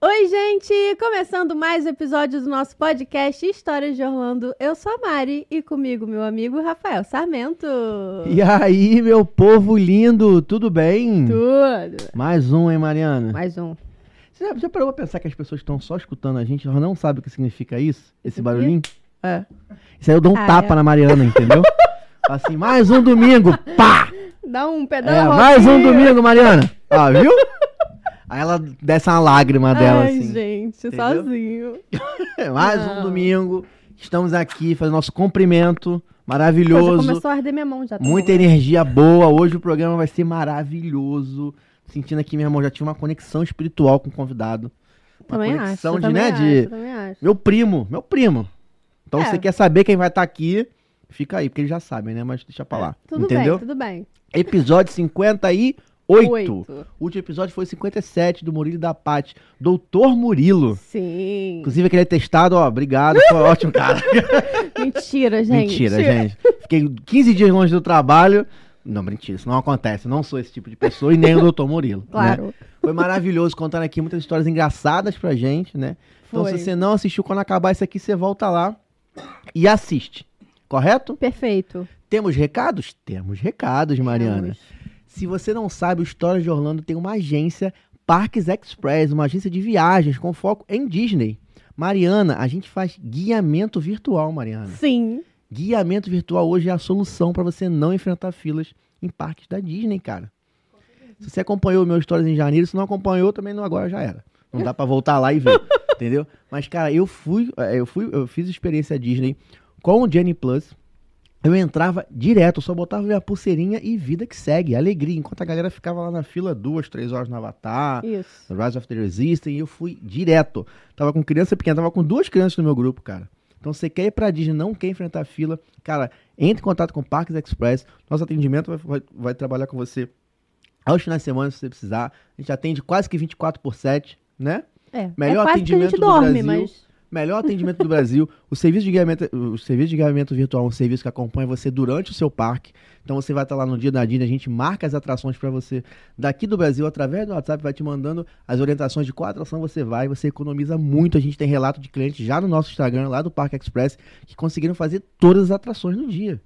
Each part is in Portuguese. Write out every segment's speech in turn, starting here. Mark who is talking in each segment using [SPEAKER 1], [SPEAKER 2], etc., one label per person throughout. [SPEAKER 1] Oi, gente! Começando mais um episódio do nosso podcast Histórias de Orlando. Eu sou a Mari e comigo meu amigo Rafael Sarmento.
[SPEAKER 2] E aí, meu povo lindo, tudo bem?
[SPEAKER 1] Tudo!
[SPEAKER 2] Mais um, hein, Mariana?
[SPEAKER 1] Mais um.
[SPEAKER 2] Você já, já parou pra pensar que as pessoas estão só escutando a gente, elas não sabem o que significa isso? Esse barulhinho? É. Isso aí eu dou um
[SPEAKER 1] Ah,
[SPEAKER 2] tapa
[SPEAKER 1] é.
[SPEAKER 2] na Mariana, entendeu? assim, mais um domingo, pá!
[SPEAKER 1] Dá um
[SPEAKER 2] É,
[SPEAKER 1] pedal.
[SPEAKER 2] mais um domingo, Mariana! Ah, viu? Aí ela desce uma lágrima dela,
[SPEAKER 1] Ai,
[SPEAKER 2] assim.
[SPEAKER 1] gente,
[SPEAKER 2] Entendeu?
[SPEAKER 1] sozinho.
[SPEAKER 2] mais
[SPEAKER 1] Não.
[SPEAKER 2] um domingo, estamos aqui fazendo nosso cumprimento
[SPEAKER 1] Coisa
[SPEAKER 2] maravilhoso.
[SPEAKER 1] começou a arder minha mão já. tá
[SPEAKER 2] Muita
[SPEAKER 1] bom.
[SPEAKER 2] energia boa. Hoje o programa vai ser maravilhoso. Sentindo aqui, meu irmão, já tinha uma conexão espiritual com o convidado. Uma
[SPEAKER 1] Também acho.
[SPEAKER 2] conexão
[SPEAKER 1] eu
[SPEAKER 2] de,
[SPEAKER 1] também
[SPEAKER 2] né?
[SPEAKER 1] acho,
[SPEAKER 2] de
[SPEAKER 1] eu também acho.
[SPEAKER 2] meu primo, meu primo. Então
[SPEAKER 1] É.
[SPEAKER 2] você quer saber quem vai estar aqui? Fica aí, porque eles já sabem, né? Mas deixa pra lá.
[SPEAKER 1] É, Tudo
[SPEAKER 2] entendeu?
[SPEAKER 1] bem, tudo bem.
[SPEAKER 2] Episódio 58. O último episódio foi o 57 do Murilo da Paz. Doutor Murilo.
[SPEAKER 1] Sim.
[SPEAKER 2] Inclusive, aquele testado, ó, obrigado, foi ótimo, cara.
[SPEAKER 1] Mentira, gente.
[SPEAKER 2] Mentira, gente. né? Fiquei 15 dias longe do trabalho. Não, mentira, isso não acontece. Eu não sou esse tipo de pessoa e nem o doutor Murilo. né?
[SPEAKER 1] Claro.
[SPEAKER 2] Foi maravilhoso contar aqui muitas histórias engraçadas pra gente, né? Então,
[SPEAKER 1] Foi.
[SPEAKER 2] se você não assistiu, quando acabar isso aqui, você volta lá e assiste. Correto?
[SPEAKER 1] Perfeito.
[SPEAKER 2] Temos recados? Temos recados, Mariana.
[SPEAKER 1] Vamos.
[SPEAKER 2] Se você não sabe, o História de Orlando tem uma agência, Parques Express, uma agência de viagens com foco em Disney. Mariana, a gente faz guiamento virtual, Mariana.
[SPEAKER 1] Sim.
[SPEAKER 2] Guiamento virtual hoje é a solução para você não enfrentar filas em parques da Disney, cara. Se você acompanhou o meu Stories em janeiro, se não acompanhou, também não agora já era. Não dá para voltar lá e ver, entendeu? Mas, cara, eu fui, eh, eu fui, eu fiz experiência Disney com o Jenny Plus. Eu entrava direto, eu só botava minha pulseirinha e vida que segue, alegria. Enquanto a galera ficava lá na fila duas, três horas no Avatar,
[SPEAKER 1] Isso.
[SPEAKER 2] Rise of the Resistance, e eu fui direto. Tava com criança pequena, tava com duas crianças no meu grupo, cara. Então, você quer ir pra Disney, não quer enfrentar a fila, cara, entre em contato com o Parques Express. Nosso atendimento vai, vai- vai trabalhar com você aos finais de semana, se você precisar. A gente atende quase que 24 por 7, né?
[SPEAKER 1] É.
[SPEAKER 2] Melhor
[SPEAKER 1] é quase
[SPEAKER 2] atendimento
[SPEAKER 1] que a gente
[SPEAKER 2] do
[SPEAKER 1] dorme,
[SPEAKER 2] Brasil.
[SPEAKER 1] mas.
[SPEAKER 2] Melhor atendimento do Brasil. O serviço de guiamento, o serviço de guiamento virtual é um serviço que acompanha você durante o seu parque. Então você vai estar lá no dia da Disney, a gente marca as atrações para você daqui do Brasil através do WhatsApp, vai te mandando as orientações de qual atração você vai, você economiza muito. A gente tem relato de clientes já no nosso Instagram, lá do Parque Express, que conseguiram fazer todas as atrações no dia.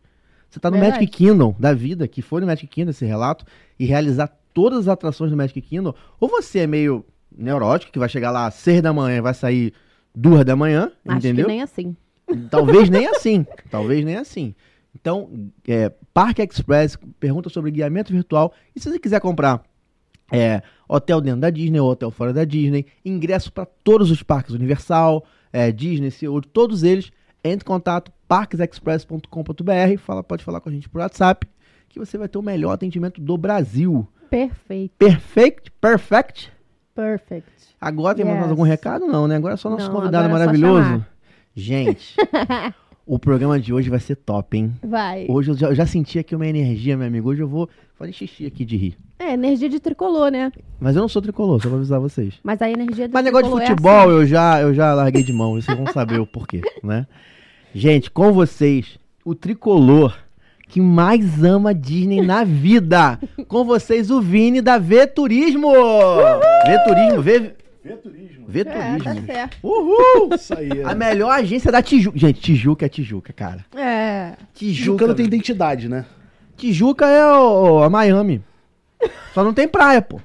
[SPEAKER 2] Você tá no
[SPEAKER 1] Verdade.
[SPEAKER 2] Magic Kingdom da vida, que foi no Magic Kingdom esse relato, e realizar todas as atrações do Magic Kingdom, ou você é meio neurótico, que vai chegar lá às seis da manhã e vai sair duas da manhã,
[SPEAKER 1] Acho
[SPEAKER 2] entendeu?
[SPEAKER 1] que nem assim.
[SPEAKER 2] Talvez nem assim. Talvez nem assim. Então, é, Parque Express, pergunta sobre guiamento virtual. E se você quiser comprar é, hotel dentro da Disney ou hotel fora da Disney, ingresso para todos os parques Universal, é, Disney, SeaWorld, todos eles, entre em contato, parquesexpress.com.br, fala, pode falar com a gente por WhatsApp, que você vai ter o melhor atendimento do Brasil.
[SPEAKER 1] Perfeito.
[SPEAKER 2] Perfect, perfect.
[SPEAKER 1] Perfect.
[SPEAKER 2] Agora tem mais
[SPEAKER 1] Yes.
[SPEAKER 2] algum recado? Não, né? Agora é só nosso
[SPEAKER 1] Não,
[SPEAKER 2] convidado
[SPEAKER 1] agora é só
[SPEAKER 2] maravilhoso.
[SPEAKER 1] chamar.
[SPEAKER 2] Gente, o programa de hoje vai ser top, hein?
[SPEAKER 1] Vai.
[SPEAKER 2] Hoje eu já, eu já senti aqui uma energia, meu amigo. Hoje eu vou fazer xixi aqui de rir.
[SPEAKER 1] É, energia de tricolor, né?
[SPEAKER 2] Mas eu não sou tricolor, só pra avisar vocês.
[SPEAKER 1] Mas a energia do
[SPEAKER 2] Mas negócio de
[SPEAKER 1] tricolor é
[SPEAKER 2] futebol eu, já, eu já larguei de mão, vocês vão saber o porquê, né? Gente, com vocês, o tricolor que mais ama Disney na vida. Com vocês, o Vini da Veturismo! Veturismo, V...
[SPEAKER 3] Veturismo.
[SPEAKER 1] assim.
[SPEAKER 2] Veturismo.
[SPEAKER 1] É, tá certo.
[SPEAKER 2] Uhul!
[SPEAKER 3] Isso aí. é
[SPEAKER 2] A melhor agência da Tijuca. Gente, Tijuca é Tijuca, cara.
[SPEAKER 1] É.
[SPEAKER 2] Tijuca,
[SPEAKER 3] Tijucano tem
[SPEAKER 2] velho.
[SPEAKER 3] identidade, né?
[SPEAKER 2] Tijuca é o- a Miami. Só não tem praia, pô.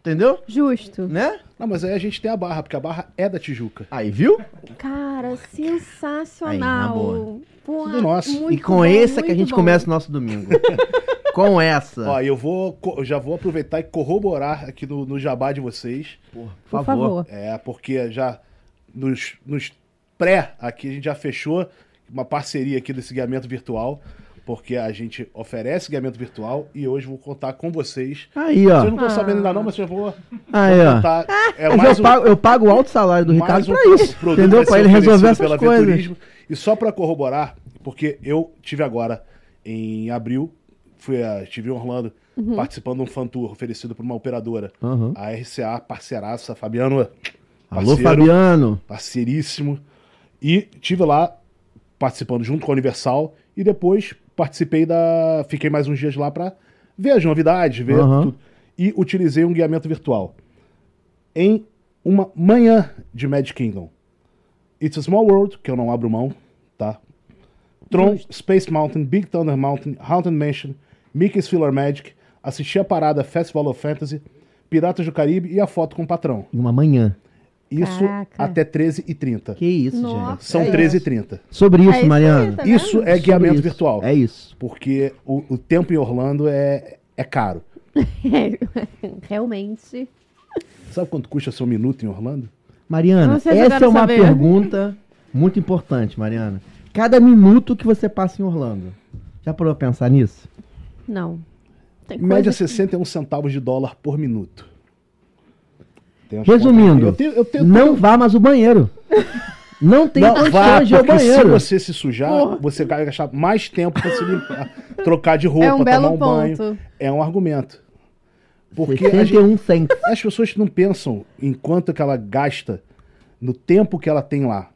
[SPEAKER 2] Entendeu?
[SPEAKER 1] Justo.
[SPEAKER 2] Né?
[SPEAKER 3] Não, mas aí a gente tem a barra, porque a barra é da Tijuca.
[SPEAKER 2] Aí, viu?
[SPEAKER 1] Cara,
[SPEAKER 2] Aí, na
[SPEAKER 1] sensacional.
[SPEAKER 2] boa.
[SPEAKER 1] Pô,
[SPEAKER 3] Tudo nosso.
[SPEAKER 2] e com essa que a gente começa o nosso domingo. com essa.
[SPEAKER 3] Ó, e eu vou, co- eu já vou aproveitar e corroborar aqui no, no jabá de vocês.
[SPEAKER 1] Por, favor.
[SPEAKER 3] É, porque já nos, nos pré aqui a gente já fechou uma parceria aqui desse guiamento virtual. Porque a gente oferece guiamento virtual e hoje eu vou contar com vocês.
[SPEAKER 2] Aí,
[SPEAKER 3] Vocês
[SPEAKER 2] ó.
[SPEAKER 3] não estão
[SPEAKER 1] Ah.
[SPEAKER 3] sabendo ainda não, mas eu vou
[SPEAKER 2] Aí, ó. Ah.
[SPEAKER 3] contar. É
[SPEAKER 2] Mas eu, pago, eu pago o alto salário do Ricardo pra isso.
[SPEAKER 3] um produto
[SPEAKER 2] Entendeu?
[SPEAKER 3] vai
[SPEAKER 2] Pra
[SPEAKER 3] ser
[SPEAKER 2] ele resolver
[SPEAKER 3] oferecido
[SPEAKER 2] essas
[SPEAKER 3] pela
[SPEAKER 2] coisas.
[SPEAKER 3] Veturismo. E só pra corroborar, porque eu tive agora em abril, fui a, estive em Orlando participando de um fan tour oferecido por uma operadora,
[SPEAKER 2] Aham.
[SPEAKER 3] a RCA, parceiraça, Fabiano,
[SPEAKER 2] Alô,
[SPEAKER 3] parceiro,
[SPEAKER 2] Fabiano.
[SPEAKER 3] parceiríssimo. E tive lá participando junto com a Universal e depois participei da, fiquei mais uns dias lá pra ver as novidades, ver
[SPEAKER 2] Aham.
[SPEAKER 3] tudo. E utilizei um guiamento virtual. Em uma manhã de Magic Kingdom. It's a Small World, que eu não abro mão, tá? Tron, Space Mountain, Big Thunder Mountain, Haunted Mansion, Mickey's Filler Magic, assisti a parada Festival of Fantasy, Piratas do Caribe e a foto com o patrão.
[SPEAKER 2] Em uma manhã.
[SPEAKER 3] Isso
[SPEAKER 1] Caraca.
[SPEAKER 3] até 13h30.
[SPEAKER 2] Que isso,
[SPEAKER 1] Nossa.
[SPEAKER 2] gente.
[SPEAKER 3] São
[SPEAKER 1] É.
[SPEAKER 3] 13h30.
[SPEAKER 2] Sobre
[SPEAKER 1] É
[SPEAKER 2] isso,
[SPEAKER 1] isso
[SPEAKER 2] Mariana.
[SPEAKER 1] aí, tá vendo?
[SPEAKER 3] Isso é
[SPEAKER 2] Sobre
[SPEAKER 3] guiamento
[SPEAKER 2] isso.
[SPEAKER 3] virtual.
[SPEAKER 2] É isso.
[SPEAKER 3] Porque o, o tempo em Orlando é, é caro.
[SPEAKER 1] Realmente.
[SPEAKER 3] Sabe quanto custa seu minuto em Orlando?
[SPEAKER 2] Mariana,
[SPEAKER 1] Não sei se eu
[SPEAKER 2] essa
[SPEAKER 1] quero
[SPEAKER 2] é uma
[SPEAKER 1] saber.
[SPEAKER 2] pergunta muito importante, Mariana. Cada minuto que você passa em Orlando, já parou a pensar nisso?
[SPEAKER 1] Não. Tem
[SPEAKER 3] Média
[SPEAKER 1] coisa-
[SPEAKER 3] 61 centavos de dólar por minuto. Tem umas
[SPEAKER 2] Resumindo,
[SPEAKER 3] contas aí. eu tenho, eu tenho,
[SPEAKER 2] não vá mais ao banheiro. Não tem
[SPEAKER 3] não vá,
[SPEAKER 2] condições de ir ao
[SPEAKER 3] porque se
[SPEAKER 2] é banheiro.
[SPEAKER 3] você se sujar,
[SPEAKER 1] Porra.
[SPEAKER 3] você vai gastar mais tempo pra se limpar, trocar de roupa,
[SPEAKER 1] É um
[SPEAKER 3] tomar
[SPEAKER 1] belo
[SPEAKER 3] um banho.
[SPEAKER 1] ponto.
[SPEAKER 3] É um argumento. Porque a gente-
[SPEAKER 2] 61 cents.
[SPEAKER 3] as pessoas não pensam em quanto que ela gasta no tempo que ela tem lá.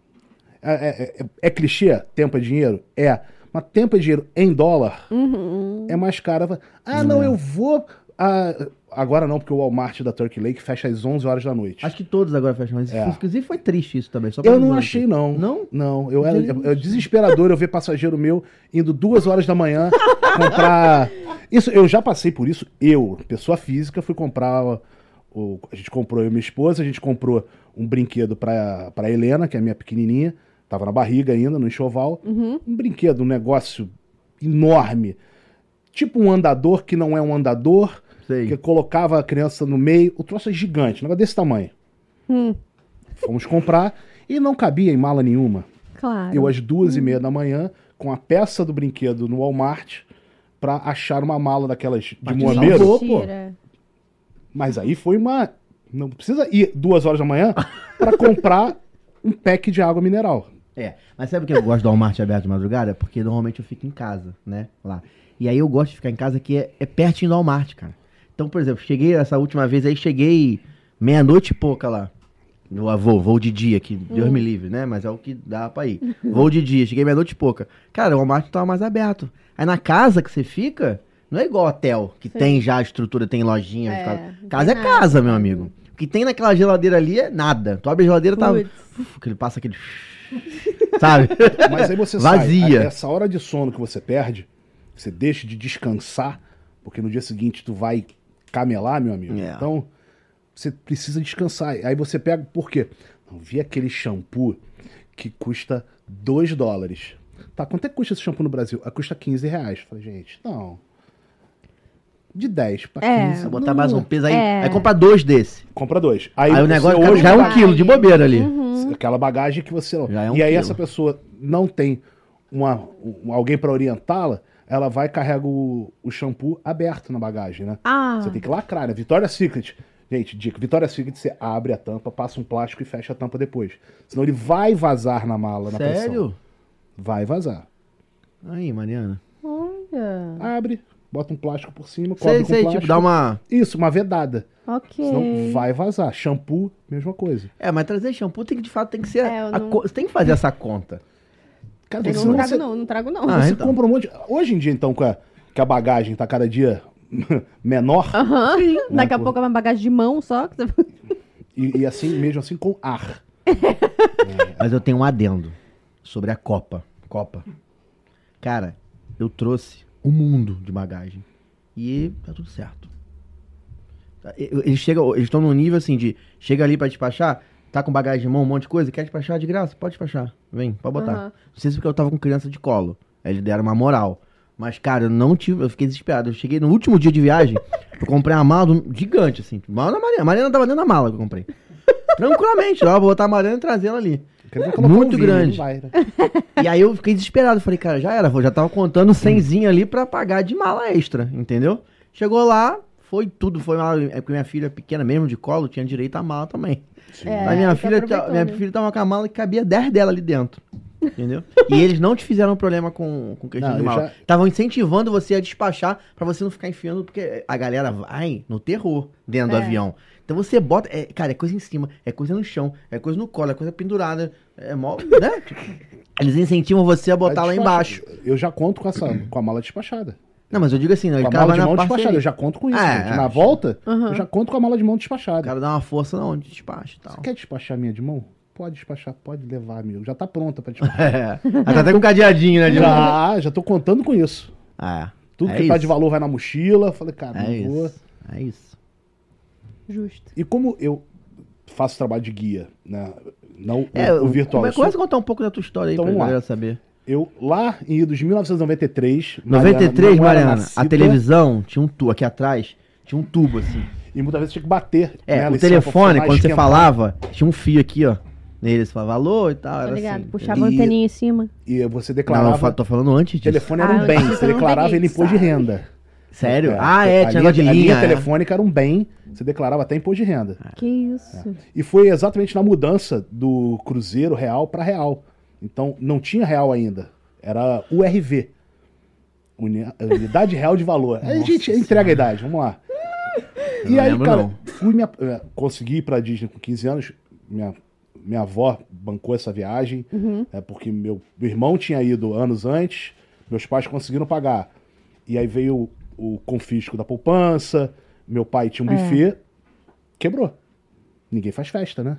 [SPEAKER 3] É, é- é- é clichê? Tempo é dinheiro? É. Mas tempo é dinheiro em dólar
[SPEAKER 1] Uhum.
[SPEAKER 3] é mais caro. Ah, não, eu vou. ah, agora não, porque o Walmart da Turkey Lake fecha às 11 horas da noite.
[SPEAKER 2] Acho que todos agora fecham, mas
[SPEAKER 3] É.
[SPEAKER 2] inclusive foi triste isso também. só pra
[SPEAKER 3] Eu não
[SPEAKER 2] dizer.
[SPEAKER 3] achei, não.
[SPEAKER 2] Não?
[SPEAKER 3] Não, eu era
[SPEAKER 2] Gente.
[SPEAKER 3] eu- eu desesperador eu ver passageiro meu indo duas horas da manhã comprar. Isso, eu já passei por isso. Eu, pessoa física, fui comprar. o- o- a gente comprou eu e minha esposa, a gente comprou um brinquedo pra, pra Helena, que é a minha pequenininha. Tava na barriga ainda, no enxoval.
[SPEAKER 1] Uhum.
[SPEAKER 3] Um brinquedo, um negócio enorme. Tipo um andador que não é um andador,
[SPEAKER 2] Sei.
[SPEAKER 3] que colocava a criança no meio. O troço é gigante, um negócio desse tamanho.
[SPEAKER 1] Hum,
[SPEAKER 3] Fomos comprar e não cabia em mala nenhuma.
[SPEAKER 1] claro.
[SPEAKER 3] Eu, às duas e meia da manhã, com a peça do brinquedo no Walmart, pra achar uma mala daquelas de
[SPEAKER 2] Mas
[SPEAKER 3] moabeiro.
[SPEAKER 2] salvou.
[SPEAKER 1] Mentira.
[SPEAKER 3] Mas aí foi uma. Não precisa ir duas horas da manhã pra comprar um pack de água mineral.
[SPEAKER 2] É, mas sabe o que eu gosto do Walmart aberto de madrugada? Porque normalmente eu fico em casa, né? Lá. E aí eu gosto de ficar em casa que é, é pertinho do Walmart, cara. Então, por exemplo, cheguei essa última vez aí, cheguei meia-noite e pouca lá. Meu avô, vou de dia, que Deus me livre, né? Mas é o que dá pra ir. Vou de dia, cheguei meia-noite e pouca. Cara, o Walmart não tava mais aberto. Aí na casa que você fica, não é igual hotel, que tem já a estrutura, tem lojinha.
[SPEAKER 1] É,
[SPEAKER 2] casa-
[SPEAKER 1] não
[SPEAKER 2] casa é
[SPEAKER 1] tem nada.
[SPEAKER 2] casa, meu amigo. O que tem naquela geladeira ali é nada. Tu abre a geladeira, tá.
[SPEAKER 1] Putz.
[SPEAKER 2] Uf, que ele passa aquele. Sabe?
[SPEAKER 3] Mas aí você sai.
[SPEAKER 2] Vazia.
[SPEAKER 3] aí Essa hora de sono que você perde, você deixa de descansar, porque no dia seguinte tu vai camelar, meu amigo.
[SPEAKER 2] É.
[SPEAKER 3] Então, você precisa descansar. Aí você pega, por quê? Não vi aquele shampoo que custa 2 dólares. Tá, quanto é que custa esse shampoo no Brasil? Ah, custa 15 reais. Eu Falei, gente, não. De 10 pra
[SPEAKER 1] É.
[SPEAKER 3] 15.
[SPEAKER 2] Vai
[SPEAKER 3] não.
[SPEAKER 2] botar mais um peso aí.
[SPEAKER 1] É.
[SPEAKER 2] Aí compra dois desse.
[SPEAKER 3] Compra dois.
[SPEAKER 2] Aí, o
[SPEAKER 3] você
[SPEAKER 2] negócio
[SPEAKER 3] hoje
[SPEAKER 2] já é um
[SPEAKER 1] vai-
[SPEAKER 2] quilo de bobeira ali.
[SPEAKER 3] Aquela bagagem que você.
[SPEAKER 2] Já é um
[SPEAKER 3] e aí
[SPEAKER 2] quilo.
[SPEAKER 3] essa pessoa não tem uma, um- alguém pra orientá-la, ela vai e carrega o, o shampoo aberto na bagagem, né?
[SPEAKER 1] Ah,
[SPEAKER 3] Você tem que lacrar, né? Vitória Secret. Gente, dica, Vitória Secret, você abre a tampa, passa um plástico e fecha a tampa depois. Senão ele vai vazar na mala, na pressão.
[SPEAKER 2] Sério?
[SPEAKER 3] Vai vazar.
[SPEAKER 2] Aí, Mariana.
[SPEAKER 1] olha.
[SPEAKER 3] Abre, bota um plástico por cima, cobre
[SPEAKER 2] Sei,
[SPEAKER 3] com
[SPEAKER 2] sei,
[SPEAKER 3] plástico.
[SPEAKER 2] tipo, dá uma.
[SPEAKER 3] Isso, uma vedada.
[SPEAKER 1] Ok.
[SPEAKER 3] Senão vai vazar. Shampoo, mesma coisa.
[SPEAKER 2] É, mas trazer shampoo tem que, de fato, tem que ser.
[SPEAKER 1] É, eu
[SPEAKER 2] a
[SPEAKER 1] não-
[SPEAKER 2] co- Você tem que fazer essa conta.
[SPEAKER 3] Cara,
[SPEAKER 1] Eu
[SPEAKER 3] senão
[SPEAKER 1] não trago,
[SPEAKER 3] você-
[SPEAKER 1] não. Não trago, não.
[SPEAKER 2] Ah,
[SPEAKER 3] Você
[SPEAKER 2] então.
[SPEAKER 3] compra um monte. Hoje em dia, então, com a- que a bagagem tá cada dia menor,
[SPEAKER 1] Aham. Daqui a
[SPEAKER 3] pô.
[SPEAKER 1] pouco é uma bagagem de mão só. que você-
[SPEAKER 3] e, e assim, mesmo assim, com ar.
[SPEAKER 2] Mas eu tenho um adendo sobre a Copa. Copa. Cara, eu trouxe o mundo de bagagem. E tá tudo certo. Tá, e- Eles chegam, eles estão num nível assim de chega ali pra despachar, tá com bagagem de mão, um monte de coisa, quer despachar de graça? Pode despachar. Vem, pode botar.
[SPEAKER 1] Aham.
[SPEAKER 2] Não sei se porque eu tava com criança de colo. Aí eles deram uma moral. Mas, cara, eu não tive. Eu fiquei desesperado. Eu cheguei no último dia de viagem, eu comprei uma mala do- gigante, assim. Mala da Mariana. A Mariana tava dentro da mala que eu comprei. Tranquilamente, lá, eu vou botar a Mariana e trazer ela ali.
[SPEAKER 3] Quer dizer, colocar
[SPEAKER 2] Muito
[SPEAKER 3] vinho,
[SPEAKER 2] grande.
[SPEAKER 3] não vai, né?
[SPEAKER 2] E aí eu fiquei desesperado. Falei, cara, já era. Eu já tava contando 100 ali pra pagar de mala extra, entendeu? Chegou lá, foi tudo. Foi uma, é porque minha filha pequena, mesmo de colo, tinha direito à mala também.
[SPEAKER 1] É,
[SPEAKER 2] Mas minha
[SPEAKER 1] tá
[SPEAKER 2] filha, ta-
[SPEAKER 1] aproveitando.
[SPEAKER 2] minha filha tava com a mala que cabia 10 dela ali dentro. Entendeu? e eles não te fizeram problema com, com questão
[SPEAKER 3] Não,
[SPEAKER 2] de
[SPEAKER 3] eu
[SPEAKER 2] mala.
[SPEAKER 3] já-
[SPEAKER 2] Estavam incentivando você a despachar pra você não ficar enfiando, porque a galera vai no terror dentro
[SPEAKER 1] É.
[SPEAKER 2] do avião. Então você bota. é, cara, é coisa em cima, é coisa no chão, é coisa no colo, é coisa pendurada. É mó. né? Tipo, eles incentivam você a botar
[SPEAKER 3] Vai
[SPEAKER 2] lá
[SPEAKER 3] despacha-
[SPEAKER 2] embaixo.
[SPEAKER 3] Eu já conto com, essa, com a mala despachada.
[SPEAKER 2] Não, mas eu digo assim, né?
[SPEAKER 3] Com
[SPEAKER 2] O
[SPEAKER 3] a
[SPEAKER 2] cara
[SPEAKER 3] mala
[SPEAKER 2] vai
[SPEAKER 3] de
[SPEAKER 2] na
[SPEAKER 3] mão
[SPEAKER 2] parceria.
[SPEAKER 3] despachada, eu já conto com isso.
[SPEAKER 2] É,
[SPEAKER 3] gente.
[SPEAKER 2] é.
[SPEAKER 3] Na volta,
[SPEAKER 1] Aham.
[SPEAKER 3] eu já conto com a mala de mão
[SPEAKER 2] O
[SPEAKER 3] despachada.
[SPEAKER 2] cara dá uma força na onde? Despacho e tal.
[SPEAKER 3] Você quer despachar a minha de mão? Pode despachar, pode levar, amigo. Já tá pronta pra despachar.
[SPEAKER 2] É. Ela tá até com cadeadinho, né? De lá.
[SPEAKER 3] já, já tô contando com isso.
[SPEAKER 2] É.
[SPEAKER 3] Tudo
[SPEAKER 2] É
[SPEAKER 3] que tá
[SPEAKER 2] isso.
[SPEAKER 3] de valor vai na mochila. Falei, cara,
[SPEAKER 2] É
[SPEAKER 3] não vou.
[SPEAKER 2] isso. É isso.
[SPEAKER 1] Justo.
[SPEAKER 3] E como eu faço trabalho de guia, né? Não o-
[SPEAKER 2] É,
[SPEAKER 3] o, virtual.
[SPEAKER 2] Mas
[SPEAKER 3] eu sou-
[SPEAKER 2] começa a contar um pouco da tua história aí
[SPEAKER 3] Então,
[SPEAKER 2] pra
[SPEAKER 3] vamos lá.
[SPEAKER 2] galera saber.
[SPEAKER 3] Eu, lá em idos de 1993. Mariana
[SPEAKER 2] 93,
[SPEAKER 3] não é né, era
[SPEAKER 2] Mariana, a
[SPEAKER 3] nascida,
[SPEAKER 2] televisão tinha um tubo aqui atrás, tinha um tubo assim.
[SPEAKER 3] E muitas vezes tinha que bater.
[SPEAKER 2] É,
[SPEAKER 3] nela
[SPEAKER 2] o
[SPEAKER 3] e se
[SPEAKER 2] telefone,
[SPEAKER 3] aproximar,
[SPEAKER 2] quando você
[SPEAKER 3] esquentar.
[SPEAKER 2] falava, tinha um fio aqui, ó. Nele, você falava alô e tal.
[SPEAKER 1] Tá
[SPEAKER 2] Era
[SPEAKER 1] ligado?
[SPEAKER 2] assim.
[SPEAKER 1] Puxava a
[SPEAKER 3] E-
[SPEAKER 1] anteninha em cima.
[SPEAKER 3] E você
[SPEAKER 2] Não, eu
[SPEAKER 3] declarava.
[SPEAKER 2] fa- tô falando antes
[SPEAKER 3] o
[SPEAKER 2] disso.
[SPEAKER 3] telefone era
[SPEAKER 1] Ah,
[SPEAKER 3] um bem.
[SPEAKER 1] eu não
[SPEAKER 3] Você
[SPEAKER 1] peguei,
[SPEAKER 3] declarava ele imposto de
[SPEAKER 1] sabe?
[SPEAKER 3] renda.
[SPEAKER 2] Sério? Ah, é,
[SPEAKER 3] a
[SPEAKER 2] tinha
[SPEAKER 3] linha,
[SPEAKER 2] negócio de
[SPEAKER 3] A
[SPEAKER 2] linha.
[SPEAKER 3] linha
[SPEAKER 2] é.
[SPEAKER 3] telefônica era um bem. Você declarava até imposto de renda.
[SPEAKER 1] Que isso.
[SPEAKER 3] E foi exatamente na mudança do Cruzeiro Real para Real. Então, não tinha Real ainda. Era URV. Uni- Unidade Real de Valor. Aí a
[SPEAKER 2] Nossa
[SPEAKER 3] gente entrega a idade, vamos lá.
[SPEAKER 2] Eu
[SPEAKER 3] E
[SPEAKER 2] não
[SPEAKER 3] aí,
[SPEAKER 2] lembro,
[SPEAKER 3] cara,
[SPEAKER 2] não.
[SPEAKER 3] fui me, ap- eh, consegui ir pra Disney com 15 anos. Minha, minha avó bancou essa viagem,
[SPEAKER 1] Uhum.
[SPEAKER 3] é, porque meu, meu irmão tinha ido anos antes, meus pais conseguiram pagar. E aí veio o, o confisco da poupança, meu pai tinha um
[SPEAKER 1] É.
[SPEAKER 3] buffet, quebrou. Ninguém faz festa, né?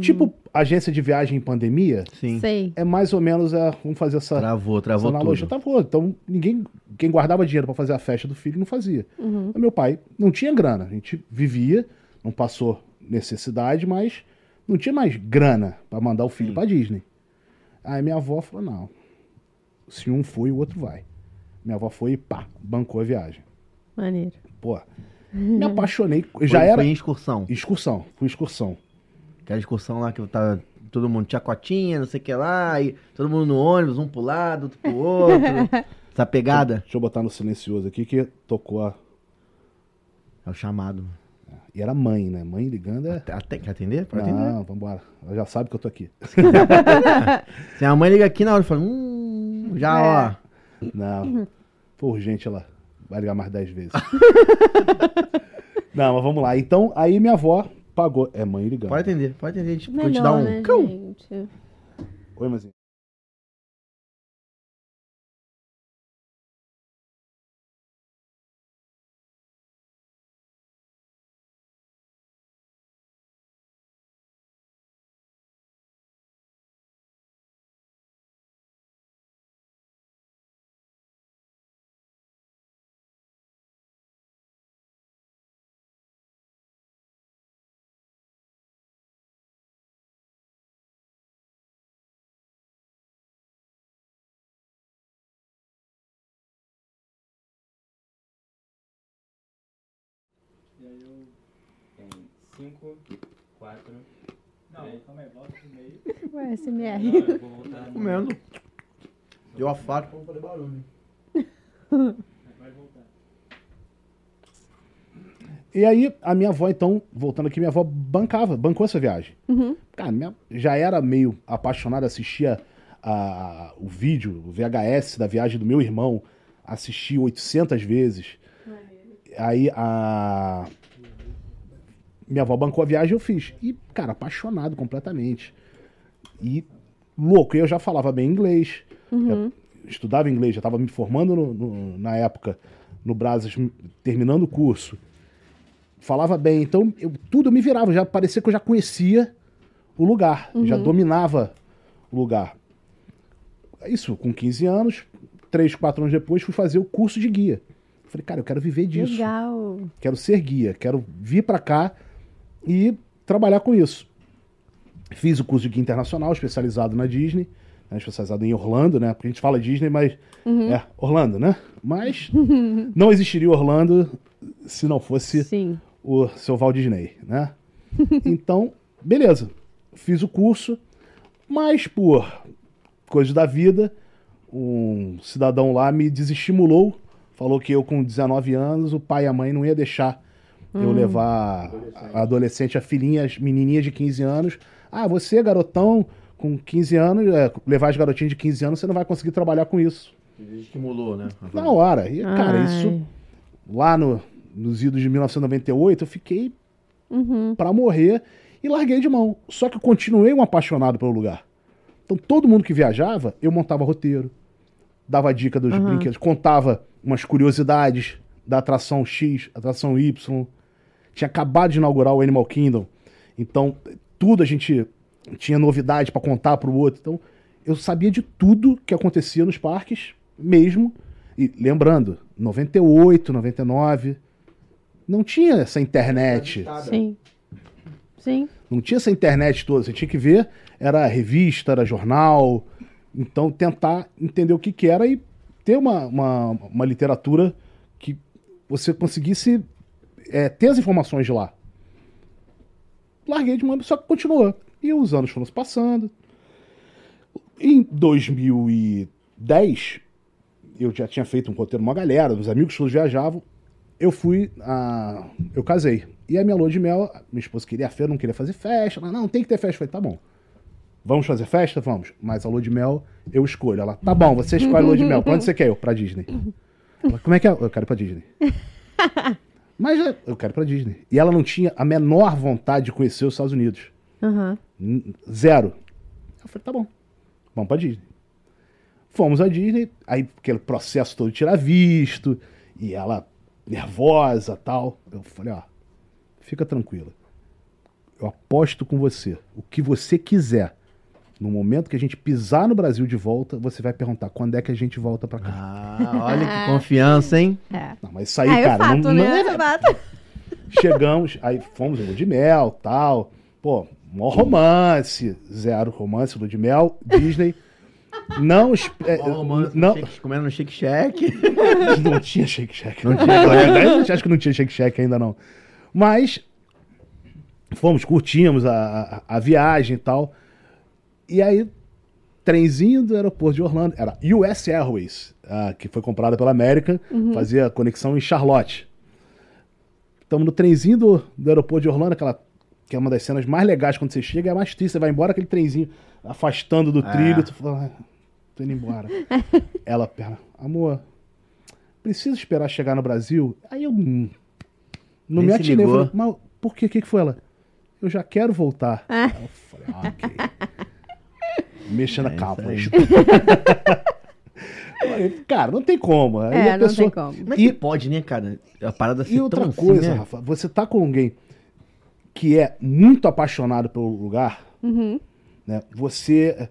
[SPEAKER 3] Tipo, agência de viagem em pandemia,
[SPEAKER 2] Sim.
[SPEAKER 1] Sei.
[SPEAKER 3] é mais ou menos, é, vamos fazer essa,
[SPEAKER 2] Travou, travou
[SPEAKER 3] essa
[SPEAKER 2] tudo.
[SPEAKER 3] analogia. Travou. Então, ninguém, quem guardava dinheiro pra fazer a festa do filho não fazia.
[SPEAKER 1] Uhum.
[SPEAKER 3] Meu pai não tinha grana. A gente vivia, não passou necessidade, mas não tinha mais grana pra mandar o filho
[SPEAKER 2] Sim.
[SPEAKER 3] pra Disney. Aí minha avó falou: não, se um foi, o outro vai. Minha avó foi e pá, bancou a viagem.
[SPEAKER 1] Maneiro.
[SPEAKER 3] Pô, me apaixonei.
[SPEAKER 2] Foi-
[SPEAKER 3] já era
[SPEAKER 2] Foi em excursão.
[SPEAKER 3] excursão, fui excursão.
[SPEAKER 2] Aquela excursão lá que tava todo mundo tinha cotinha, não sei o que lá, e todo mundo no ônibus, um pro lado, outro pro outro. Essa pegada.
[SPEAKER 3] Deixa eu botar no silencioso aqui que tocou a.
[SPEAKER 2] É o chamado.
[SPEAKER 3] E era mãe, né? Mãe ligando é.
[SPEAKER 2] Até que atender? Pra atender.
[SPEAKER 3] Não, vambora. Ela já sabe que eu tô aqui.
[SPEAKER 2] Se Assim, a mãe liga aqui na hora e fala, hum,
[SPEAKER 1] É.
[SPEAKER 2] já, ó.
[SPEAKER 3] Não. Foi urgente ela. Vai ligar mais 10 vezes. Não, mas vamos lá. Então, aí minha avó pagou. É mãe ligando.
[SPEAKER 2] Pode atender, pode atender. Tipo,
[SPEAKER 1] Melhor,
[SPEAKER 2] eu te dar um.
[SPEAKER 1] né,
[SPEAKER 2] cão.
[SPEAKER 1] gente?
[SPEAKER 3] Oi, mãezinha.
[SPEAKER 4] E aí eu tenho 5, 4. Não, calma aí, volta pro meio.
[SPEAKER 1] Ué, SMR.
[SPEAKER 4] Não, eu vou voltar no meio.
[SPEAKER 2] Comendo. Deu a faca pra fazer barulho.
[SPEAKER 4] Vai voltar.
[SPEAKER 3] E aí, a minha avó, então, voltando aqui, minha avó bancava, bancou essa viagem.
[SPEAKER 1] Uhum.
[SPEAKER 3] Cara, minha- já era meio apaixonada, assistia a, o vídeo, o VHS da viagem do meu irmão, assisti 800 vezes. Aí a. Minha avó bancou a viagem, eu fiz. E, cara, apaixonado completamente. E louco, eu já falava bem inglês, já estudava inglês, já estava me formando no- no- na época no Brasas, terminando o curso falava bem. Então, eu- tudo eu me virava. Já parecia que eu já conhecia o lugar. Já dominava o lugar. Isso, com 15 anos. Três, quatro anos depois, fui fazer o curso de guia. Falei, cara, eu quero viver disso.
[SPEAKER 1] Legal.
[SPEAKER 3] Quero ser guia. Quero vir pra cá e trabalhar com isso. Fiz o curso de guia internacional, especializado na Disney. né, especializado em Orlando, né? Porque a gente fala Disney, mas... É, Orlando, né? Mas não existiria Orlando se não fosse
[SPEAKER 1] Sim.
[SPEAKER 3] o seu Walt Disney, né? Então, beleza. Fiz o curso, mas por coisas da vida, um cidadão lá me desestimulou. Falou que eu, com 19 anos, o pai e a mãe não ia deixar eu levar a adolescente, a filhinha, as menininhas de 15 anos. Ah, você, garotão, com 15 anos, é, levar as garotinhas de 15 anos, você não vai conseguir trabalhar com isso.
[SPEAKER 2] Estimulou, né?
[SPEAKER 3] Na hora. E, cara,
[SPEAKER 1] Ai.
[SPEAKER 3] isso lá no, nos idos de 1998, eu fiquei
[SPEAKER 1] Uhum.
[SPEAKER 3] pra morrer e larguei de mão. Só que eu continuei um apaixonado pelo lugar. Então todo mundo que viajava, eu montava roteiro, dava dica dos
[SPEAKER 1] Aham.
[SPEAKER 3] brinquedos, contava umas curiosidades da atração X, atração Y. Tinha acabado de inaugurar o Animal Kingdom. Então, tudo a gente tinha novidade pra contar pro outro. Então, eu sabia de tudo que acontecia nos parques mesmo. E lembrando, 98, 99, não tinha essa
[SPEAKER 2] é
[SPEAKER 3] internet.
[SPEAKER 1] Sim. Sim.
[SPEAKER 3] Não tinha essa internet toda, você tinha que ver, era revista, era jornal. Então, tentar entender o que, que era e ter uma, uma, uma literatura que você conseguisse é, ter as informações de lá. Larguei de mão, só que continuou. E os anos foram se passando. Em 2010, eu já tinha feito um roteiro, uma galera, os amigos todos viajavam. Eu fui, a... eu casei. E a minha lua de mel, minha esposa queria festa, não queria fazer festa. Ela, não, tem que ter festa. Eu falei, tá bom. Vamos fazer festa? Vamos. Mas a lua de mel, eu escolho. Ela, tá bom, você escolhe a lua de mel. Pra onde você quer? Eu, pra Disney. Ela, como é que é? Eu quero ir pra Disney. Mas é, eu quero ir pra Disney. E ela não tinha a menor vontade de conhecer os Estados Unidos.
[SPEAKER 1] Aham.
[SPEAKER 3] N- Zero. Eu falei, tá bom, vamos pra Disney. Fomos à Disney, aí aquele processo todo de tirar visto, e ela nervosa tal. Eu falei, ó, fica tranquila. Eu aposto com você. O que você quiser. No momento que a gente pisar no Brasil de volta, você vai perguntar quando é que a gente volta pra cá.
[SPEAKER 2] Ah, olha que confiança, hein?
[SPEAKER 1] É.
[SPEAKER 3] Não, mas isso aí,
[SPEAKER 1] Aí, é
[SPEAKER 3] cara,
[SPEAKER 1] fato,
[SPEAKER 3] não,
[SPEAKER 1] né?
[SPEAKER 3] não é
[SPEAKER 1] É fato.
[SPEAKER 3] Chegamos, aí fomos no de mel, tal. Pô, mó romance. Zero romance, lua de mel, Disney. Não, es- é, não,
[SPEAKER 2] comendo no shake-shack.
[SPEAKER 3] não tinha Shake Shack.
[SPEAKER 2] Não
[SPEAKER 3] Não é
[SPEAKER 2] tinha.
[SPEAKER 3] acho que não tinha Shake Shack ainda não. Mas fomos, curtimos a, a, a viagem e tal. E aí, trenzinho do aeroporto de Orlando, era US Airways, ah, que foi comprada pela América, fazia conexão em Charlotte. Estamos no trenzinho do, do aeroporto de Orlando, aquela que é uma das cenas mais legais quando você chega, é a mais triste, você vai embora aquele trenzinho afastando do
[SPEAKER 2] É.
[SPEAKER 3] trilho, tu fala, "Ah, tô indo embora. Ela, pera, amor, preciso esperar chegar no Brasil? Aí eu hum, não
[SPEAKER 2] Nem
[SPEAKER 3] me
[SPEAKER 2] se
[SPEAKER 3] atinei, eu
[SPEAKER 2] ligou.
[SPEAKER 3] falei, mas por quê? O que que foi ela? Eu já quero voltar.
[SPEAKER 1] Ah.
[SPEAKER 3] Aí Eu falei, ah, ok. Mexa na
[SPEAKER 2] É,
[SPEAKER 3] calma.
[SPEAKER 2] isso
[SPEAKER 3] Cara, não tem como. Aí
[SPEAKER 1] É,
[SPEAKER 3] a
[SPEAKER 1] não
[SPEAKER 3] pessoa...
[SPEAKER 1] tem como.
[SPEAKER 2] Mas e pode, né, cara? A parada ser
[SPEAKER 3] E outra
[SPEAKER 2] tão
[SPEAKER 3] coisa,
[SPEAKER 2] assim, né?
[SPEAKER 3] Rafa, você tá com alguém que é muito apaixonado pelo lugar,
[SPEAKER 1] Uhum.
[SPEAKER 3] né? Você,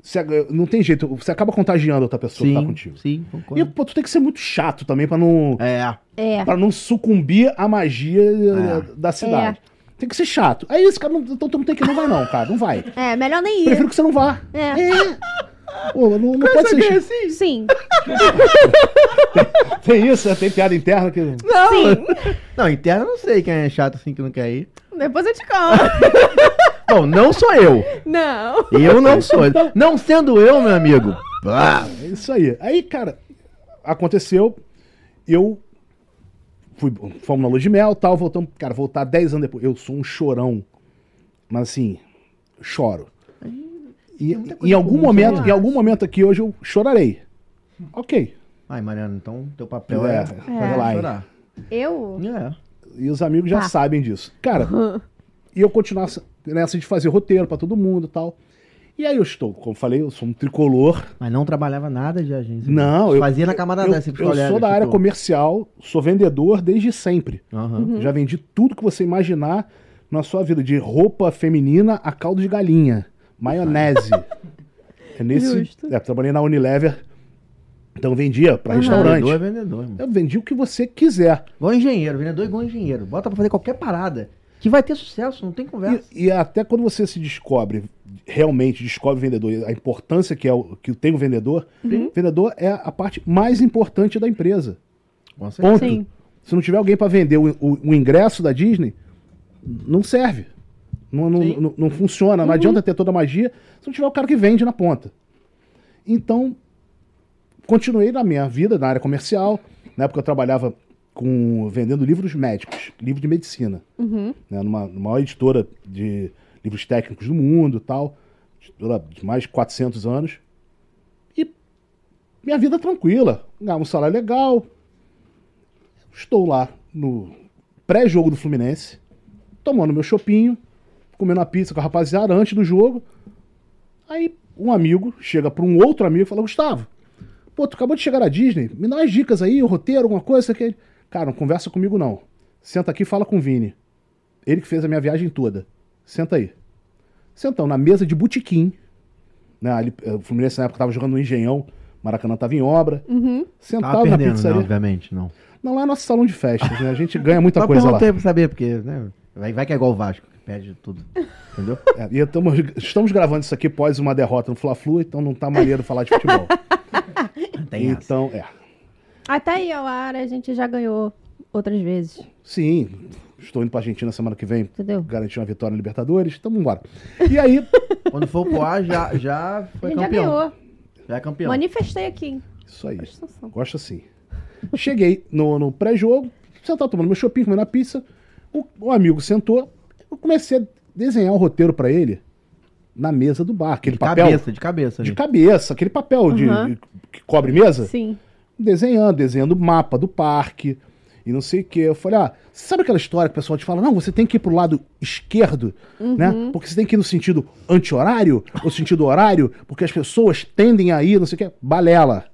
[SPEAKER 3] você- não tem jeito, você acaba contagiando outra pessoa que tá contigo.
[SPEAKER 2] sim,
[SPEAKER 3] E
[SPEAKER 2] concordo.
[SPEAKER 3] pô, tu tem que ser muito chato também pra não
[SPEAKER 2] É,
[SPEAKER 1] É.
[SPEAKER 3] para não sucumbir à magia eh,
[SPEAKER 2] É.
[SPEAKER 3] da cidade. Tem que ser chato. Aí esse cara não, então tu não tem que não vai não, cara, não vai.
[SPEAKER 1] É, melhor nem ir.
[SPEAKER 3] Prefiro que você não vá.
[SPEAKER 1] É.
[SPEAKER 3] Pô, não, não pode ser. assim. chato.
[SPEAKER 2] assim.
[SPEAKER 1] Sim.
[SPEAKER 3] Tem isso, né? tem piada interna que
[SPEAKER 1] Sim.
[SPEAKER 2] Não, interna eu não sei quem é chato assim que não quer ir.
[SPEAKER 1] Depois eu te conto.
[SPEAKER 2] Bom, não sou eu.
[SPEAKER 1] Não.
[SPEAKER 2] Eu não sou. Não sendo eu, meu amigo. Ah,
[SPEAKER 3] É isso aí. Aí, cara, aconteceu. Eu fui, fomos na lua de mel tal, voltamos. Cara, voltar 10 anos depois. Eu sou um chorão. Mas assim, choro. E,
[SPEAKER 2] muita
[SPEAKER 3] em
[SPEAKER 2] coisa
[SPEAKER 3] algum
[SPEAKER 2] comum,
[SPEAKER 3] momento,
[SPEAKER 2] né?
[SPEAKER 3] em algum momento aqui hoje eu chorarei. Ok.
[SPEAKER 2] Ai, Mariana, então teu papel é,
[SPEAKER 3] É,
[SPEAKER 2] fazer
[SPEAKER 3] vai.
[SPEAKER 2] chorar.
[SPEAKER 1] Eu?
[SPEAKER 2] É.
[SPEAKER 3] E os amigos já
[SPEAKER 1] Tá.
[SPEAKER 3] sabem disso. Cara, e eu continuar nessa de fazer roteiro pra todo mundo e tal. E aí eu estou, como eu falei, eu sou um tricolor.
[SPEAKER 2] Mas não trabalhava nada de agência.
[SPEAKER 3] Não,
[SPEAKER 2] Você
[SPEAKER 3] eu-
[SPEAKER 2] Fazia na camada
[SPEAKER 3] Eu,
[SPEAKER 2] dessa. tipo,
[SPEAKER 3] eu sou da
[SPEAKER 1] tipo-
[SPEAKER 3] área comercial, sou vendedor desde sempre.
[SPEAKER 1] Uhum.
[SPEAKER 3] Já vendi tudo que você imaginar na sua vida, de roupa feminina a caldo de galinha, maionese. é nesse,
[SPEAKER 1] Justo.
[SPEAKER 3] é, trabalhei na Unilever, então vendia para
[SPEAKER 1] Aham.
[SPEAKER 3] restaurante.
[SPEAKER 2] Vendedor é vendedor, irmão.
[SPEAKER 3] Eu vendi o que você quiser.
[SPEAKER 2] Igual engenheiro, vendedor é igual engenheiro. Bota pra fazer qualquer parada. Que vai ter sucesso, não tem conversa.
[SPEAKER 3] E, e até quando você se descobre, realmente descobre o vendedor, e a importância que, é o, que tem o vendedor, o vendedor é a parte mais importante da empresa.
[SPEAKER 2] Com certeza.
[SPEAKER 3] Ponto.
[SPEAKER 1] Sim.
[SPEAKER 3] Se não tiver alguém para vender o, o- o ingresso da Disney, não serve. Não, não,
[SPEAKER 2] Sim.
[SPEAKER 3] não, não funciona. Não adianta ter toda a magia se não tiver o cara que vende na ponta. Então, continuei na minha vida, na área comercial. Na época eu trabalhava com vendendo livros médicos, livro de medicina
[SPEAKER 1] Uhum.
[SPEAKER 3] né, numa, numa maior editora de livros técnicos do mundo e tal, editora de mais de 400 anos. E minha vida tranquila, ganhava um salário legal. Estou lá no pré-jogo do Fluminense, tomando meu chopinho, comendo uma pizza com a rapaziada antes do jogo. Aí um amigo chega para um outro amigo e fala: Gustavo, Pô, tu acabou de chegar na Disney, me dá umas dicas aí, o roteiro, alguma coisa, sei que. Cara, não conversa comigo não. Senta aqui e fala com o Vini. Ele que fez a minha viagem toda. Senta aí. Sentão, na mesa de botequim. Né, ali, eh, o Fluminense na época tava jogando no Engenhão, Maracanã tava em obra.
[SPEAKER 1] Uhum.
[SPEAKER 3] Sentado
[SPEAKER 2] Tava
[SPEAKER 3] na
[SPEAKER 2] perdendo, né?
[SPEAKER 3] pizzaria.
[SPEAKER 2] Obviamente, não.
[SPEAKER 3] Não, lá é nosso salão de festas, né? A gente ganha muita
[SPEAKER 2] Só
[SPEAKER 3] coisa lá.
[SPEAKER 2] perguntei pra saber, porque, né? Vai, vai que é igual o Vasco, que perde tudo. Entendeu?
[SPEAKER 3] É, e estamos, estamos gravando isso aqui após uma derrota no Fla-Flu, então não tá maneiro falar de futebol.
[SPEAKER 2] Tem essa.
[SPEAKER 3] então, é.
[SPEAKER 1] Até aí, ao ar, a gente já ganhou outras vezes,
[SPEAKER 3] Sim, estou indo pra Argentina semana que vem.
[SPEAKER 1] entendeu?
[SPEAKER 3] Garantir uma vitória na Libertadores, tamo embora. E aí,
[SPEAKER 2] Quando for pro ar, já, já
[SPEAKER 1] A
[SPEAKER 2] foi
[SPEAKER 1] gente já
[SPEAKER 2] campeão.
[SPEAKER 1] ganhou.
[SPEAKER 2] Já é campeão.
[SPEAKER 1] Manifestei aqui, hein?
[SPEAKER 3] isso aí.
[SPEAKER 1] Constituição.
[SPEAKER 3] Gosto assim. Cheguei no, no pré-jogo, sentado tomando meu shopping, comendo a pizza. O, o amigo sentou, eu comecei a desenhar um roteiro pra ele na mesa do bar, aquele
[SPEAKER 2] de
[SPEAKER 3] papel
[SPEAKER 2] cabeça, né? de cabeça.
[SPEAKER 3] de
[SPEAKER 2] ali.
[SPEAKER 3] cabeça, aquele papel de,
[SPEAKER 1] Uhum.
[SPEAKER 3] que cobre mesa.
[SPEAKER 1] Sim.
[SPEAKER 3] desenhando, desenhando o mapa do parque e não sei o que. Eu falei, ah, sabe aquela história que o pessoal te fala, não, você tem que ir pro lado esquerdo,
[SPEAKER 1] Uhum.
[SPEAKER 3] né? Porque você tem que ir no sentido anti-horário ou sentido horário, porque as pessoas tendem a ir, não sei o que, balela.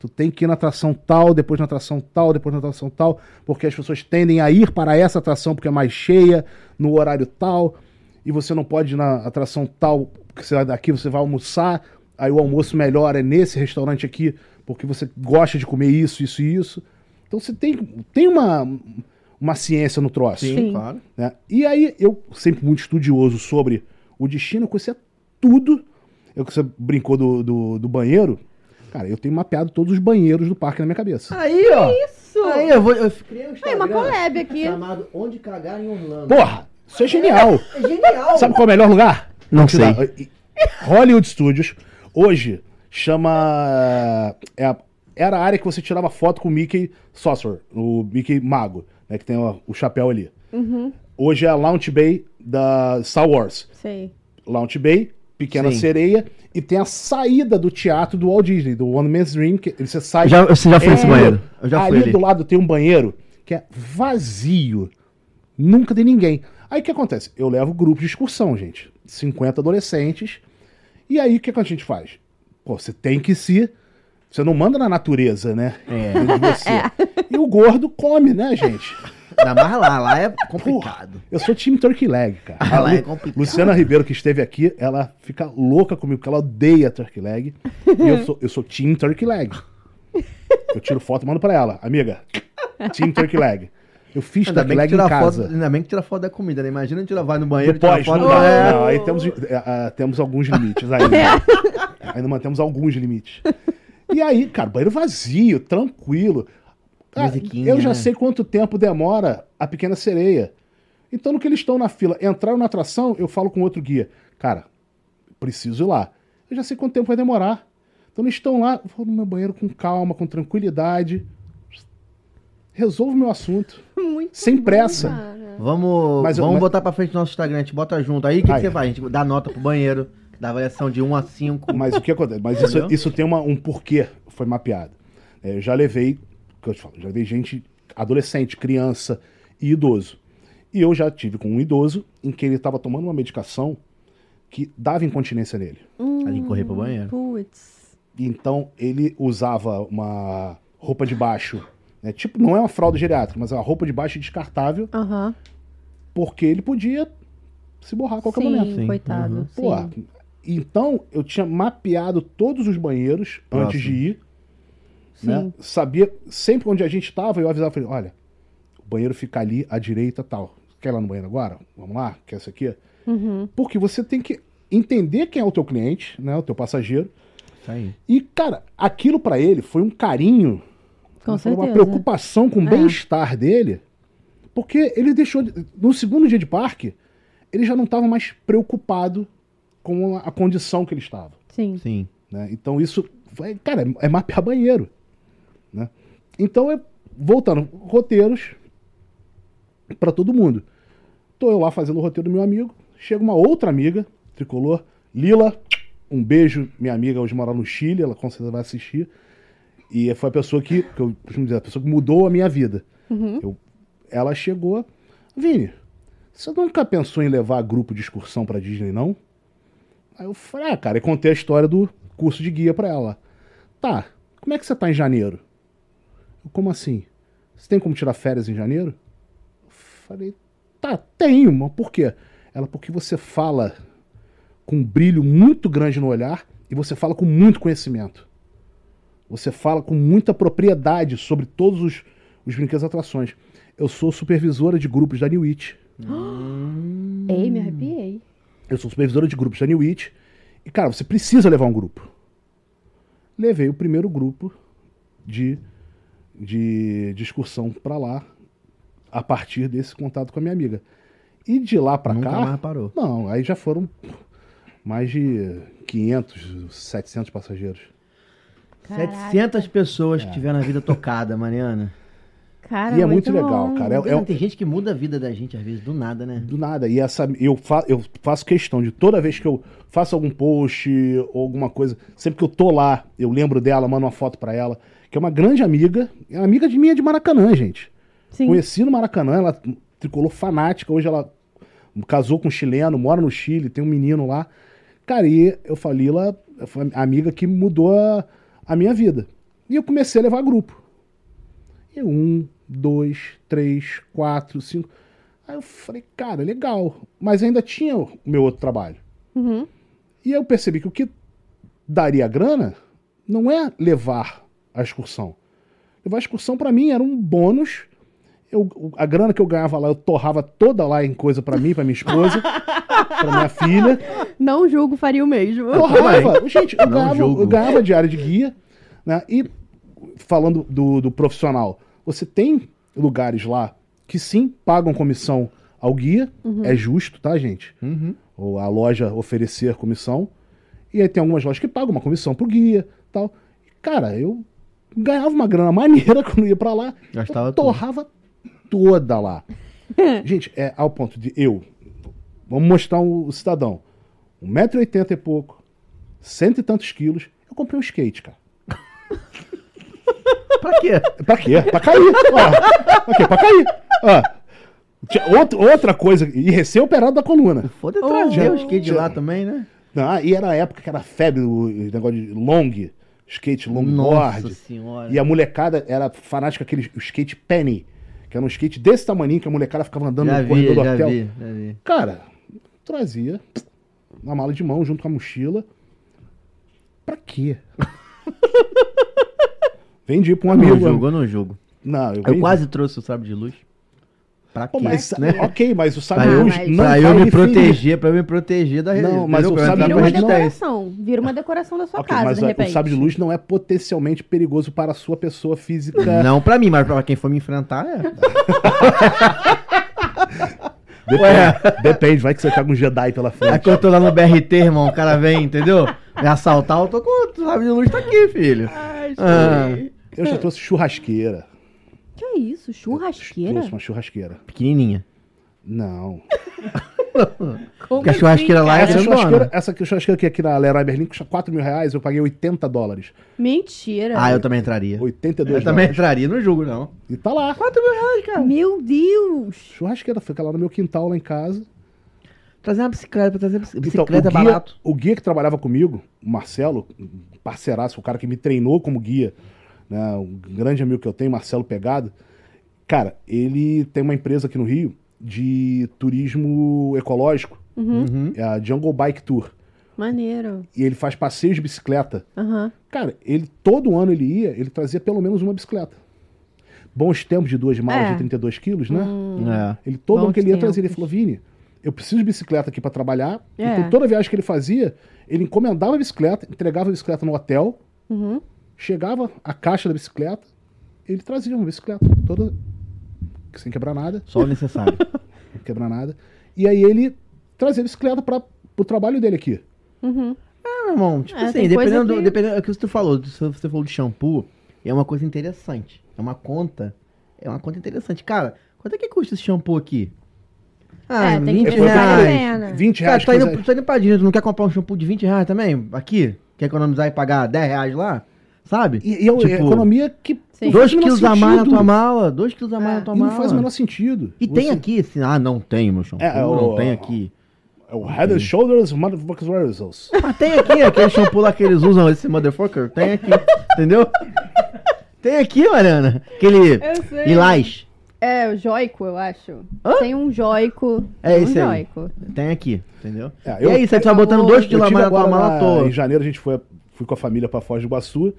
[SPEAKER 3] Tu tem que ir na atração tal, depois na atração tal, depois na atração tal, porque as pessoas tendem a ir para essa atração porque é mais cheia, no horário tal, e você não pode ir na atração tal, porque você vai daqui, você vai almoçar, aí o almoço melhor é nesse restaurante aqui, porque você gosta de comer isso, isso e isso. Então você tem, tem uma, uma ciência no troço.
[SPEAKER 2] Sim,
[SPEAKER 1] Sim.
[SPEAKER 2] claro.
[SPEAKER 3] Né? E aí, eu sempre muito estudioso sobre o destino, eu conhecia tudo. Eu que você brincou do, do, do banheiro. Cara, eu tenho mapeado todos os banheiros do parque na minha cabeça.
[SPEAKER 2] Aí, ó.
[SPEAKER 1] É Isso!
[SPEAKER 2] Aí, eu, vou, eu criei um
[SPEAKER 1] Aí, uma collab aqui.
[SPEAKER 2] chamado Onde Cagar em Orlando.
[SPEAKER 3] Porra, isso é genial!
[SPEAKER 2] É genial!
[SPEAKER 3] Sabe qual é o melhor lugar?
[SPEAKER 2] Não sei.
[SPEAKER 3] Hollywood Studios, hoje, chama. é a- era a área que você tirava foto com o Mickey Saucer, o Mickey Mago, né, que tem o, o chapéu ali.
[SPEAKER 1] Uhum,
[SPEAKER 3] Hoje é a Launch Bay da Star Wars.
[SPEAKER 1] sei.
[SPEAKER 3] Launch Bay, Pequena
[SPEAKER 2] Sim.
[SPEAKER 3] Sereia, e tem a saída do teatro do Walt Disney, do One Man's Dream, que você sai...
[SPEAKER 2] Já, você já foi nesse
[SPEAKER 3] É,
[SPEAKER 2] banheiro? Eu já fui
[SPEAKER 3] ali
[SPEAKER 2] ali.
[SPEAKER 3] do lado tem um banheiro que é vazio, nunca tem ninguém. Aí o que acontece? Eu levo grupo de excursão, gente, 50 adolescentes, e aí o que, que a gente faz? Pô, você tem que se... Você não manda na natureza, né?
[SPEAKER 2] É,
[SPEAKER 3] De você. E o gordo come, né, gente?
[SPEAKER 2] ainda mais lá, lá é complicado.
[SPEAKER 3] Eu sou time Turkey Leg, cara.
[SPEAKER 2] Ah, lá
[SPEAKER 3] Lu-
[SPEAKER 2] é complicado.
[SPEAKER 3] Luciana Ribeiro, que esteve aqui, ela fica louca comigo, porque ela odeia Turkey Leg. E eu sou, eu sou time Turkey Leg. Eu tiro foto e mando pra ela. Amiga, time Turkey Leg. Eu fiz
[SPEAKER 2] Ainda
[SPEAKER 3] Turkey
[SPEAKER 2] bem, que
[SPEAKER 3] Leg em
[SPEAKER 2] tira foto,
[SPEAKER 3] casa.
[SPEAKER 2] ainda bem que tira foto da comida, né? Imagina tirar, vai no banheiro,
[SPEAKER 3] Não
[SPEAKER 2] tira
[SPEAKER 3] pode,
[SPEAKER 2] foto
[SPEAKER 3] não
[SPEAKER 2] da-
[SPEAKER 3] dá.
[SPEAKER 2] É.
[SPEAKER 3] Não, aí temos, é, ah, temos alguns limites ainda. ainda mantemos alguns limites. E aí, cara, banheiro vazio, tranquilo. Cara,
[SPEAKER 2] Musiquinha,
[SPEAKER 3] eu já
[SPEAKER 2] né?
[SPEAKER 3] sei quanto tempo demora a pequena sereia. Então, no que eles estão na fila, entraram na atração, eu falo com outro guia. Cara, preciso ir lá. Eu já sei quanto tempo vai demorar. Então eles estão lá, eu vou no meu banheiro com calma, com tranquilidade. Resolvo o meu assunto.
[SPEAKER 1] Muito
[SPEAKER 3] Sem
[SPEAKER 1] bom,
[SPEAKER 3] pressa.
[SPEAKER 1] cara.
[SPEAKER 2] Vamos,
[SPEAKER 3] Mas eu-
[SPEAKER 2] vamos
[SPEAKER 3] mas-
[SPEAKER 2] botar pra frente nosso Instagram, a gente bota junto. Aí o que, que
[SPEAKER 3] Aí.
[SPEAKER 2] você faz? A gente dá nota pro banheiro, dá avaliação de 1 a 5.
[SPEAKER 3] Mas o que acontece? Mas isso,
[SPEAKER 2] Entendeu?
[SPEAKER 3] isso tem uma- um porquê, foi mapeado. É, eu já levei, que eu te falo, já levei gente, adolescente, criança e idoso. E eu já tive com um idoso em que ele estava tomando uma medicação que dava incontinência nele.
[SPEAKER 1] Hum,
[SPEAKER 2] Ali correr pro banheiro.
[SPEAKER 1] Putz.
[SPEAKER 3] Então ele usava uma roupa de baixo, né? tipo, não é uma fralda geriátrica, mas é uma roupa de baixo descartável,
[SPEAKER 1] Aham.
[SPEAKER 3] porque ele podia se borrar a qualquer
[SPEAKER 1] sim,
[SPEAKER 3] momento.
[SPEAKER 2] Sim,
[SPEAKER 1] coitado.
[SPEAKER 2] uhum.
[SPEAKER 1] Sim.
[SPEAKER 3] Pô, então eu tinha mapeado todos os banheiros antes
[SPEAKER 2] Próximo.
[SPEAKER 3] de ir.
[SPEAKER 1] sim.
[SPEAKER 3] né? Sabia sempre onde a gente estava, eu avisava, falei, olha, o banheiro fica ali à direita tal. Quer ir lá no banheiro agora? Vamos lá? Quer essa aqui?
[SPEAKER 1] Uhum.
[SPEAKER 3] Porque você tem que entender quem é o teu cliente, né? O teu passageiro.
[SPEAKER 2] Isso aí.
[SPEAKER 3] E, cara, aquilo pra ele foi um carinho,
[SPEAKER 1] Com
[SPEAKER 3] foi
[SPEAKER 1] certeza.
[SPEAKER 3] uma preocupação com o
[SPEAKER 1] É.
[SPEAKER 3] bem-estar dele. Porque ele deixou. de- No segundo dia de parque, ele já não estava mais preocupado com a- a condição que ele estava.
[SPEAKER 1] Sim.
[SPEAKER 2] Sim.
[SPEAKER 3] né? Então isso, vai- cara, é- é mapear banheiro. né? Então, é, voltando, roteiros para todo mundo. Tô eu lá fazendo o roteiro do meu amigo, chega uma outra amiga, tricolor, Lila, um beijo, minha amiga hoje mora no Chile, ela com certeza vai assistir. E foi a pessoa que, que eu costumo dizer, a pessoa que mudou a minha vida.
[SPEAKER 1] Uhum.
[SPEAKER 3] Eu- ela chegou. Vini, você nunca pensou em levar grupo de excursão pra Disney, não? "É, Aí eu falei, ah, cara, e contei a história do curso de guia pra ela. Tá, Como é que você tá em janeiro? Eu, como assim? Você tem como tirar férias em janeiro? Eu falei, tá, tenho, mas por quê? Ela, porque você fala com um brilho muito grande no olhar e você fala com muito conhecimento. Você fala com muita propriedade sobre todos os, os brinquedos e atrações. Eu sou supervisora de grupos da New It.
[SPEAKER 1] Ei, me arrepiei.
[SPEAKER 3] Eu sou supervisora de grupos da New It. E, cara, você precisa levar um grupo. Levei o primeiro grupo de, de, de excursão pra lá a partir desse contato com a minha amiga. E de lá pra
[SPEAKER 2] Nunca
[SPEAKER 3] cá.
[SPEAKER 2] mais parou.
[SPEAKER 3] Não, aí já foram mais de 500, 700 passageiros.
[SPEAKER 1] Caraca.
[SPEAKER 2] 700 pessoas que tiveram a vida tocada, Mariana.
[SPEAKER 1] Cara,
[SPEAKER 3] e é muito, legal,
[SPEAKER 1] bom.
[SPEAKER 3] cara. É, é-
[SPEAKER 2] Tem gente que muda a vida da gente, às vezes, do nada, né?
[SPEAKER 3] do nada. E essa, eu, fa- eu faço questão de toda vez que eu faço algum post ou alguma coisa, sempre que eu tô lá, eu lembro dela, mando uma foto pra ela, que é uma grande amiga, é uma amiga de minha de Maracanã, gente.
[SPEAKER 1] Sim.
[SPEAKER 3] Conheci no Maracanã, ela tricolor fanática, hoje ela casou com um chileno, mora no Chile, tem um menino lá. Cara, e eu falei, ela foi a amiga que mudou a, a minha vida. E eu comecei a levar grupo. E um, dois, três, quatro, cinco. Aí eu falei, cara, legal. Mas ainda tinha o meu outro trabalho.
[SPEAKER 1] Uhum.
[SPEAKER 3] E eu percebi que o que daria grana não é levar a excursão. Levar a excursão pra mim era um bônus. Eu, o- a grana que eu ganhava lá, eu torrava toda lá em coisa pra mim, pra minha esposa, pra minha filha.
[SPEAKER 1] Não julgo, faria o mesmo.
[SPEAKER 3] Torrava. Gente, eu
[SPEAKER 2] Não
[SPEAKER 3] ganhava,
[SPEAKER 2] julgo.
[SPEAKER 3] eu ganhava diário de guia. Né? E falando do, do profissional, você tem lugares lá que sim pagam comissão ao guia. É justo, tá, gente?
[SPEAKER 2] Uhum.
[SPEAKER 3] ou a loja oferecer comissão. E aí tem algumas lojas que pagam uma comissão pro guia tal. E, cara, eu ganhava uma grana maneira quando ia pra lá.
[SPEAKER 2] Gastava
[SPEAKER 3] eu torrava toda lá. Gente, é ao ponto de eu. Vamos mostrar o, o cidadão. 1,80m e pouco, cento e tantos quilos. Eu comprei um skate, cara. É
[SPEAKER 2] Pra quê?
[SPEAKER 3] Pra quê? Pra cair. Ó, pra quê? Pra cair. Ó. Tinha outra- outra coisa. E recém-operado da coluna.
[SPEAKER 2] Foda é
[SPEAKER 1] Oh.
[SPEAKER 2] trazer o
[SPEAKER 1] Já-
[SPEAKER 2] skate lá também, né?
[SPEAKER 3] Não, ah, e era a época que era febre o negócio de long, skate
[SPEAKER 2] Nossa
[SPEAKER 3] longboard.
[SPEAKER 2] senhora.
[SPEAKER 3] E a molecada era fanática aquele o skate penny, que era um skate desse tamanho que a molecada ficava andando
[SPEAKER 2] já
[SPEAKER 3] no
[SPEAKER 2] vi,
[SPEAKER 3] corredor do
[SPEAKER 2] já
[SPEAKER 3] hotel.
[SPEAKER 2] vi, já vi.
[SPEAKER 3] Cara, trazia na mala de mão junto com a mochila. Pra quê? vendi pra um
[SPEAKER 2] Não
[SPEAKER 3] amigo.
[SPEAKER 2] jogo, eu não jogo.
[SPEAKER 3] Não, eu,
[SPEAKER 2] Eu
[SPEAKER 3] vendi.
[SPEAKER 2] quase trouxe o sabre de luz. Pra
[SPEAKER 3] Pô,
[SPEAKER 2] quê?
[SPEAKER 3] mas,
[SPEAKER 2] né?
[SPEAKER 3] Ok, mas o
[SPEAKER 2] Pra
[SPEAKER 3] sabe
[SPEAKER 2] eu,
[SPEAKER 1] Ah,
[SPEAKER 3] hoje
[SPEAKER 1] mas-
[SPEAKER 3] não
[SPEAKER 2] pra eu me
[SPEAKER 3] vai ferir.
[SPEAKER 2] proteger, pra eu me proteger da
[SPEAKER 3] Não, mas
[SPEAKER 2] entendeu?
[SPEAKER 3] o
[SPEAKER 2] Pra eu
[SPEAKER 3] sabre
[SPEAKER 2] entrar
[SPEAKER 3] de
[SPEAKER 1] Vira
[SPEAKER 2] pra
[SPEAKER 1] uma
[SPEAKER 3] luz não-
[SPEAKER 2] resistência.
[SPEAKER 1] decoração. Vira uma decoração da sua
[SPEAKER 3] é? Ok,
[SPEAKER 1] casa,
[SPEAKER 3] mas
[SPEAKER 1] de
[SPEAKER 3] a-
[SPEAKER 1] repente.
[SPEAKER 3] o sabre de luz não é potencialmente perigoso para a sua pessoa física.
[SPEAKER 2] Não pra mim, mas pra quem for me enfrentar, é.
[SPEAKER 3] Depende,
[SPEAKER 2] Ué.
[SPEAKER 3] depende, vai que você tá com um Jedi pela
[SPEAKER 2] Aí
[SPEAKER 3] frente.
[SPEAKER 2] quando eu tô lá no BRT, irmão, o cara vem, entendeu? Me assaltar, eu tô com o sabre de luz tá aqui, filho.
[SPEAKER 1] Ai,
[SPEAKER 2] Ah.
[SPEAKER 1] chorei.
[SPEAKER 3] Eu já trouxe churrasqueira.
[SPEAKER 1] Que isso? Churrasqueira?
[SPEAKER 3] Trouxe uma churrasqueira.
[SPEAKER 2] Pequenininha.
[SPEAKER 3] Não.
[SPEAKER 1] Como
[SPEAKER 2] Porque a churrasqueira
[SPEAKER 1] assim,
[SPEAKER 2] lá é
[SPEAKER 1] cara?
[SPEAKER 3] Essa
[SPEAKER 2] grandona.
[SPEAKER 3] churrasqueira, essa aqui- churrasqueira aqui, aqui na Leroy Berlim custa 4 mil reais, eu paguei 80 dólares.
[SPEAKER 1] Mentira.
[SPEAKER 2] Ah, eu também entraria.
[SPEAKER 3] 82
[SPEAKER 2] Eu É,
[SPEAKER 3] é.
[SPEAKER 2] também entraria, não julgo, não.
[SPEAKER 3] dólares. E tá lá.
[SPEAKER 1] Meu Deus.
[SPEAKER 3] Churrasqueira, fica lá no meu quintal, lá em casa.
[SPEAKER 2] Trazer uma bicicleta, pra trazer bicicleta,
[SPEAKER 3] Então,
[SPEAKER 2] bicicleta
[SPEAKER 3] o, guia,
[SPEAKER 2] é barato.
[SPEAKER 3] o guia que trabalhava comigo, o Marcelo, um parceiraço, o cara que me treinou como guia, né, um grande amigo que eu tenho, Marcelo Pegado. Cara, ele tem uma empresa aqui no Rio de turismo ecológico,
[SPEAKER 1] Uhum.
[SPEAKER 2] Uhum.
[SPEAKER 3] é a Jungle Bike Tour.
[SPEAKER 1] Maneiro.
[SPEAKER 3] E ele faz passeios de bicicleta.
[SPEAKER 1] Aham.
[SPEAKER 3] Cara, ele todo ano ele ia, ele trazia pelo menos uma bicicleta. Bons tempos de duas malas
[SPEAKER 1] É. Hum.
[SPEAKER 3] de 32 quilos, né?
[SPEAKER 2] É.
[SPEAKER 3] Ele todo
[SPEAKER 1] Bons
[SPEAKER 3] ano que ele ia trazer, ele
[SPEAKER 1] tempos.
[SPEAKER 3] falou, Vini, eu preciso de bicicleta aqui pra trabalhar.
[SPEAKER 1] É.
[SPEAKER 3] Então toda viagem que ele fazia, ele encomendava a bicicleta, entregava a bicicleta no hotel,
[SPEAKER 1] Uhum.
[SPEAKER 3] chegava a caixa da bicicleta, ele trazia uma bicicleta toda sem quebrar nada,
[SPEAKER 2] Só o necessário.
[SPEAKER 3] não quebrar nada. E aí ele trazia a bicicleta para o trabalho dele aqui.
[SPEAKER 1] Uhum.
[SPEAKER 2] Ah, meu irmão, tipo
[SPEAKER 1] É,
[SPEAKER 2] assim,
[SPEAKER 1] tem coisa
[SPEAKER 2] dependendo, do-
[SPEAKER 1] que-
[SPEAKER 2] dependendo do que você falou, do- se você falou de shampoo, é uma coisa interessante. É uma conta, é uma conta interessante. Cara, quanto é que custa esse shampoo aqui? Ah,
[SPEAKER 1] É, tem que
[SPEAKER 2] 20
[SPEAKER 1] ver se
[SPEAKER 3] vou
[SPEAKER 1] vale a
[SPEAKER 2] reais.
[SPEAKER 1] pena.
[SPEAKER 3] 20
[SPEAKER 2] Cara,
[SPEAKER 3] reais.
[SPEAKER 2] tu tá,
[SPEAKER 3] coisa-
[SPEAKER 2] indo, tu tá indo pra Disney, tu não quer comprar um shampoo de 20 reais também? Aqui? Quer economizar e pagar 10 reais lá? Sabe?
[SPEAKER 3] E, e é uma
[SPEAKER 2] Tipo,
[SPEAKER 3] economia que
[SPEAKER 1] Sim.
[SPEAKER 3] não
[SPEAKER 2] Dois
[SPEAKER 3] faz o menor
[SPEAKER 2] quilos a mais na
[SPEAKER 3] sentido.
[SPEAKER 2] tua mala, dois quilos a mais
[SPEAKER 1] É.
[SPEAKER 2] na tua
[SPEAKER 3] E
[SPEAKER 2] mala.
[SPEAKER 3] não faz o menor sentido.
[SPEAKER 2] E tem aqui, assim, ah, não tem meu shampoo,
[SPEAKER 3] É,
[SPEAKER 2] não
[SPEAKER 3] o-
[SPEAKER 2] tem aqui.
[SPEAKER 3] É o Head and Shoulders Motherfuckers Results.
[SPEAKER 2] Mas tem aqui, aquele shampoo lá que eles usam, esse motherfucker, tem aqui, entendeu? Tem aqui, Mariana. Aquele
[SPEAKER 1] Eu sei.
[SPEAKER 2] lilás.
[SPEAKER 1] É, o joico, eu acho.
[SPEAKER 2] Hã?
[SPEAKER 1] Tem um joico.
[SPEAKER 2] É
[SPEAKER 1] tem um
[SPEAKER 2] esse aí.
[SPEAKER 1] joico.
[SPEAKER 2] Tem aqui, entendeu?
[SPEAKER 3] É,
[SPEAKER 2] e é isso, aí tu vai botando dois quilos a mais na tua mala à toa.
[SPEAKER 3] Em janeiro a gente foi, fui com a família pra Foz do Iguaçu.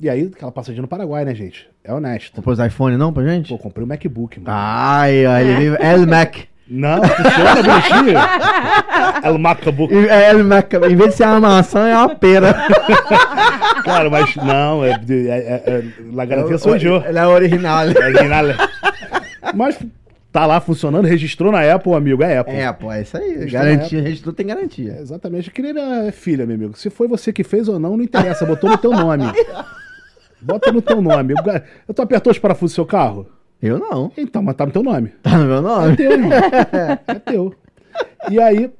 [SPEAKER 3] E aí, aquela passadinha no Paraguai, né, gente? É honesto.
[SPEAKER 2] Comprou os iPhone não pra gente?
[SPEAKER 3] Pô, comprei um MacBook, mano.
[SPEAKER 2] Ai, ó,
[SPEAKER 3] É.
[SPEAKER 2] ele vive. El Mac.
[SPEAKER 3] Não, funciona bonitinho. É o MacBook.
[SPEAKER 2] É El Mac. Em vez de ser uma maçã, é uma pera.
[SPEAKER 3] Cara, mas não, é, é, é, é La Garantia sou eu.
[SPEAKER 2] Ele é original.
[SPEAKER 3] É original. Mas tá lá funcionando, registrou na Apple, amigo, é Apple.
[SPEAKER 2] É, pô, é isso aí.
[SPEAKER 3] Registrou
[SPEAKER 2] Garantia, registrou, tem garantia.
[SPEAKER 3] Exatamente, que nem a filha, meu amigo. Se foi você que fez ou não, não interessa, botou no teu nome. Bota no teu nome. Eu tô apertou os parafusos do seu carro?
[SPEAKER 2] Eu não.
[SPEAKER 3] Então, mas tá no teu nome.
[SPEAKER 2] Tá no meu nome.
[SPEAKER 3] teu, irmão. É teu. E aí,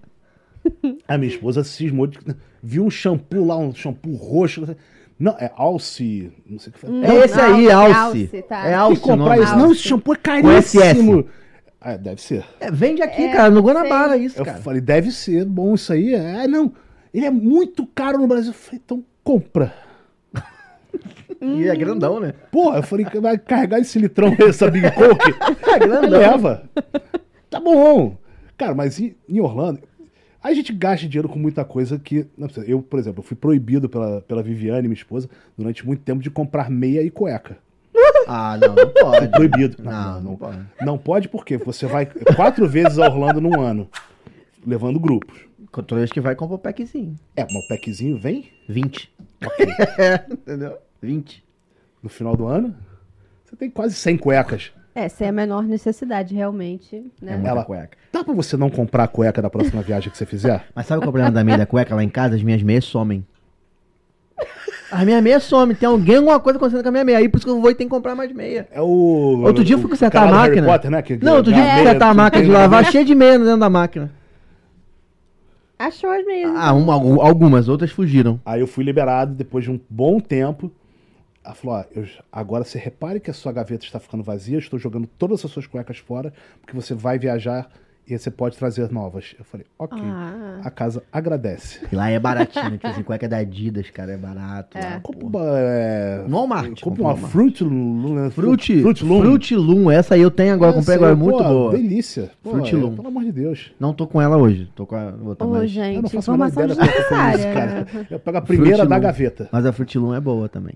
[SPEAKER 3] a minha esposa cismou de. Viu um shampoo lá, um shampoo roxo. Não, é Alce. Não sei o que foi.
[SPEAKER 2] É esse aí,
[SPEAKER 1] Alce,
[SPEAKER 2] Alce.
[SPEAKER 1] Alce, tá.
[SPEAKER 2] É
[SPEAKER 3] Tem
[SPEAKER 2] Alce
[SPEAKER 3] que
[SPEAKER 2] o
[SPEAKER 3] comprar
[SPEAKER 2] nome.
[SPEAKER 3] isso. Não, esse shampoo é
[SPEAKER 2] SS.
[SPEAKER 3] caríssimo. Ah, deve ser.
[SPEAKER 2] É, vende aqui, cara, no Guanabara isso,
[SPEAKER 3] Eu
[SPEAKER 2] cara.
[SPEAKER 3] falei, deve ser bom isso aí. Ah, não. Ele é muito caro no Brasil. Eu falei, então compra.
[SPEAKER 2] E é grandão, né?
[SPEAKER 3] Porra, eu falei, vai carregar esse litrão, essa Big Coke? É, grande leva. Tá bom. Cara, mas em, em Orlando, a gente gasta dinheiro com muita coisa que... não precisa. Eu, por exemplo, eu fui proibido pela, pela Viviane, minha esposa, durante muito tempo de comprar meia e cueca.
[SPEAKER 2] Ah, não, não pode.
[SPEAKER 3] Proibido.
[SPEAKER 2] Não, não pode.
[SPEAKER 3] Não pode porque você vai quatro vezes a Orlando num ano, levando grupos.
[SPEAKER 2] Toda vez que vai, compra o packzinho.
[SPEAKER 3] É, mas o packzinho vem
[SPEAKER 2] 20. É, Entendeu? 20.
[SPEAKER 3] no final do ano, você tem quase 100 cuecas.
[SPEAKER 1] Essa é a menor necessidade, realmente,
[SPEAKER 2] É
[SPEAKER 1] né?
[SPEAKER 2] muita
[SPEAKER 3] Ela-
[SPEAKER 2] cueca.
[SPEAKER 3] Dá pra você não comprar a cueca da próxima viagem que você fizer?
[SPEAKER 2] Mas sabe qual é o problema da meia da cueca lá em casa? As minhas meias somem. As minhas meias somem. Tem alguém, alguma coisa acontecendo com a minha meia. Aí por isso que eu vou e tenho que comprar mais meia.
[SPEAKER 3] É o.
[SPEAKER 2] Outro dia eu
[SPEAKER 3] o
[SPEAKER 2] fui consertar
[SPEAKER 3] cara
[SPEAKER 2] a
[SPEAKER 3] lá do Harry
[SPEAKER 2] máquina.
[SPEAKER 3] Potter, né? Que-
[SPEAKER 2] Não, outro dia eu fui
[SPEAKER 3] É.
[SPEAKER 2] consertar a máquina de lavar, cheia de meia dentro da máquina.
[SPEAKER 1] Achou as mesmas.
[SPEAKER 2] Ah, uma- algu- algumas, outras fugiram.
[SPEAKER 3] Aí eu fui liberado depois de um bom tempo. Ela falou: ó, eu- agora você repare que a sua gaveta está ficando vazia, eu estou jogando todas as suas cuecas fora, porque você vai viajar e você pode trazer novas. Eu falei, ok.
[SPEAKER 1] Ah.
[SPEAKER 3] A casa agradece.
[SPEAKER 2] E lá é baratinho, tipo assim, cueca da Adidas, cara, é barato.
[SPEAKER 1] É.
[SPEAKER 2] lá, pô.
[SPEAKER 3] Compra, é,
[SPEAKER 2] Walmart.
[SPEAKER 3] compra uma Fruit Loom.
[SPEAKER 2] Fruit,
[SPEAKER 3] Fruit
[SPEAKER 2] Fruit
[SPEAKER 3] Loom.
[SPEAKER 2] Loom. Essa aí eu tenho agora, comprei agora, é muito
[SPEAKER 3] pô,
[SPEAKER 2] boa.
[SPEAKER 3] Delícia. Pô,
[SPEAKER 2] Fruit
[SPEAKER 3] é,
[SPEAKER 2] Loom.
[SPEAKER 3] Pelo amor de Deus.
[SPEAKER 2] Não tô com ela hoje, tô com a outra,
[SPEAKER 1] Ô,
[SPEAKER 2] mas...
[SPEAKER 3] tá, Eu não
[SPEAKER 1] gente,
[SPEAKER 3] faço a menor
[SPEAKER 1] informação
[SPEAKER 3] ideia da pessoa que fez isso,
[SPEAKER 1] desnecessária.
[SPEAKER 3] cara. Eu pego a primeira
[SPEAKER 2] Fruit
[SPEAKER 3] da
[SPEAKER 2] Loom.
[SPEAKER 3] gaveta.
[SPEAKER 2] mas a Fruit Loom é boa também.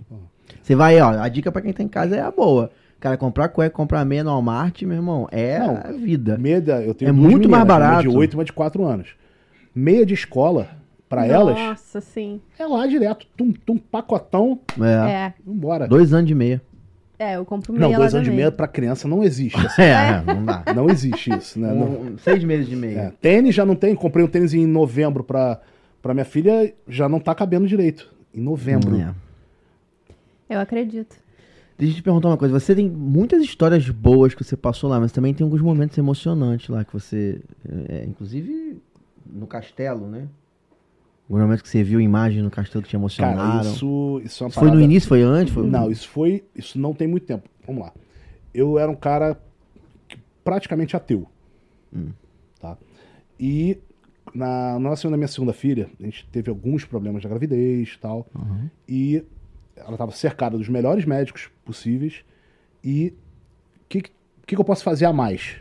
[SPEAKER 2] Você vai, ó, a dica pra quem tá em casa é a boa. Cara, comprar cueca, comprar meia no Walmart, meu irmão, é
[SPEAKER 3] Não,
[SPEAKER 2] a vida.
[SPEAKER 3] Meia, da- eu tenho
[SPEAKER 2] É
[SPEAKER 3] duas
[SPEAKER 2] muito mais
[SPEAKER 3] meninas, né? Uma
[SPEAKER 2] barato.
[SPEAKER 3] de 8 e uma de 4 anos. Meia de escola, pra elas,
[SPEAKER 1] Nossa, sim.
[SPEAKER 3] é lá direto. Tum, tum, pacotão,
[SPEAKER 2] É,
[SPEAKER 1] É.
[SPEAKER 3] vambora.
[SPEAKER 2] Dois anos de meia.
[SPEAKER 1] É, eu compro meia
[SPEAKER 3] não,
[SPEAKER 1] lá
[SPEAKER 3] dois anos de
[SPEAKER 1] também.
[SPEAKER 3] meia pra criança não existe.
[SPEAKER 2] É, não dá.
[SPEAKER 3] não existe isso, né? Não-
[SPEAKER 2] Um- seis meses de
[SPEAKER 3] é.
[SPEAKER 2] meia.
[SPEAKER 3] Tênis já não tem. Comprei um tênis em novembro pra, pra minha filha, já não tá cabendo direito. Em novembro.
[SPEAKER 2] É.
[SPEAKER 1] Eu acredito.
[SPEAKER 2] Deixa eu te perguntar uma coisa. Você tem muitas histórias boas que você passou lá, mas também tem alguns momentos emocionantes lá que você. é, inclusive no castelo, né? Alguns momentos que você viu imagem no castelo que te emocionaram.
[SPEAKER 3] Cara, isso, isso é
[SPEAKER 2] Isso foi
[SPEAKER 3] uma
[SPEAKER 2] no
[SPEAKER 3] parada-
[SPEAKER 2] início, foi antes? Foi...
[SPEAKER 3] Não, isso foi. Isso não tem muito tempo. Vamos lá. Eu era um cara que- praticamente ateu. Tá? E na, no nascimento da minha segunda filha, a gente teve alguns problemas da gravidez e tal.
[SPEAKER 2] Uhum.
[SPEAKER 3] E ela estava cercada dos melhores médicos possíveis. E o que, que, que eu posso fazer a mais?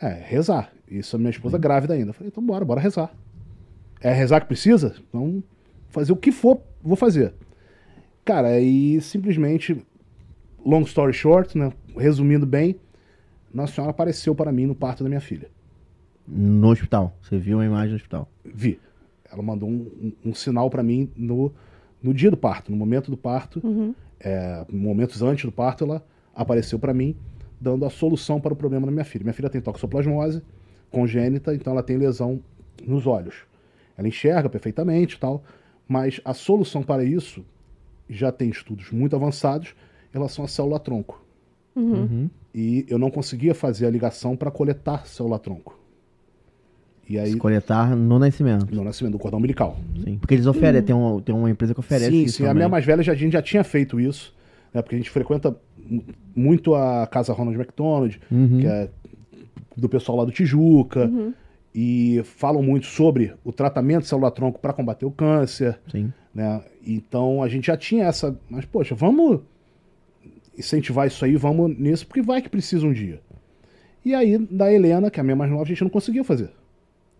[SPEAKER 3] É, rezar. Isso a minha esposa grávida ainda. Eu falei, então bora, bora rezar. É rezar que precisa? Então, fazer o que for, vou fazer. Cara, e simplesmente, long story short, né? Resumindo bem, Nossa Senhora apareceu para mim no parto da minha filha.
[SPEAKER 2] No hospital. Você viu a imagem no hospital.
[SPEAKER 3] Vi. Ela mandou um, um- um sinal para mim no, no dia do parto, no momento do parto,
[SPEAKER 1] Uhum,
[SPEAKER 3] é, momentos antes do parto, ela apareceu para mim, dando a solução para o problema da minha filha. Minha filha tem toxoplasmose congênita, então ela tem lesão nos olhos. Ela enxerga perfeitamente e tal, mas a solução para isso já tem estudos muito avançados em relação à célula-tronco.
[SPEAKER 1] Uhum.
[SPEAKER 2] Uhum.
[SPEAKER 3] E eu não conseguia fazer a ligação para coletar célula-tronco. E aí,
[SPEAKER 2] Se coletar tá no nascimento.
[SPEAKER 3] no nascimento do cordão umbilical.
[SPEAKER 2] Sim. Porque eles oferecem, tem, uma, tem uma empresa que oferece
[SPEAKER 3] sim,
[SPEAKER 2] isso.
[SPEAKER 3] sim. A
[SPEAKER 2] também.
[SPEAKER 3] minha mais velha já, a gente já tinha feito isso, né? Porque a gente frequenta mu-
[SPEAKER 2] Uhum.
[SPEAKER 1] uhum.
[SPEAKER 3] muito a casa Ronald McDonald, que é do pessoal lá do Tijuca. e falam muito sobre o tratamento de célula-tronco para combater o câncer,
[SPEAKER 2] Sim.
[SPEAKER 3] né? Então a gente já tinha essa, mas poxa, vamos incentivar isso aí, vamos nisso, porque vai que precisa um dia. E aí, da Helena, que é a minha mais nova, a gente não conseguia fazer.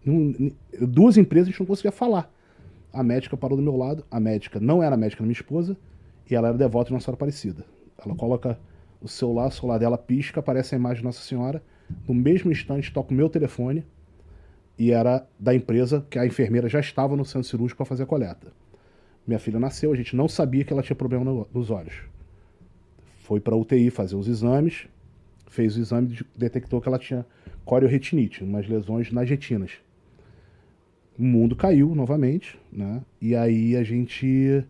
[SPEAKER 3] Não- n- duas empresas a gente não conseguia falar. A médica parou do meu lado, a médica não era a médica da minha esposa, e ela era devota de Nossa Senhora Aparecida. Ela coloca o celular, o celular dela pisca, aparece a imagem de Nossa Senhora, no mesmo instante toca o meu telefone, e era da empresa que a enfermeira já estava no centro cirúrgico para fazer a coleta. Minha filha nasceu, a gente não sabia que ela tinha problema no- nos olhos. Foi para UTI fazer os exames, fez o exame e detectou que ela tinha corioretinite, umas lesões nas retinas. O mundo caiu novamente, né? E aí a gente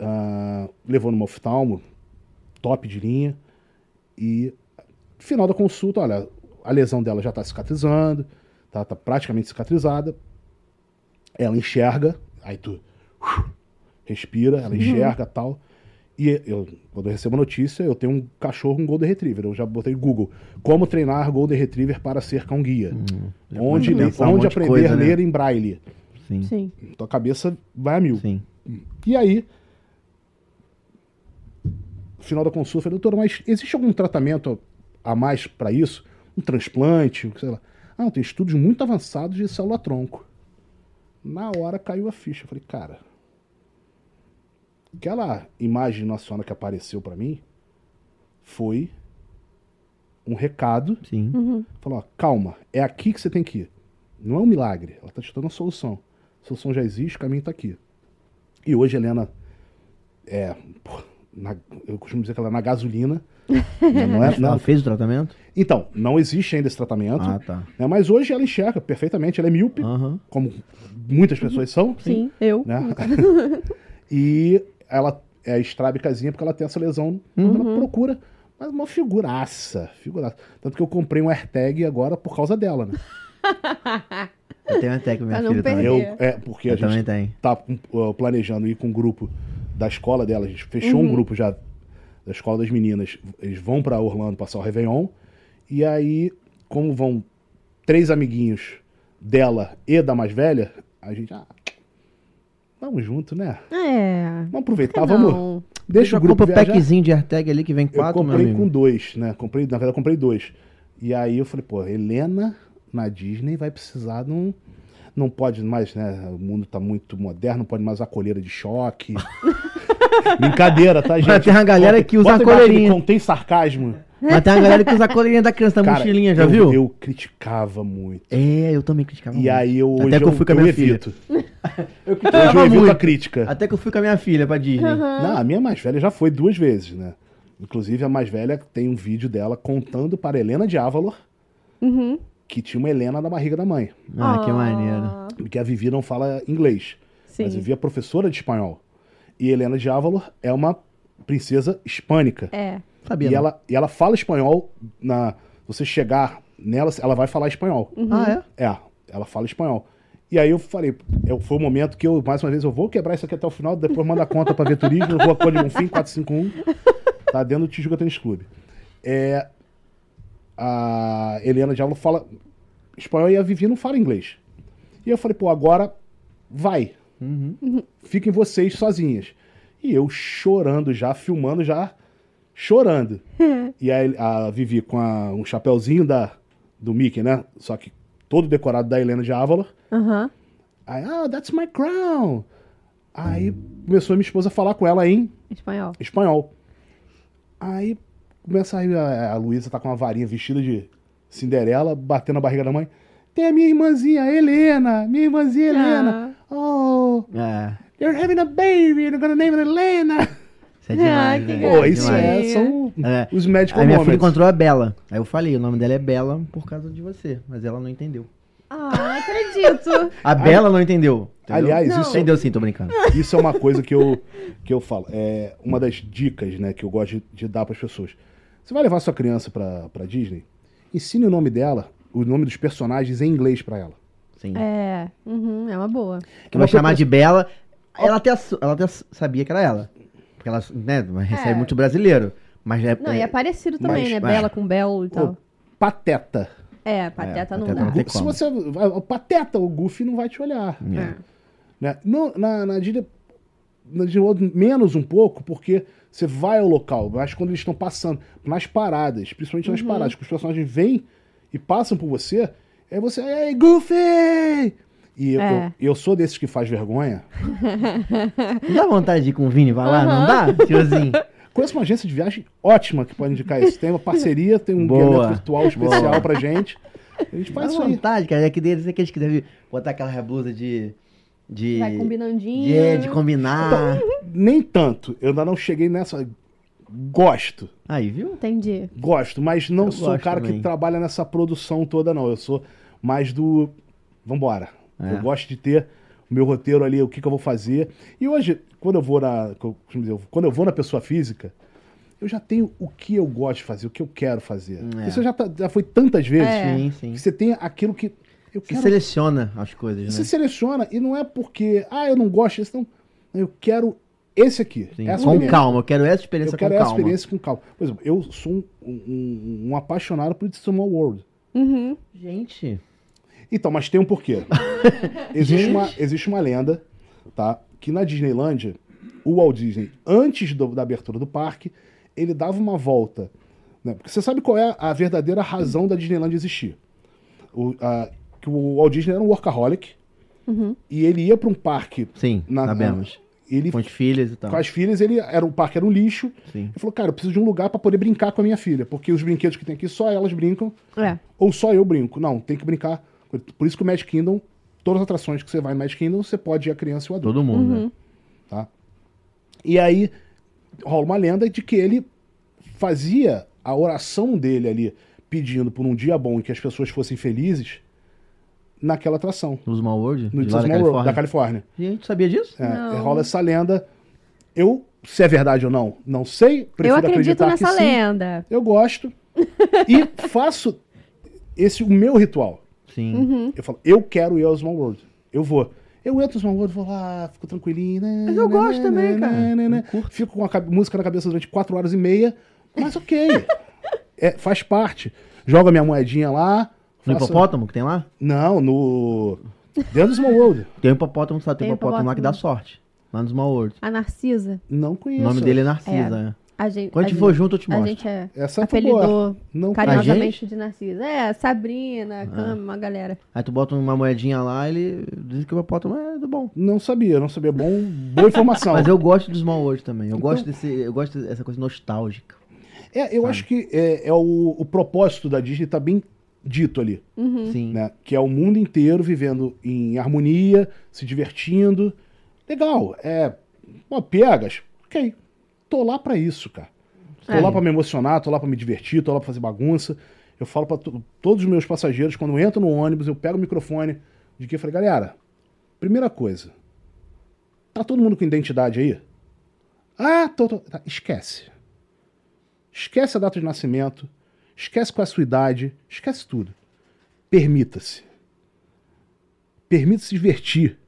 [SPEAKER 3] ah, levou numa oftalmo, top de linha, e final da consulta, olha, a lesão dela já está cicatrizando, tá, tá praticamente cicatrizada. Ela enxerga, aí tu uf, respira,
[SPEAKER 2] Uhum.
[SPEAKER 3] ela enxerga e tal. E eu, quando eu recebo a notícia, eu tenho um cachorro com Golden Retriever. Eu já botei Google. Como treinar Golden Retriever para ser cão guia? onde
[SPEAKER 2] Dá pra
[SPEAKER 3] le-
[SPEAKER 2] pensar Hum. um
[SPEAKER 3] onde
[SPEAKER 2] monte de
[SPEAKER 3] aprender
[SPEAKER 2] coisa,
[SPEAKER 3] a
[SPEAKER 2] né?
[SPEAKER 3] ler em braille?
[SPEAKER 2] Sim.
[SPEAKER 1] Sim.
[SPEAKER 3] Tua cabeça vai a mil.
[SPEAKER 2] Sim.
[SPEAKER 3] E aí, no final da consulta, eu falei, doutora, mas existe algum tratamento a mais para isso? Um transplante, sei lá. Ah, não, tem estudos muito avançados de célula-tronco. Na hora caiu a ficha. Eu falei, cara, aquela imagem de Nossa Senhora que apareceu para mim foi um recado
[SPEAKER 2] Sim.
[SPEAKER 1] Uhum.
[SPEAKER 3] Falou, ó, calma, é aqui que você tem que ir. Não é um milagre, ela tá te dando a solução. A solução já existe, o caminho tá aqui. E hoje a Helena é, pô, na- eu costumo dizer que ela é na gasolina. né, não é,
[SPEAKER 2] Mas Ela
[SPEAKER 3] não-
[SPEAKER 2] fez o tratamento?
[SPEAKER 3] então, não existe ainda esse tratamento,
[SPEAKER 2] Ah, tá.
[SPEAKER 3] né, mas hoje ela enxerga perfeitamente, ela é míope,
[SPEAKER 2] Aham.
[SPEAKER 3] como muitas pessoas são,
[SPEAKER 1] Sim, eu.
[SPEAKER 3] né? e ela é estrábicazinha porque ela tem essa lesão, então ela procura. Mas uma figuraça, figuraça. Tanto que eu comprei um AirTag agora por causa dela, né?
[SPEAKER 2] Eu tenho até que minha
[SPEAKER 1] Pra não
[SPEAKER 2] filha também.
[SPEAKER 1] perder.
[SPEAKER 3] Eu,
[SPEAKER 1] Entendi.
[SPEAKER 3] é, porque a
[SPEAKER 2] Eu
[SPEAKER 3] gente
[SPEAKER 2] também tenho.
[SPEAKER 3] tá com- ó, planejando ir com um grupo da escola dela. A gente fechou um grupo já da escola das meninas. Eles vão pra Orlando passar o Réveillon. E aí, como vão três amiguinhos dela e da mais velha, a gente. Ah, vamos junto, né?
[SPEAKER 1] É.
[SPEAKER 3] Vamos aproveitar,
[SPEAKER 1] Não.
[SPEAKER 3] Tá, vamos. Deixa
[SPEAKER 2] eu
[SPEAKER 3] o grupo
[SPEAKER 2] compro o
[SPEAKER 3] viajar.
[SPEAKER 2] packzinho de AirTag ali que vem
[SPEAKER 3] Eu
[SPEAKER 2] quatro, meu
[SPEAKER 3] comprei com
[SPEAKER 2] amigo.
[SPEAKER 3] dois, né? Comprei, na verdade, eu comprei dois. E aí eu falei, pô, Helena na Disney vai precisar de um. Não pode mais, né? O mundo tá muito moderno, não pode mais usar coleira de choque. Brincadeira, tá, gente?
[SPEAKER 2] tem uma galera que usa a
[SPEAKER 3] Bota embaixo que
[SPEAKER 2] coleirinha.
[SPEAKER 3] Contém sarcasmo.
[SPEAKER 2] Mas tem uma galera que usa a coleirinha da criança, da
[SPEAKER 3] Cara,
[SPEAKER 2] mochilinha, já
[SPEAKER 3] eu-
[SPEAKER 2] viu?
[SPEAKER 3] Eu criticava muito.
[SPEAKER 2] É, eu também criticava
[SPEAKER 3] E
[SPEAKER 2] muito.
[SPEAKER 3] aí eu hoje
[SPEAKER 2] Até que eu fui com a minha filha.
[SPEAKER 3] evito.
[SPEAKER 2] Eu
[SPEAKER 3] Hoje
[SPEAKER 2] criticava
[SPEAKER 3] eu evito a
[SPEAKER 2] muito.
[SPEAKER 3] crítica.
[SPEAKER 2] Até que eu fui com a minha filha pra Disney.
[SPEAKER 3] Não, a minha mais velha já foi duas vezes, né? Inclusive, a mais velha tem um vídeo dela contando para Helena de Avalor
[SPEAKER 1] Uhum.
[SPEAKER 3] que tinha uma Helena na barriga da mãe.
[SPEAKER 2] Ah, que maneiro.
[SPEAKER 3] Porque a Vivi não fala inglês.
[SPEAKER 1] Sim.
[SPEAKER 3] Mas a Vivi é professora de espanhol. E Helena de Avalor é uma princesa hispânica.
[SPEAKER 1] É.
[SPEAKER 2] Sabia? né?
[SPEAKER 3] e,
[SPEAKER 2] não?
[SPEAKER 3] ela, e ela fala espanhol. Na, você chegar nela, ela vai falar espanhol.
[SPEAKER 2] Ah, é?
[SPEAKER 3] É, ela fala espanhol. E aí eu falei, eu- foi o momento que eu, mais uma vez, eu vou quebrar isso aqui até o final, depois manda a conta pra ver turismo, rua Cor de Bonfim, 451, tá dentro do Tijuca Tênis Clube. É, a Helena Diablo fala espanhol e a Vivi não fala inglês. E eu falei, pô, agora vai.
[SPEAKER 1] Uhum.
[SPEAKER 2] Uhum.
[SPEAKER 3] Fiquem vocês sozinhas. E eu chorando já, filmando já, chorando. E aí a Vivi com a- um chapéuzinho da, do Mickey, né? Só que todo decorado da Helena de Avalor.
[SPEAKER 1] Aham.
[SPEAKER 3] Aí, ah, that's my crown. Aí começou a minha esposa a falar com ela em
[SPEAKER 1] Espanhol.
[SPEAKER 3] espanhol. Aí começa aí a, a Luísa tá com uma varinha vestida de Cinderela, batendo na barriga da mãe. Tem a minha irmãzinha, Helena, minha
[SPEAKER 1] Ah.
[SPEAKER 3] irmãzinha Helena. Oh,
[SPEAKER 2] É.
[SPEAKER 3] you're having a baby, you're gonna name it Helena.
[SPEAKER 2] Isso é demais,
[SPEAKER 1] Ah, que
[SPEAKER 2] velho.
[SPEAKER 1] gracinha.
[SPEAKER 3] Pô, isso é, são
[SPEAKER 2] É.
[SPEAKER 3] os médicos
[SPEAKER 2] Aí minha filha encontrou a Bela. Aí eu falei, o nome dela é Bela por causa de você. Mas ela não entendeu.
[SPEAKER 1] Ah, não acredito.
[SPEAKER 2] A Bela não entendeu. entendeu?
[SPEAKER 3] Aliás, isso-
[SPEAKER 2] Entendeu sim, tô brincando.
[SPEAKER 3] Isso é uma coisa que eu, que eu falo. É uma das dicas né, que eu gosto de, de dar para as pessoas. Você vai levar sua criança para pra Disney? Ensine o nome dela, o nome dos personagens em inglês para ela.
[SPEAKER 2] Sim.
[SPEAKER 1] é. Uhum, é uma boa.
[SPEAKER 2] que vai
[SPEAKER 3] Uma
[SPEAKER 2] chamar
[SPEAKER 3] proposta-
[SPEAKER 2] de Bela. Ela até, assu- ela até assu- sabia que era ela. Porque ela né, mas recebe
[SPEAKER 1] É.
[SPEAKER 2] muito brasileiro. Mas é,
[SPEAKER 1] Não, e é parecido também,
[SPEAKER 2] Mas-
[SPEAKER 1] né?
[SPEAKER 2] mas-
[SPEAKER 1] Bela com Belo e tal.
[SPEAKER 3] Oh. Pateta.
[SPEAKER 1] É, pateta não
[SPEAKER 2] pateta
[SPEAKER 1] dá.
[SPEAKER 2] não tem
[SPEAKER 3] Se
[SPEAKER 2] como.
[SPEAKER 3] você. O Pateta, o Goofy não vai te olhar.
[SPEAKER 1] É.
[SPEAKER 3] né? No- na, na gíria, na gíria outro- menos um pouco, porque você vai ao local, mas quando eles estão passando, nas paradas, principalmente nas paradas, que os personagens vêm e passam por você, aí você, ei, Goofy! E eu,
[SPEAKER 1] É.
[SPEAKER 3] eu, eu sou desses que faz vergonha. É.
[SPEAKER 2] Não dá vontade de ir com o Vini, vai lá, não dá? Tipo assim, Tiozinho.
[SPEAKER 3] Conheço uma agência de viagem ótima que pode indicar isso. Tem uma parceria, tem um
[SPEAKER 2] Boa.
[SPEAKER 3] guiamento virtual especial
[SPEAKER 2] Boa.
[SPEAKER 3] pra gente. A gente
[SPEAKER 2] Dá
[SPEAKER 3] Tipo, faz isso aí.
[SPEAKER 2] vontade, cara. É que deles é aqueles que devem botar aquela blusa de. de.
[SPEAKER 1] Vai Então. combinandinho.
[SPEAKER 2] de, é, de combinar.
[SPEAKER 3] Nem tanto. Eu ainda não cheguei nessa. Gosto.
[SPEAKER 2] Aí, viu?
[SPEAKER 1] Entendi.
[SPEAKER 3] Gosto, mas não
[SPEAKER 2] Eu
[SPEAKER 3] sou o
[SPEAKER 2] gosto
[SPEAKER 3] cara
[SPEAKER 2] também.
[SPEAKER 3] que trabalha nessa produção toda, não. Eu sou mais do. Vambora.
[SPEAKER 2] É.
[SPEAKER 3] Eu gosto de ter o meu roteiro ali, o que, que eu vou fazer. E hoje, quando eu vou na. co- costumo dizer, Quando eu vou na pessoa física, eu já tenho o que eu gosto de fazer, o que eu quero fazer.
[SPEAKER 2] É.
[SPEAKER 3] Isso já, tá- já foi tantas vezes
[SPEAKER 1] É. um
[SPEAKER 2] Sim,
[SPEAKER 3] que
[SPEAKER 2] sim.
[SPEAKER 3] você tem aquilo que. Eu
[SPEAKER 2] Você
[SPEAKER 3] quero.
[SPEAKER 2] seleciona as coisas,
[SPEAKER 3] Você
[SPEAKER 2] né?
[SPEAKER 3] seleciona e não é porque. Ah, eu não gosto disso, não. Eu quero esse aqui.
[SPEAKER 2] Sim,
[SPEAKER 3] essa é
[SPEAKER 2] com
[SPEAKER 3] experiência.
[SPEAKER 2] calma, eu quero essa experiência
[SPEAKER 3] Eu quero
[SPEAKER 2] com
[SPEAKER 3] essa
[SPEAKER 2] calma.
[SPEAKER 3] experiência com calma. Por exemplo, eu sou um, um- um- um apaixonado por The Small World.
[SPEAKER 1] Uhum.
[SPEAKER 2] Gente,
[SPEAKER 3] Então, mas tem um porquê. existe, uma, existe uma lenda, tá? Que na Disneylândia, o Walt Disney, antes do- da abertura do parque, ele dava uma volta. né? Porque você sabe qual é a verdadeira razão da Disneylândia existir. O, a- que o Walt Disney era um workaholic
[SPEAKER 1] uhum.
[SPEAKER 3] e ele ia para um parque.
[SPEAKER 2] sim,
[SPEAKER 3] Na-
[SPEAKER 2] sabemos.
[SPEAKER 3] Ele,
[SPEAKER 2] Com as filhas e tal.
[SPEAKER 3] com as filhas, ele era o parque era um lixo.
[SPEAKER 2] Sim.
[SPEAKER 3] Ele falou, cara, eu preciso de um lugar pra poder brincar com a minha filha, porque os brinquedos que tem aqui só elas brincam,
[SPEAKER 1] É.
[SPEAKER 3] ou só eu brinco. Não, tem que brincar. Por isso que o Magic Kingdom, todas as atrações que você vai no Magic Kingdom, você pode ir a criança e o adulto.
[SPEAKER 2] Todo mundo,
[SPEAKER 1] uhum.
[SPEAKER 2] né?
[SPEAKER 3] Tá? E aí rola uma lenda de que ele fazia a oração dele ali, pedindo por um dia bom e que as pessoas fossem felizes, naquela atração,
[SPEAKER 2] No Small World,
[SPEAKER 3] no
[SPEAKER 2] de lá da
[SPEAKER 3] Disney World,
[SPEAKER 2] Califórnia.
[SPEAKER 3] da Califórnia.
[SPEAKER 2] Gente, sabia disso?
[SPEAKER 3] É,
[SPEAKER 1] Não.
[SPEAKER 3] rola essa lenda. Eu, se é verdade ou não, não sei.
[SPEAKER 1] Eu
[SPEAKER 3] Prefiro
[SPEAKER 1] acredito
[SPEAKER 3] acreditar
[SPEAKER 1] nessa
[SPEAKER 3] que sim.
[SPEAKER 1] lenda.
[SPEAKER 3] Eu gosto. e faço esse o meu ritual.
[SPEAKER 2] Sim.
[SPEAKER 3] Eu falo, eu quero ir ao Small World. Eu vou. Eu entro no Small World, vou lá, fico tranquilinho. né,
[SPEAKER 2] Mas eu
[SPEAKER 3] né,
[SPEAKER 2] gosto
[SPEAKER 3] né,
[SPEAKER 2] também,
[SPEAKER 3] né,
[SPEAKER 2] cara.
[SPEAKER 3] né, né.
[SPEAKER 2] Eu curto.
[SPEAKER 3] Fico com a cabe- música na cabeça durante quatro horas e meia, mas ok. É, faz parte. Joga minha moedinha lá.
[SPEAKER 2] No
[SPEAKER 3] faço-
[SPEAKER 2] hipopótamo que tem lá?
[SPEAKER 3] Não, no. Dentro do Small World.
[SPEAKER 2] Tem um hipopótamo, sabe? Tem,
[SPEAKER 1] Tem
[SPEAKER 2] um hipopótamo lá que dá sorte. Lá no Small World.
[SPEAKER 1] A Narcisa.
[SPEAKER 3] Não conheço.
[SPEAKER 2] O nome dele é Narcisa. é.
[SPEAKER 1] A gente,
[SPEAKER 2] Quando
[SPEAKER 1] a
[SPEAKER 2] a gente
[SPEAKER 1] gente,
[SPEAKER 2] for junto, eu te
[SPEAKER 1] a
[SPEAKER 2] mostro.
[SPEAKER 1] gente é
[SPEAKER 3] Essa foi Então, tá boa. Então, tá
[SPEAKER 1] apelidou
[SPEAKER 3] Não
[SPEAKER 1] carinhosamente
[SPEAKER 2] gente?
[SPEAKER 1] de Narcisa. É, Sabrina, Cami, uma galera.
[SPEAKER 2] Aí tu bota uma moedinha lá, ele diz que o hipopótamo é do bom.
[SPEAKER 3] Não sabia, não sabia. Bom, boa informação.
[SPEAKER 2] Mas eu gosto do Small World também. Eu
[SPEAKER 3] Então-
[SPEAKER 2] gosto desse. Eu gosto dessa coisa nostálgica.
[SPEAKER 3] É, eu acho que é, é o, o propósito da Disney tá bem dito ali,
[SPEAKER 2] Sim.
[SPEAKER 3] né? Que é o mundo inteiro vivendo em harmonia, se divertindo. Legal, é. Pô, pegas, ok. Tô lá pra isso, cara. Tô
[SPEAKER 1] É.
[SPEAKER 3] lá pra me emocionar, tô lá pra me divertir, tô lá pra fazer bagunça. Eu falo pra to- todos os meus passageiros, quando eu entro no ônibus, eu pego o microfone de que eu falei, galera, primeira coisa, tá todo mundo com identidade aí? Ah, tô, tô- tá, esquece. Esquece a data de nascimento, esquece qual é a sua idade, esquece tudo. Permita-se. Permita-se divertir.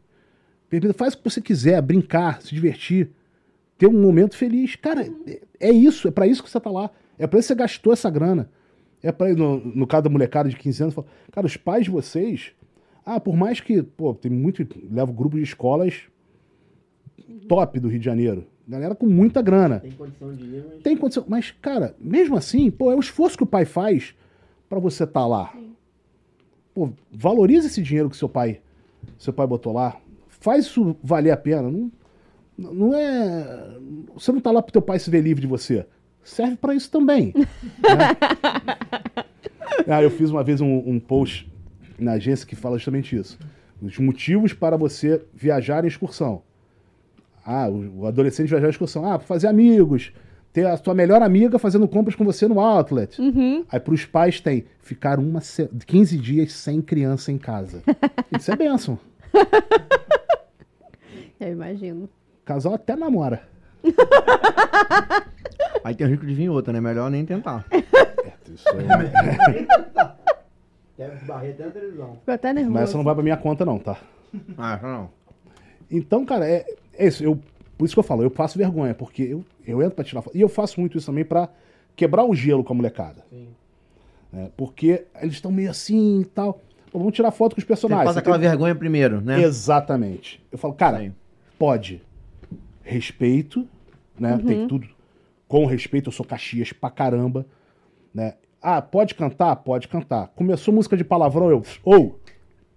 [SPEAKER 3] Permita, faz o que você quiser, brincar, se divertir, ter um momento feliz. Cara, é- é isso, é pra isso que você tá lá. É pra isso que você gastou essa grana. É para no, no caso da molecada de 15 anos, fala, cara, os pais de vocês, ah, por mais que, pô, tem muito, levo grupo de escolas top do Rio de Janeiro. Galera com muita grana
[SPEAKER 2] Tem condição de ir, mas.
[SPEAKER 3] tem condição. Mas, cara, mesmo assim, pô, é o esforço que o pai faz pra você estar lá. Pô, valoriza esse dinheiro que seu pai, seu pai botou lá. Faz isso valer a pena. Não, não é. Você não tá lá pro teu pai se ver livre de você. Serve pra isso também. né? Ah, eu fiz uma vez um, um post na agência que fala justamente isso. Os motivos para você viajar em excursão. Ah, o, o adolescente viajar em excursão. Ah, pra fazer amigos. Ter a sua melhor amiga fazendo compras com você no
[SPEAKER 1] Hum.
[SPEAKER 3] outlet.
[SPEAKER 1] Uhum.
[SPEAKER 3] Aí pros pais tem ficar uma se... 15 dias sem criança em casa. Isso é bênção.
[SPEAKER 1] Eu imagino.
[SPEAKER 3] Casal até namora.
[SPEAKER 2] Aí tem o risco de vir outra, né? Melhor nem tentar.
[SPEAKER 3] Isso é-
[SPEAKER 2] Deve barrer até a televisão.
[SPEAKER 1] Ficou até nervoso.
[SPEAKER 3] Mas essa não vai pra minha conta, não, tá?
[SPEAKER 2] Ah, não.
[SPEAKER 3] Então, cara, é, é isso. Eu, por isso que eu falo, eu passo vergonha, porque eu, eu entro pra tirar foto. E eu faço muito isso também pra quebrar o gelo com a molecada. né? Porque eles estão meio assim e tal. Pô, vamos tirar foto com os
[SPEAKER 2] Você
[SPEAKER 3] personagens.
[SPEAKER 2] passa
[SPEAKER 3] Você
[SPEAKER 2] aquela
[SPEAKER 3] tem-
[SPEAKER 2] vergonha primeiro, né?
[SPEAKER 3] Exatamente. Eu falo, cara,
[SPEAKER 2] Sim.
[SPEAKER 3] pode. Respeito, né?
[SPEAKER 1] Uhum.
[SPEAKER 3] Tem tudo. Com respeito, eu sou Caxias pra caramba, né? Ah, pode cantar? Pode cantar. Começou música de palavrão, eu. Ou,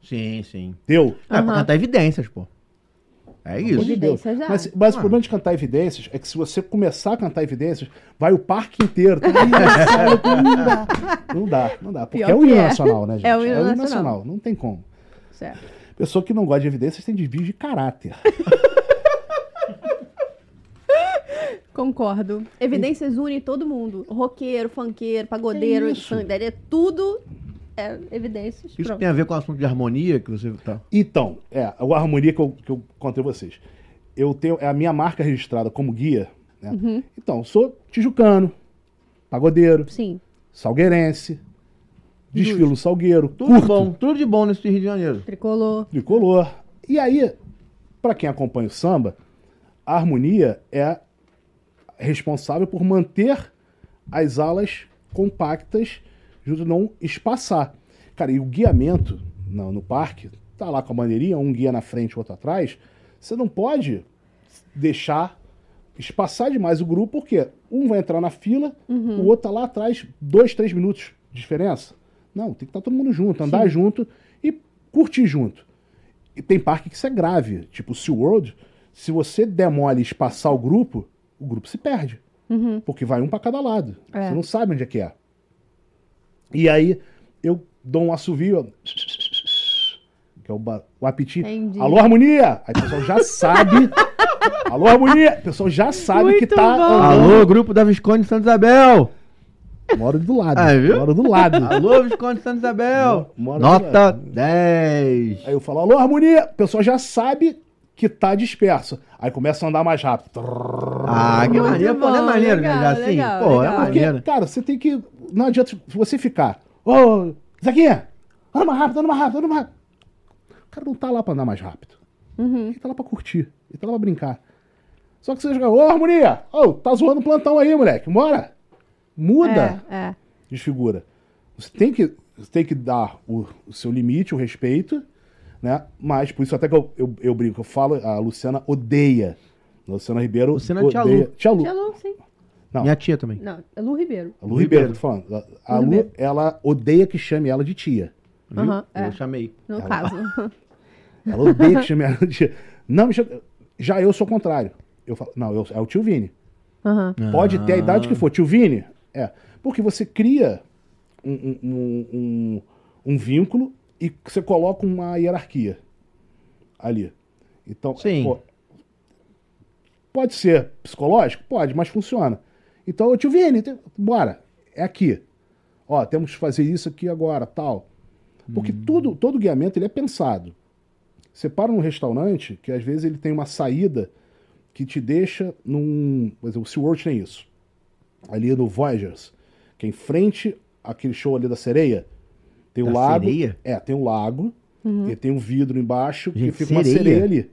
[SPEAKER 2] Sim, sim.
[SPEAKER 3] deu.
[SPEAKER 2] É, pra
[SPEAKER 1] Aham.
[SPEAKER 2] cantar evidências, pô. É
[SPEAKER 3] Pelo amor
[SPEAKER 2] isso.
[SPEAKER 3] de Deus.
[SPEAKER 1] Evidências, já.
[SPEAKER 3] Mas, mas o
[SPEAKER 2] Ah.
[SPEAKER 3] problema de cantar evidências é que se você começar a cantar evidências, vai o parque inteiro. Todo mundo dançando, todo mundo dá. Não dá, não dá. Porque
[SPEAKER 1] Pior
[SPEAKER 3] é o hino
[SPEAKER 1] que é.
[SPEAKER 3] nacional, né, gente?
[SPEAKER 1] É o hino nacional.
[SPEAKER 3] Não tem como.
[SPEAKER 1] Certo.
[SPEAKER 3] Pessoa que não gosta de evidências tem desvio de caráter.
[SPEAKER 1] Concordo. Evidências une todo mundo. Roqueiro, funkeiro, pagodeiro,
[SPEAKER 3] É
[SPEAKER 1] é
[SPEAKER 3] isso.
[SPEAKER 1] tudo é evidências.
[SPEAKER 2] Isso
[SPEAKER 1] Pronto.
[SPEAKER 2] tem a ver com o assunto de harmonia que você tá.
[SPEAKER 3] Então, é, o harmonia que eu, que eu contei pra vocês. Eu tenho é a minha marca registrada como guia, né?
[SPEAKER 2] Uhum.
[SPEAKER 3] Então, sou tijucano, pagodeiro,
[SPEAKER 1] Sim.
[SPEAKER 3] salgueirense, desfilo salgueiro,
[SPEAKER 2] Tudo
[SPEAKER 3] curto,
[SPEAKER 2] bom, tudo de bom nesse Rio de Janeiro.
[SPEAKER 1] Tricolor.
[SPEAKER 3] tricolor. E aí, pra quem acompanha o samba, a harmonia é responsável por manter as alas compactas, junto a não espaçar. Cara, e o guiamento no, no parque, tá lá com a bandeirinha, um guia na frente, o outro atrás, você não pode deixar espaçar demais o grupo, porque um vai entrar na fila, o outro tá lá atrás, dois, três minutos de diferença. Não, tem que estar todo mundo junto, andar junto e curtir junto. E tem parque que isso é grave, tipo o SeaWorld, se você demole espaçar o grupo, o grupo se perde.
[SPEAKER 1] Uhum.
[SPEAKER 3] Porque vai um pra cada lado.
[SPEAKER 1] É.
[SPEAKER 3] Você não sabe onde é que é. E aí eu dou um assovio, ó, que é o, ba- o apetite.
[SPEAKER 1] Entendi.
[SPEAKER 3] Alô, harmonia! Aí o pessoal já sabe. Alô, harmonia! O pessoal já sabe que
[SPEAKER 1] Muito
[SPEAKER 3] tá.
[SPEAKER 1] bom.
[SPEAKER 3] andando.
[SPEAKER 2] Alô, grupo da Visconde Santa Isabel!
[SPEAKER 3] Moro do lado.
[SPEAKER 2] Ah, viu?
[SPEAKER 3] Moro do lado.
[SPEAKER 2] Alô, Visconde Santa Isabel!
[SPEAKER 3] Mora- É, mora
[SPEAKER 2] Nota 10!
[SPEAKER 3] Aí eu falo, alô, harmonia! O pessoal já sabe que tá disperso. Aí começa a andar mais rápido.
[SPEAKER 2] Ah, que
[SPEAKER 1] Muito
[SPEAKER 2] maneiro, pô, não é
[SPEAKER 1] bom,
[SPEAKER 2] maneiro
[SPEAKER 1] legal,
[SPEAKER 2] viajar assim?
[SPEAKER 1] legal,
[SPEAKER 2] pô, é
[SPEAKER 1] legal.
[SPEAKER 3] Porque,
[SPEAKER 2] maneiro.
[SPEAKER 3] cara, você tem que. Não adianta se você ficar. Ô, Zequinha, anda mais rápido, anda mais rápido, anda mais rápido. O cara não tá lá pra andar mais rápido.
[SPEAKER 1] uhum.
[SPEAKER 3] Ele tá lá pra curtir. Ele tá lá pra brincar. Só que você joga, ô, harmonia! Ô, tá zoando o plantão aí, moleque. Bora! Muda!
[SPEAKER 1] É, é.
[SPEAKER 3] Desfigura. Você tem que, você tem que dar o, o seu limite, o respeito, né? Mas, por isso até que eu, eu, eu brinco, eu falo, a Luciana odeia. A Luciana Ribeiro
[SPEAKER 2] Luciana é tia Lu.
[SPEAKER 3] odeia. Tia Lu.
[SPEAKER 1] Tia Lu, sim.
[SPEAKER 3] Não.
[SPEAKER 2] Minha tia também.
[SPEAKER 1] Não, é Lu Ribeiro.
[SPEAKER 3] A Lu Ribeiro,
[SPEAKER 2] Ribeiro.
[SPEAKER 3] tô falando. A- A
[SPEAKER 1] Lu
[SPEAKER 3] Lu,
[SPEAKER 1] Ribeiro.
[SPEAKER 3] ela odeia que chame ela de tia.
[SPEAKER 2] viu?
[SPEAKER 1] Aham, é.
[SPEAKER 2] Eu chamei.
[SPEAKER 1] No caso.
[SPEAKER 3] tá- Ela odeia que chame ela de tia. Não, me chama- já eu sou o contrário. Eu falo, não, eu- é o tio Vini.
[SPEAKER 1] Aham.
[SPEAKER 3] Pode ter a
[SPEAKER 2] Ah,
[SPEAKER 3] idade que for. Tio Vini? É. Porque você cria um, um- um- um- um vínculo e você coloca uma hierarquia ali. Então,
[SPEAKER 2] Sim.
[SPEAKER 3] pode ser psicológico? Pode, mas funciona. Então, ô, tio Vini, tem- bora. É aqui. Ó, temos que fazer isso aqui agora, tal. Porque tudo, todo guiamento ele é pensado. Você para num restaurante que às vezes ele tem uma saída que te deixa num. Por exemplo, o SeaWorld tem isso. Ali no Voyagers, que é em frente àquele show ali da sereia, tem o
[SPEAKER 2] Da
[SPEAKER 3] lago.
[SPEAKER 2] sereia?
[SPEAKER 3] É, tem um lago, e tem um vidro embaixo que
[SPEAKER 2] Gente,
[SPEAKER 3] fica uma
[SPEAKER 2] sereia?
[SPEAKER 3] sereia ali.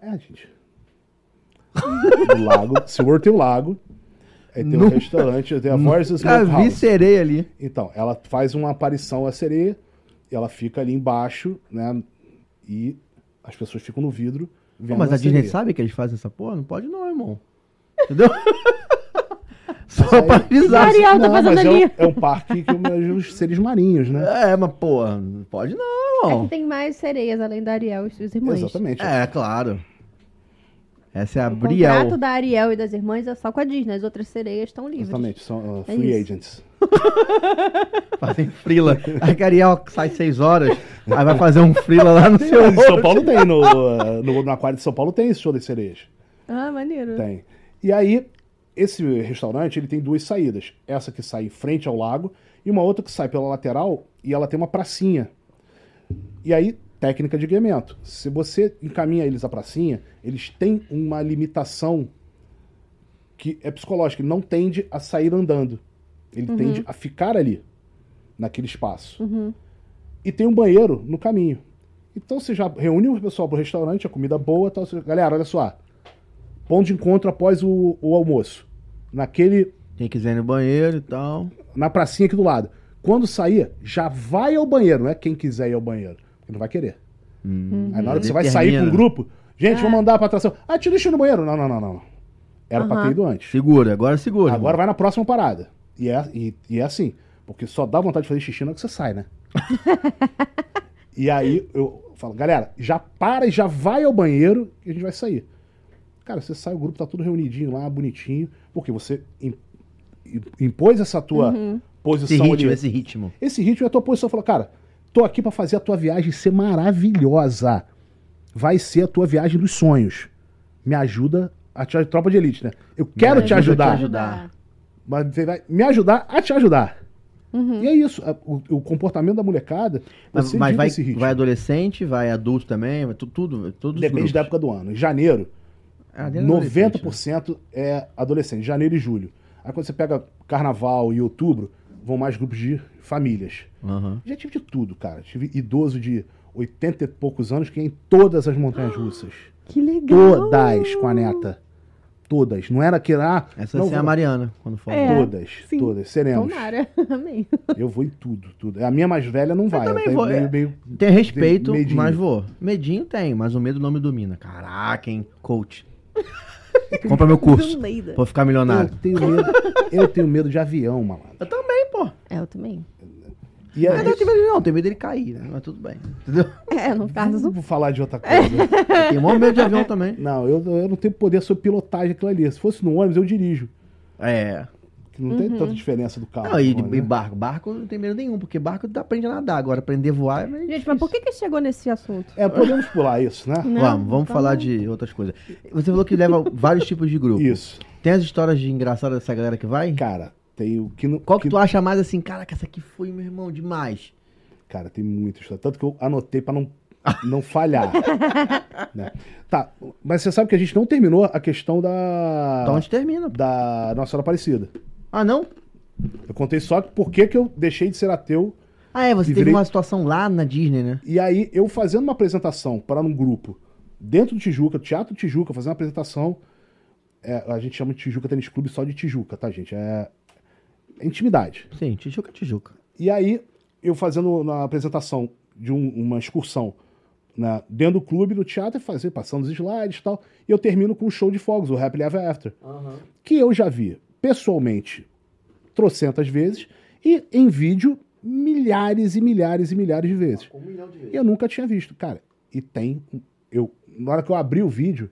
[SPEAKER 3] É, gente. o lago. SeaWorld tem o lago. Aí tem um
[SPEAKER 2] Nunca-
[SPEAKER 3] restaurante, tem a Voyagers
[SPEAKER 2] Já vi
[SPEAKER 3] Smokehouse.
[SPEAKER 2] sereia ali.
[SPEAKER 3] Então, ela faz uma aparição a sereia, ela fica ali embaixo, né? E as pessoas ficam no vidro
[SPEAKER 2] Pô,
[SPEAKER 3] vendo
[SPEAKER 2] mas a Disney
[SPEAKER 3] sereia.
[SPEAKER 2] sabe que eles fazem essa porra? Não pode não, irmão. Entendeu? Só
[SPEAKER 3] aí- é
[SPEAKER 2] pra avisar.
[SPEAKER 1] Maria, Ariel tá fazendo
[SPEAKER 3] mas
[SPEAKER 1] ali.
[SPEAKER 3] É um, é um parque que homenageia os seres marinhos, né?
[SPEAKER 2] É, mas porra, não pode não,
[SPEAKER 1] É
[SPEAKER 2] irmão.
[SPEAKER 1] que tem mais sereias além da Ariel e suas irmãs.
[SPEAKER 3] Exatamente.
[SPEAKER 2] É, claro. Essa é a
[SPEAKER 1] O contrato
[SPEAKER 2] Briel.
[SPEAKER 1] da Ariel e das irmãs é só com a Disney. As outras sereias estão livres.
[SPEAKER 3] Exatamente. São uh,
[SPEAKER 1] É
[SPEAKER 3] free
[SPEAKER 1] isso.
[SPEAKER 3] agents.
[SPEAKER 2] Fazem frila. A Cariel sai seis horas, aí vai fazer um frila lá no seu.
[SPEAKER 3] Em São Paulo tem, no, uh, no, no aquário de São Paulo tem esse show das sereias.
[SPEAKER 1] Ah, maneiro.
[SPEAKER 3] Tem. E aí, esse restaurante, ele tem duas saídas. Essa que sai em frente ao lago e uma outra que sai pela lateral e ela tem uma pracinha. E aí, técnica de guiamento. Se você encaminha eles à pracinha, eles têm uma limitação que é psicológica. Ele não tende a sair andando. Ele tende a ficar ali, naquele espaço.
[SPEAKER 1] Uhum,
[SPEAKER 3] E tem um banheiro no caminho. Então você já reúne o pessoal pro restaurante, a comida boa, tal. Você- Galera, olha só. Ponto de encontro após o, o almoço. Naquele.
[SPEAKER 2] Quem quiser ir no banheiro e tal.
[SPEAKER 3] Na pracinha aqui do lado. Quando sair, já vai ao banheiro, não é quem quiser ir ao banheiro. Porque não vai querer.
[SPEAKER 2] Hum,
[SPEAKER 3] Aí na hora que Hum, você vai sair com o
[SPEAKER 2] Determina.
[SPEAKER 3] grupo, gente, vou mandar pra atração. Ah, tira o lixo no banheiro. Não, não, não, não. Era pra
[SPEAKER 1] Aham.
[SPEAKER 3] ter ido antes.
[SPEAKER 2] Segura, agora segura.
[SPEAKER 3] Agora vai na próxima parada. E é, e, e é assim. Porque só dá vontade de fazer xixi na hora que você sai, né? e aí eu falo, galera, já para e já vai ao banheiro e a gente vai sair. Cara, você sai, o grupo tá tudo reunidinho lá, bonitinho. Porque você im- im- impôs essa tua
[SPEAKER 1] Uhum.
[SPEAKER 2] Esse
[SPEAKER 3] posição
[SPEAKER 2] ritmo,
[SPEAKER 3] ali.
[SPEAKER 2] esse ritmo.
[SPEAKER 3] Esse ritmo é a tua posição. Falou, cara, tô aqui pra fazer a tua viagem ser maravilhosa. Vai ser a tua viagem dos sonhos. Me ajuda a te, tropa de elite, né? Eu quero te
[SPEAKER 2] ajuda a te
[SPEAKER 3] ajudar.
[SPEAKER 2] ajudar.
[SPEAKER 3] Mas você vai me ajudar a te ajudar.
[SPEAKER 1] Uhum.
[SPEAKER 3] E é isso. a- O, o comportamento da molecada.
[SPEAKER 2] Mas,
[SPEAKER 3] Você
[SPEAKER 2] mas
[SPEAKER 3] dita
[SPEAKER 2] vai,
[SPEAKER 3] esse ritmo.
[SPEAKER 2] vai adolescente, vai adulto também, vai tu- tudo, todos os
[SPEAKER 3] Depende
[SPEAKER 2] grupos.
[SPEAKER 3] da época do ano. Em janeiro,
[SPEAKER 2] Ah, dentro do adolescente, né?
[SPEAKER 3] 90% é adolescente, janeiro e julho. Aí quando você pega carnaval e outubro, vão mais grupos de famílias.
[SPEAKER 2] Aham.
[SPEAKER 3] Já tive de tudo, cara. Tive idoso de 80 e poucos anos que ia em todas as montanhas russas.
[SPEAKER 1] Que legal.
[SPEAKER 3] Todas com a neta. Todas. Não era que lá.
[SPEAKER 2] Essa
[SPEAKER 3] não,
[SPEAKER 2] assim é a Mariana, quando for.
[SPEAKER 1] É.
[SPEAKER 3] Todas,
[SPEAKER 1] sim.
[SPEAKER 3] todas. Seremos.
[SPEAKER 1] Tomara. Amém.
[SPEAKER 3] Eu vou em tudo, tudo. A minha mais velha não vai.
[SPEAKER 2] também
[SPEAKER 3] ela tá
[SPEAKER 2] vou,
[SPEAKER 3] meio-
[SPEAKER 2] é.
[SPEAKER 3] meio-
[SPEAKER 2] Tem respeito,
[SPEAKER 3] Tem medinho.
[SPEAKER 2] mas vou. Medinho tem, mas o medo não me domina. Caraca, hein? Coach. Compra meu curso.
[SPEAKER 1] Leida.
[SPEAKER 2] Vou ficar
[SPEAKER 3] Eu
[SPEAKER 2] milionário.
[SPEAKER 3] tenho medo. Eu tenho medo de avião, malandro.
[SPEAKER 2] Eu também, pô.
[SPEAKER 1] É, eu também.
[SPEAKER 3] E é,
[SPEAKER 2] Mas
[SPEAKER 3] aí,
[SPEAKER 2] não tem medo dele, não, tem medo dele cair, né? Mas tudo bem. Entendeu?
[SPEAKER 1] É, no caso.
[SPEAKER 3] vou falar de outra coisa.
[SPEAKER 2] Eu tenho maior medo de avião também.
[SPEAKER 3] Não, eu, eu não tenho poder sobre pilotagem aquilo ali. Se fosse no ônibus, eu dirijo.
[SPEAKER 2] É.
[SPEAKER 3] Que não tem tanta diferença do carro.
[SPEAKER 2] Não, e,
[SPEAKER 3] pro ônibus,
[SPEAKER 2] e
[SPEAKER 3] né?
[SPEAKER 2] barco? Barco não tem medo nenhum, porque barco tu aprende a nadar. Agora, aprender a voar é meio
[SPEAKER 1] Gente, mas por que que chegou nesse assunto?
[SPEAKER 3] É, podemos pular isso, né?
[SPEAKER 1] Não,
[SPEAKER 2] vamos, vamos
[SPEAKER 1] tá
[SPEAKER 2] falar
[SPEAKER 1] bom.
[SPEAKER 2] de outras coisas. Você falou que leva vários tipos de grupo.
[SPEAKER 3] Isso.
[SPEAKER 2] Tem as histórias de engraçadas dessa galera que vai?
[SPEAKER 3] Cara, tem o que não.
[SPEAKER 2] Qual que tu acha mais assim, caraca, essa aqui foi, meu irmão, demais?
[SPEAKER 3] Cara, tem muita história. Tanto que eu anotei pra não, não falhar. né? Tá, mas você sabe que a gente não terminou a questão da.
[SPEAKER 2] Então a gente termina.
[SPEAKER 3] Da Nossa Senhora Aparecida.
[SPEAKER 2] Ah, não?
[SPEAKER 3] Eu contei só por que que eu deixei de ser ateu
[SPEAKER 2] Ah, é, você
[SPEAKER 3] E
[SPEAKER 2] teve
[SPEAKER 3] virei-
[SPEAKER 2] uma situação lá na Disney, né?
[SPEAKER 3] E aí, eu fazendo uma apresentação para um grupo dentro do Tijuca, Teatro Tijuca, fazendo uma apresentação. é, a gente chama de Tijuca Tênis Clube só de Tijuca, tá, gente? É, é intimidade.
[SPEAKER 2] Sim, Tijuca, Tijuca.
[SPEAKER 3] E aí, eu fazendo uma apresentação de um- uma excursão na- dentro do clube, do teatro, e fazer, passando os slides e tal. E eu termino com um show de fogos, o Happily Ever After
[SPEAKER 4] Aham.
[SPEAKER 3] que eu já vi pessoalmente trocentas vezes e em vídeo milhares e milhares e milhares de vezes.
[SPEAKER 4] Um milhão de vezes.
[SPEAKER 3] E eu nunca tinha visto, cara. E tem. um- Eu, na hora que eu abri o vídeo,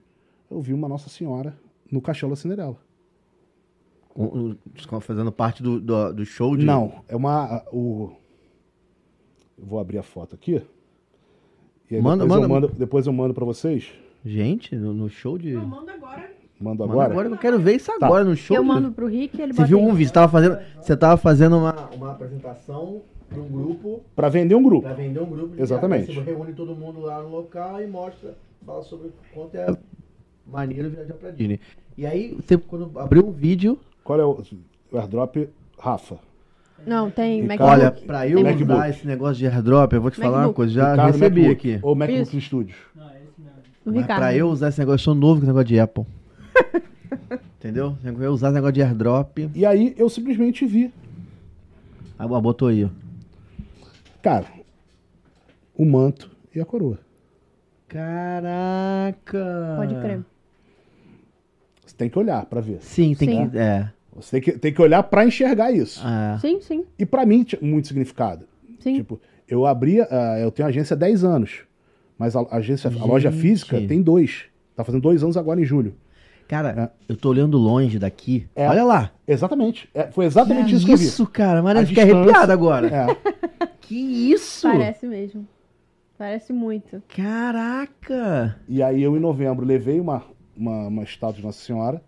[SPEAKER 3] eu vi uma Nossa Senhora no Castelo da Cinderela.
[SPEAKER 2] O- o- Fazendo parte do, do, do show de.
[SPEAKER 3] Não, é uma. a- O... Eu vou abrir a foto aqui. E aí
[SPEAKER 2] Manda,
[SPEAKER 3] depois, eu
[SPEAKER 2] manda.
[SPEAKER 3] mando, depois eu mando pra vocês.
[SPEAKER 2] Gente, no, no show de.
[SPEAKER 1] manda agora.
[SPEAKER 3] Mando
[SPEAKER 2] Manda
[SPEAKER 3] agora.
[SPEAKER 2] eu quero ver isso agora no show.
[SPEAKER 1] Eu
[SPEAKER 2] de-
[SPEAKER 1] mando pro Rick, ele
[SPEAKER 2] Você
[SPEAKER 1] bota
[SPEAKER 2] viu
[SPEAKER 1] aí.
[SPEAKER 2] um vídeo? Você tava fazendo, você tava fazendo uma, uma apresentação de um grupo
[SPEAKER 3] Pra vender um grupo.
[SPEAKER 2] pra vender um grupo. De
[SPEAKER 3] Exatamente.
[SPEAKER 2] teatro. Você reúne todo mundo lá no local e mostra, fala sobre o quanto é maneiro viajar pra Disney. E aí, você quando abriu um vídeo,
[SPEAKER 3] Qual é o, o airdrop? Rafa.
[SPEAKER 1] Não, tem
[SPEAKER 3] Ricardo,
[SPEAKER 1] MacBook.
[SPEAKER 2] olha, pra eu
[SPEAKER 3] é MacBook.
[SPEAKER 2] usar esse negócio de airdrop, eu vou te falar uma
[SPEAKER 1] MacBook.
[SPEAKER 2] coisa, já
[SPEAKER 3] Ricardo
[SPEAKER 2] recebi
[SPEAKER 3] MacBook,
[SPEAKER 2] aqui.
[SPEAKER 3] Ou MacBook
[SPEAKER 1] Isso.
[SPEAKER 3] Studios.
[SPEAKER 4] Não, é esse mesmo.
[SPEAKER 1] o
[SPEAKER 2] Mas
[SPEAKER 1] Ricardo.
[SPEAKER 2] pra eu usar esse negócio, eu sou novo com esse negócio de Apple. Entendeu? Pra Eu usar esse negócio de airdrop.
[SPEAKER 3] E aí eu simplesmente vi.
[SPEAKER 2] Ah, botou aí, ó.
[SPEAKER 3] Cara, o manto e a coroa.
[SPEAKER 2] Caraca!
[SPEAKER 1] Pode crer.
[SPEAKER 3] Você tem que olhar pra ver.
[SPEAKER 2] Sim, tem
[SPEAKER 1] Sim.
[SPEAKER 2] que. É.
[SPEAKER 3] Você tem que, tem que olhar pra enxergar isso.
[SPEAKER 2] Ah,
[SPEAKER 1] Sim, sim,
[SPEAKER 3] E pra mim tinha muito significado.
[SPEAKER 1] sim.
[SPEAKER 3] Tipo, eu abri, ah, eu tenho agência há 10 anos, mas a, a agência, a loja
[SPEAKER 2] Gente.
[SPEAKER 3] física tem dois. Tá fazendo dois anos agora em julho.
[SPEAKER 2] cara, eu tô olhando longe daqui.
[SPEAKER 3] É.
[SPEAKER 2] Olha lá.
[SPEAKER 3] Exatamente. É, foi exatamente
[SPEAKER 2] Que
[SPEAKER 3] isso que eu vi.
[SPEAKER 2] isso, cara. Maria,
[SPEAKER 3] A
[SPEAKER 2] fiquei
[SPEAKER 3] distância-
[SPEAKER 2] arrepiado agora.
[SPEAKER 3] É.
[SPEAKER 2] Que isso?
[SPEAKER 1] Parece mesmo. Parece muito.
[SPEAKER 2] Caraca!
[SPEAKER 3] E aí eu, em novembro, levei uma, uma, uma estátua de Nossa Senhora,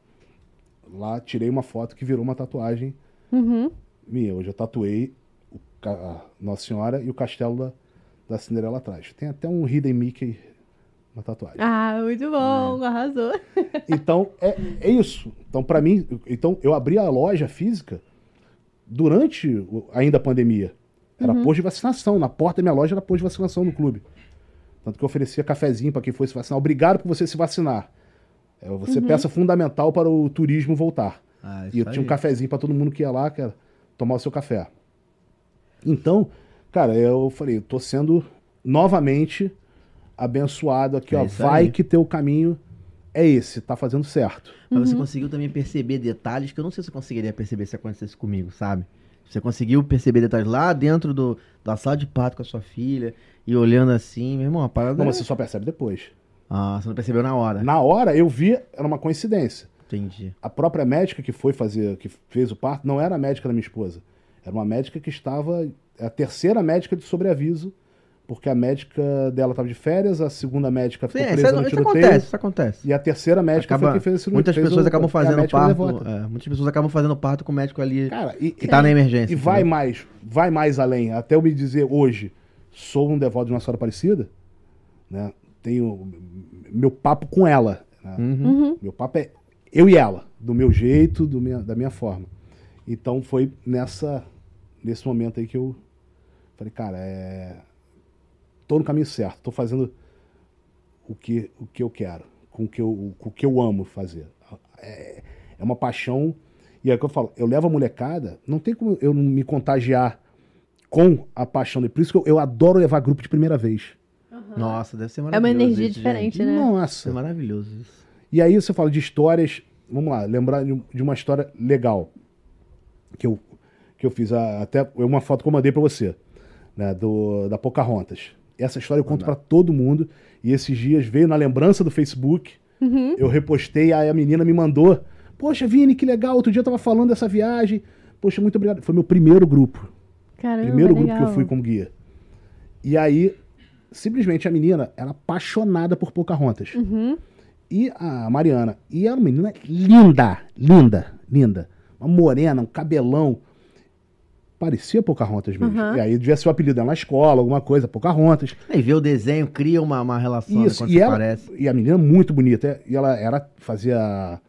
[SPEAKER 3] lá tirei uma foto que virou uma tatuagem
[SPEAKER 1] Uhum.
[SPEAKER 3] Minha, hoje eu tatuei o ca- a Nossa Senhora e o castelo da, da Cinderela atrás. Tem até um Hidden Mickey na tatuagem.
[SPEAKER 1] Ah, muito bom, arrasou.
[SPEAKER 3] Então, é, é isso. Então, pra mim, então eu abri a loja física durante o- ainda a pandemia. Era posto de vacinação. Na porta da minha loja era posto de vacinação no clube. Tanto que eu oferecia cafezinho pra quem fosse vacinar. Obrigado por você se vacinar. É, você peça fundamental para o turismo voltar.
[SPEAKER 2] Ah,
[SPEAKER 3] um E eu tinha um cafezinho pra todo mundo que ia lá, que era tomar o seu café. Então, cara, eu falei, eu tô sendo novamente abençoado aqui,
[SPEAKER 2] É
[SPEAKER 3] ó.
[SPEAKER 2] isso
[SPEAKER 3] Vai
[SPEAKER 2] aí.
[SPEAKER 3] que teu caminho é esse, tá fazendo certo.
[SPEAKER 2] Mas
[SPEAKER 1] Uhum.
[SPEAKER 2] você conseguiu também perceber detalhes que eu não sei se eu conseguiria perceber se acontecesse comigo, sabe? Você conseguiu perceber detalhes lá dentro do, da sala de pato com a sua filha e olhando assim, meu irmão, a parada.
[SPEAKER 3] Não,
[SPEAKER 2] é-
[SPEAKER 3] mas você só percebe depois.
[SPEAKER 2] Ah, você não percebeu na hora.
[SPEAKER 3] Na hora eu vi, era uma coincidência.
[SPEAKER 2] Entendi.
[SPEAKER 3] A própria médica que foi fazer, que fez o parto, não era a médica da minha esposa. Era uma médica que estava. é A terceira médica de sobreaviso, porque a médica dela estava de férias, a segunda médica
[SPEAKER 2] Sim,
[SPEAKER 3] ficou
[SPEAKER 2] é,
[SPEAKER 3] presa
[SPEAKER 2] isso,
[SPEAKER 3] no
[SPEAKER 2] isso
[SPEAKER 3] tiroteio.
[SPEAKER 2] acontece, isso acontece.
[SPEAKER 3] E a terceira médica
[SPEAKER 2] Acaba-
[SPEAKER 3] foi que fez a cirurgia.
[SPEAKER 2] muitas
[SPEAKER 3] fez
[SPEAKER 2] pessoas
[SPEAKER 3] o-
[SPEAKER 2] acabam
[SPEAKER 3] a
[SPEAKER 2] fazendo
[SPEAKER 3] médica
[SPEAKER 2] parto.
[SPEAKER 3] levou a-
[SPEAKER 2] é, muitas pessoas acabam fazendo parto com o médico ali
[SPEAKER 3] Cara, e,
[SPEAKER 2] que tá na emergência.
[SPEAKER 3] e vai
[SPEAKER 2] entendeu?
[SPEAKER 3] mais, vai mais além. Até eu me dizer hoje, sou um devoto de Nossa Senhora Aparecida, né? Tenho meu papo com ela. né?
[SPEAKER 2] Uhum.
[SPEAKER 1] Uhum.
[SPEAKER 3] Meu papo é eu e ela, do meu jeito, do minha- da minha forma. Então foi nessa nesse momento aí que eu falei, cara, é tô no caminho certo, tô fazendo o que o que eu quero, com o que eu com o que eu amo fazer. É, é uma paixão e é o que eu falo, eu levo a molecada, não tem como eu não me contagiar com a paixão dele. Por isso que eu, eu adoro levar grupo de primeira vez.
[SPEAKER 2] Nossa, deve ser
[SPEAKER 1] É uma
[SPEAKER 2] maravilhoso.
[SPEAKER 1] energia
[SPEAKER 2] isso,
[SPEAKER 1] diferente,
[SPEAKER 2] Gente.
[SPEAKER 1] né?
[SPEAKER 2] Isso é
[SPEAKER 3] Nossa.
[SPEAKER 2] maravilhoso isso.
[SPEAKER 3] E aí você fala de histórias, vamos lá, lembrar de um- de uma história legal que eu, que eu fiz a- até é uma foto que eu mandei pra você, né, do da Pocahontas. Essa história eu conto pra todo mundo e esses dias veio na lembrança do Facebook,
[SPEAKER 1] Uhum.
[SPEAKER 3] eu repostei, aí a menina me mandou, poxa Vini, que legal, outro dia eu tava falando dessa viagem, poxa, muito obrigado. Foi meu primeiro grupo,
[SPEAKER 1] Caramba,
[SPEAKER 3] primeiro grupo
[SPEAKER 1] Ah, legal.
[SPEAKER 3] que eu fui como guia. E aí, simplesmente a menina era apaixonada por Pocahontas
[SPEAKER 1] Uhum.
[SPEAKER 3] e a Mariana. E era uma menina linda, linda, linda. Uma morena, um cabelão. Parecia Pocahontas mesmo.
[SPEAKER 1] Aham.
[SPEAKER 3] E aí devia ser o apelido dela na escola, alguma coisa, Pocahontas.
[SPEAKER 2] Aí vê o desenho, cria uma, uma relação né,
[SPEAKER 3] Isso,
[SPEAKER 2] quando
[SPEAKER 3] e
[SPEAKER 2] você
[SPEAKER 3] ela,
[SPEAKER 2] parece.
[SPEAKER 3] e a menina é muito bonita. E ela era, fazia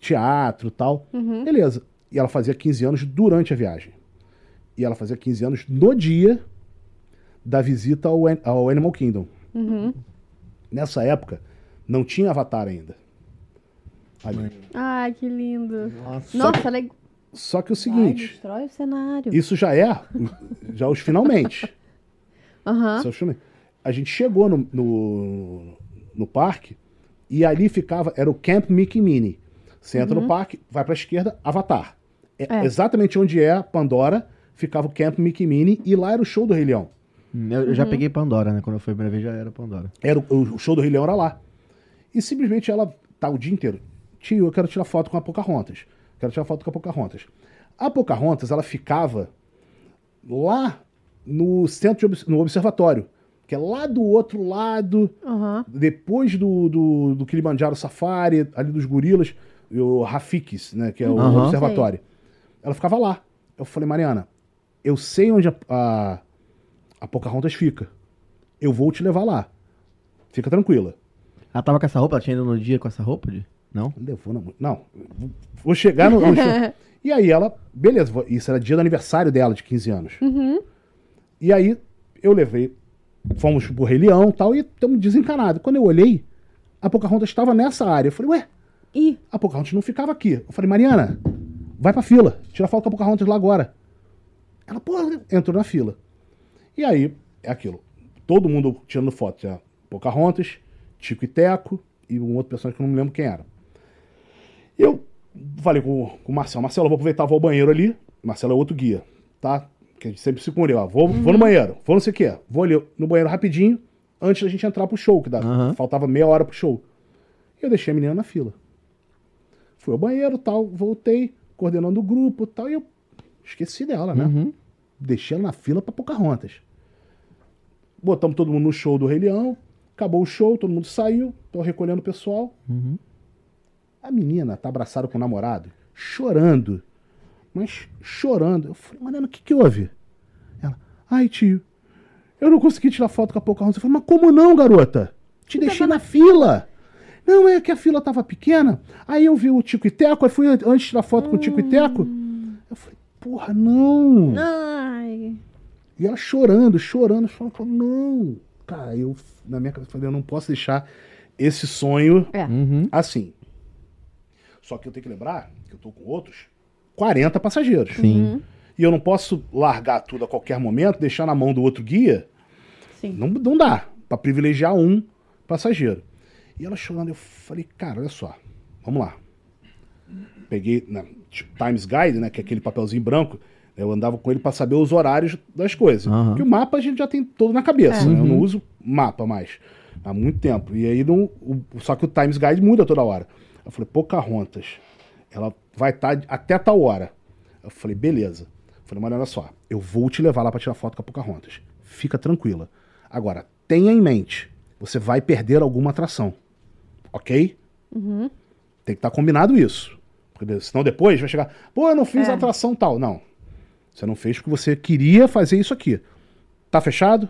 [SPEAKER 3] teatro e tal.
[SPEAKER 1] Uhum.
[SPEAKER 3] Beleza. E ela fazia 15 anos durante a viagem. E ela fazia 15 anos no dia da visita ao, An- ao Animal Kingdom.
[SPEAKER 1] Uhum.
[SPEAKER 3] Nessa época, não tinha Avatar ainda. Ali.
[SPEAKER 1] Ai, que lindo.
[SPEAKER 2] Nossa.
[SPEAKER 1] Nossa, legal.
[SPEAKER 3] Só que é o
[SPEAKER 1] Ai,
[SPEAKER 3] seguinte,
[SPEAKER 1] destrói o cenário.
[SPEAKER 3] isso já é já os finalmente.
[SPEAKER 1] Aham.
[SPEAKER 3] Isso é os finalmente. A gente chegou no, no, no parque e ali ficava, era o Camp Mickey Mini. Você entra no parque, vai pra esquerda, Avatar. É
[SPEAKER 1] É.
[SPEAKER 3] Exatamente onde é a Pandora, ficava o Camp Mickey Mini e lá era o show do Rei Leão.
[SPEAKER 1] Uhum.
[SPEAKER 2] Eu, eu já peguei Pandora, né? Quando eu fui a primeira vez já era Pandora.
[SPEAKER 3] Era o, o show do Rei Leão era lá. E simplesmente ela tá o dia inteiro. Tio, eu quero tirar foto com a Pocahontas. Quero tirar foto com a Pocahontas. A Pocahontas, ela ficava lá no centro de obs- no observatório, que é lá do outro lado,
[SPEAKER 1] Aham.
[SPEAKER 3] depois do, do, do Kilimanjaro Safari, ali dos gorilas, e o Rafikis, né, que é o
[SPEAKER 2] Aham.
[SPEAKER 3] observatório. Ela ficava lá. Eu falei, Mariana, eu sei onde a, a, a Pocahontas fica. Eu vou te levar lá. Fica tranquila.
[SPEAKER 2] Ela tava com essa roupa? Ela tinha ido no dia com essa roupa? De... Não?
[SPEAKER 3] Levou na... Não, vou chegar no... no show. e aí ela... Beleza, vou- isso era dia do aniversário dela, de 15 anos. E aí eu levei... Fomos pro Rei Leão e tal, e estamos desencanados. Quando eu olhei, a Pocahontas estava nessa área. Eu falei, ué,
[SPEAKER 1] Ih,
[SPEAKER 3] a Pocahontas não ficava aqui. Eu falei, Mariana, vai pra fila. Tira foto com a Pocahontas lá agora. Ela, porra, entrou na fila. E aí, é aquilo. Todo mundo tirando foto. Tinha Pocahontas, Tico e Teco e um outro personagem que eu não me lembro quem era. Eu falei com, com o Marcelo. Marcelo, eu vou aproveitar, vou ao banheiro ali. Marcelo é outro guia, tá? Que a gente sempre se comunica. ó, Vou, vou no banheiro, vou não sei o quê. Vou ali no banheiro rapidinho, antes da gente entrar pro show, que dá,
[SPEAKER 2] Aham.
[SPEAKER 3] faltava meia hora pro show. Eu deixei a menina na fila. Fui ao banheiro, tal, voltei, coordenando o grupo, tal, e eu esqueci dela, né?
[SPEAKER 2] Uhum.
[SPEAKER 3] Deixei ela na fila pra Pocahontas. Botamos todo mundo no show do Rei Leão. Acabou o show, todo mundo saiu. Tô recolhendo o pessoal.
[SPEAKER 2] Uhum.
[SPEAKER 3] A menina tá abraçada com o namorado, chorando. Mas chorando. Eu falei, Mariana, o que que houve? Ela, ai tio, eu não consegui tirar foto com a Pocahontas. Eu falei, mas como não, garota? Te deixei na fila. Não, é que a fila tava pequena. Aí eu vi o Tico e Teco, aí fui an- antes tirar foto com o Tico e Teco. Eu falei, porra, não.
[SPEAKER 1] ai.
[SPEAKER 3] E ela chorando, chorando, chorando. Falou, não. Cara, eu, na minha cabeça, falei, eu não posso deixar esse sonho
[SPEAKER 1] É.
[SPEAKER 2] Uhum.
[SPEAKER 3] assim. Só que eu tenho que lembrar que eu tô com outros 40 passageiros.
[SPEAKER 2] Sim.
[SPEAKER 1] Uhum.
[SPEAKER 3] e eu não posso largar tudo a qualquer momento, deixar na mão do outro guia,
[SPEAKER 1] Sim.
[SPEAKER 3] não, não dá para privilegiar um passageiro. E ela chorando, eu falei, cara, olha só, vamos lá. Peguei na tipo, Times Guide, né, que é aquele papelzinho branco, né, eu andava com ele para saber os horários das coisas.
[SPEAKER 2] Aham.
[SPEAKER 3] Porque o mapa a gente já tem todo na cabeça,
[SPEAKER 1] É.
[SPEAKER 3] né? Eu não uso mapa mais, há muito tempo. E aí, não, o- só que o Times Guide muda toda hora. Eu falei, Pocahontas, ela vai estar até tal hora. Eu falei, beleza. Eu falei, mas olha só, eu vou te levar lá pra tirar foto com a Pocahontas. Fica tranquila. Agora, tenha em mente, você vai perder alguma atração. Ok? Uhum. Tem que estar combinado isso. Porque senão depois vai chegar, pô, eu não fiz
[SPEAKER 1] É.
[SPEAKER 3] a atração tal. Não. Você não fez porque você queria fazer isso aqui. Tá fechado?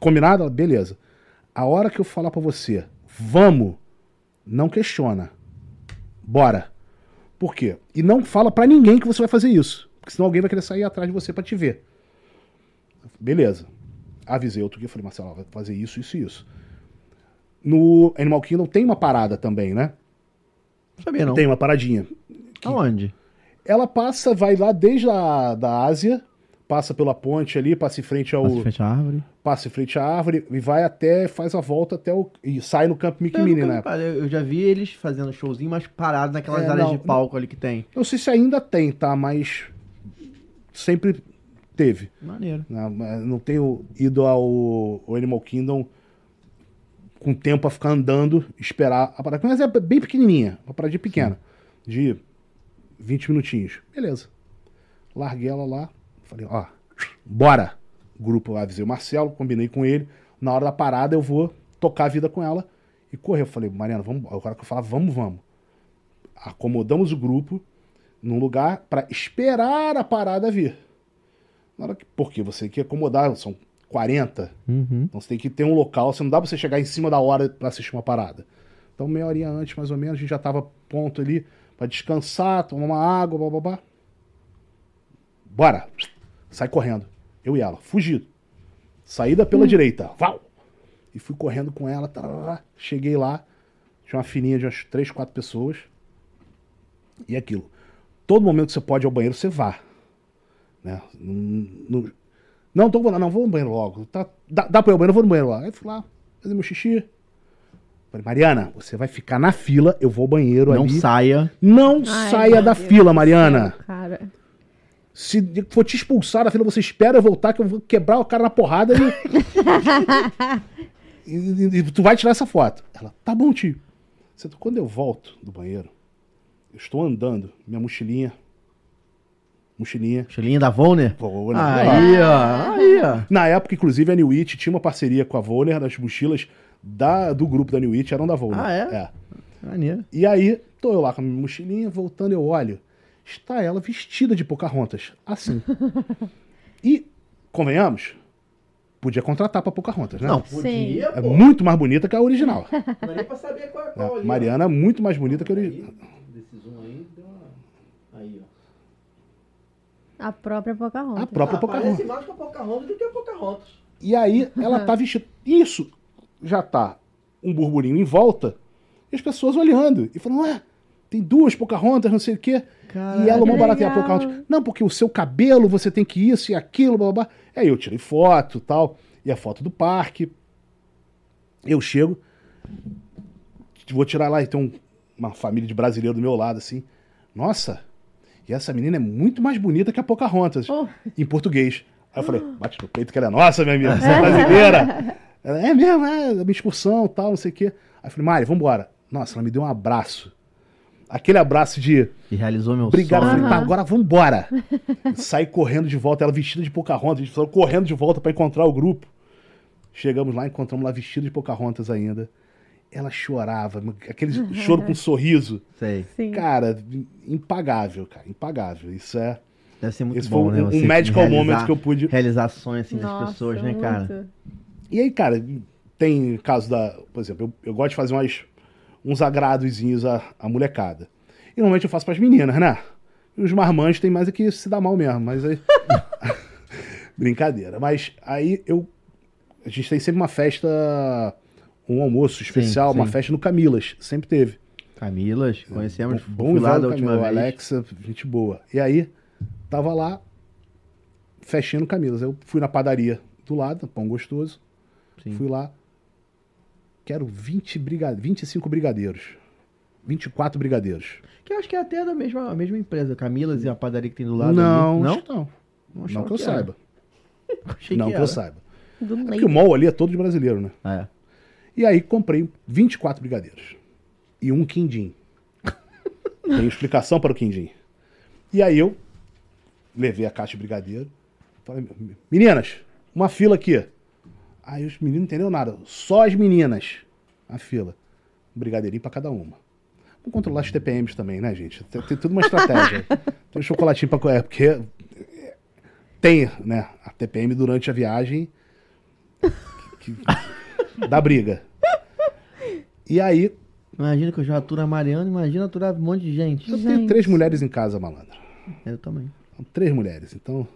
[SPEAKER 3] Combinado? Ela, Beleza. A hora que eu falar pra você, vamos, não questiona. Bora. Por quê? E não fala pra ninguém que você vai fazer isso. Porque senão alguém vai querer sair atrás de você pra te ver. Beleza. Avisei outro dia, falei, Marcelo, ó, vai fazer isso, isso e isso. No Animal Kingdom tem uma parada também, né?
[SPEAKER 2] Não sabia, não.
[SPEAKER 3] Tem uma paradinha.
[SPEAKER 2] Aonde?
[SPEAKER 3] Ela passa, vai lá desde a da Ásia, passa pela ponte ali, passa em frente ao.
[SPEAKER 2] Passa em frente à árvore.
[SPEAKER 3] Passa em frente à árvore e vai até, faz a volta até o. E sai no Camp Mickey
[SPEAKER 2] Eu
[SPEAKER 3] Mini,
[SPEAKER 2] nunca
[SPEAKER 3] né?
[SPEAKER 2] reparei, Eu já vi eles fazendo showzinho, mas parado naquelas
[SPEAKER 3] É,
[SPEAKER 2] áreas
[SPEAKER 3] não,
[SPEAKER 2] de palco ali que tem.
[SPEAKER 3] Não sei se ainda tem, tá? Mas. Sempre teve.
[SPEAKER 2] Maneiro.
[SPEAKER 3] né? Mas Não tenho ido ao, ao Animal Kingdom com tempo a ficar andando, esperar a parada. Mas é bem pequenininha, uma paradinha pequena, de 20 minutinhos. Beleza. Larguei ela lá, falei, ó, bora. Grupo, eu avisei o Marcelo, combinei com ele. Na hora da parada eu vou tocar a vida com ela e correr. Eu falei, Mariana, vamos. O cara que eu falava, vamos, vamos. Acomodamos o grupo num lugar para esperar a parada vir. Na hora que- porque você tem que acomodar, são 40.
[SPEAKER 2] Uhum.
[SPEAKER 3] Então você tem que ter um local, você não dá pra você chegar em cima da hora pra assistir uma parada. Então meia horinha antes, mais ou menos, a gente já tava pronto ali pra descansar, tomar uma água, bababá. Bora! Sai correndo. Eu e ela, fugido. Saída
[SPEAKER 1] Hum.
[SPEAKER 3] pela direita. Vau! E fui correndo com ela. tarará. Cheguei lá. Tinha uma fininha de umas três, quatro pessoas. E aquilo. Todo momento que você pode ir ao banheiro, você vá. Né? Não, não- não, então vou lá, não, vou no banheiro logo. Tá, dá, dá pra ir ao banheiro, eu vou no banheiro lá. Aí fui lá, fazer meu xixi. Falei, Mariana, você vai ficar na fila, eu vou ao banheiro
[SPEAKER 2] Não
[SPEAKER 3] ali.
[SPEAKER 2] saia.
[SPEAKER 3] Não
[SPEAKER 1] Ai,
[SPEAKER 3] saia
[SPEAKER 1] meu
[SPEAKER 3] da
[SPEAKER 1] Deus
[SPEAKER 3] fila,
[SPEAKER 1] do
[SPEAKER 3] Mariana.
[SPEAKER 1] céu, cara.
[SPEAKER 3] Se for te expulsar da fila, você espera eu voltar, que eu vou quebrar o cara na porrada e. e, e- e tu vai tirar essa foto. Ela, tá bom, tio. Você- Quando eu volto do banheiro, eu estou andando, minha mochilinha. Mochilinha.
[SPEAKER 2] Mochilinha da Vonner.
[SPEAKER 3] Vou olhar.
[SPEAKER 2] Aí, ó. Aí, ó.
[SPEAKER 3] Na época, inclusive, a New It tinha uma parceria com a Voner, das mochilas da, do grupo da New It eram da Voner.
[SPEAKER 2] Ah, é? Maneiro.
[SPEAKER 3] E aí, tô eu lá com a minha mochilinha, voltando, eu olho. Está ela vestida de Pocahontas. Assim. e, convenhamos, podia contratar pra Pocahontas, né?
[SPEAKER 2] Não,
[SPEAKER 1] Sim.
[SPEAKER 2] podia,
[SPEAKER 3] É
[SPEAKER 2] pô.
[SPEAKER 3] muito mais bonita que a original.
[SPEAKER 2] Não é nem pra saber qual é
[SPEAKER 3] né?
[SPEAKER 2] qual ali, ó.
[SPEAKER 3] Mariana é muito mais bonita que a original.
[SPEAKER 2] Aí, Desse zoom aí, deu uma... Aí, ó.
[SPEAKER 1] A própria Pocahontas.
[SPEAKER 3] A própria
[SPEAKER 2] Ah,
[SPEAKER 3] Pocahontas.
[SPEAKER 2] Parece mais com a Pocahontas do que a Pocahontas.
[SPEAKER 3] E aí ela tá vestida. Isso já tá um burburinho em volta e as pessoas olhando e falando: ué, tem duas Pocahontas, não sei o quê.
[SPEAKER 2] Caraca.
[SPEAKER 3] e ela uma
[SPEAKER 1] Que
[SPEAKER 3] barata e a
[SPEAKER 1] legal.
[SPEAKER 3] Pocahontas. Não, porque o seu cabelo você tem que isso e aquilo, blá blá blá. Aí eu tirei foto e tal. E a foto do parque. Eu chego. Vou tirar lá, e tem um- uma família de brasileiro do meu lado, assim. Nossa, e essa menina é muito mais bonita que a Pocahontas
[SPEAKER 1] Oh,
[SPEAKER 3] em português. Aí eu falei, bate no peito que ela é nossa, minha amiga, você é brasileira. Ela, é mesmo, é, da minha excursão tal, não sei o quê. Aí eu falei, Mari, vambora. Nossa, ela me deu um abraço. Aquele abraço de
[SPEAKER 2] E realizou meu
[SPEAKER 3] obrigado, eu
[SPEAKER 2] sonho.
[SPEAKER 3] falei, tá,
[SPEAKER 1] Aham.
[SPEAKER 3] agora vambora. Saí correndo de volta, ela vestida de Pocahontas, a gente saiu correndo de volta pra encontrar o grupo. Chegamos lá, encontramos lá vestida de Pocahontas ainda. Ela chorava, aquele choro com um sorriso.
[SPEAKER 2] Sei.
[SPEAKER 1] sim.
[SPEAKER 3] Cara, impagável, cara, impagável. Isso é.
[SPEAKER 2] Deve ser muito
[SPEAKER 3] Esse
[SPEAKER 2] bom,
[SPEAKER 3] foi um-
[SPEAKER 2] né?
[SPEAKER 3] um
[SPEAKER 2] Você
[SPEAKER 3] magical
[SPEAKER 2] realizar-
[SPEAKER 3] moment que eu pude-
[SPEAKER 2] Realizar sonhos, assim,
[SPEAKER 1] Nossa,
[SPEAKER 2] das pessoas, né,
[SPEAKER 1] muito.
[SPEAKER 2] cara?
[SPEAKER 3] E aí, cara, tem caso da. Por exemplo, eu, eu gosto de fazer umas, uns agradozinhos à, à molecada. E normalmente eu faço pras meninas, né? E os marmanjos tem mais é que se dá mal mesmo, mas aí. Brincadeira. Mas aí eu. A gente tem sempre uma festa. Um almoço especial,
[SPEAKER 2] sim.
[SPEAKER 3] uma festa no Camilas. Sempre teve.
[SPEAKER 2] Camilas, conhecemos.
[SPEAKER 3] Bom-
[SPEAKER 2] fui
[SPEAKER 3] e
[SPEAKER 2] lá
[SPEAKER 3] velho
[SPEAKER 2] da última
[SPEAKER 3] Camila,
[SPEAKER 2] vez.
[SPEAKER 3] Alexa, gente boa. E aí, tava lá, festinha no Camilas. Eu fui na padaria do lado, pão gostoso.
[SPEAKER 2] Sim.
[SPEAKER 3] Fui lá. Quero 20 briga... 25 brigadeiros. 24 brigadeiros.
[SPEAKER 2] Que eu acho que é até da mesma, a mesma empresa. Camilas e a padaria que tem do lado. ali.
[SPEAKER 3] não,
[SPEAKER 2] Não?
[SPEAKER 3] acho que não. Não,
[SPEAKER 2] achava
[SPEAKER 3] que eu
[SPEAKER 2] que era.
[SPEAKER 3] saiba.
[SPEAKER 2] Achei
[SPEAKER 3] não que,
[SPEAKER 2] era.
[SPEAKER 3] eu saiba.
[SPEAKER 1] Do
[SPEAKER 3] É
[SPEAKER 1] leite.
[SPEAKER 3] porque o mall ali é todo de brasileiro, né?
[SPEAKER 2] Ah, é.
[SPEAKER 3] E aí comprei 24 brigadeiros. E um quindim. Tem explicação para o quindim. E aí eu levei a caixa de brigadeiro. Falei, meninas, uma fila aqui. Aí os meninos não entenderam nada. Só as meninas. A fila. Um brigadeirinho para cada uma. Vamos controlar os TPMs também, né, gente? Tem, tem tudo uma estratégia. tem um chocolatinho para... É, porque é, tem, né, a TPM durante a viagem que- que- da briga. E aí,
[SPEAKER 2] Imagina que eu já aturo a Mariana, imagina aturar um monte de gente. É,
[SPEAKER 3] eu tenho
[SPEAKER 1] Gente.
[SPEAKER 3] três mulheres em casa, malandra.
[SPEAKER 2] Eu também.
[SPEAKER 3] São Três mulheres, então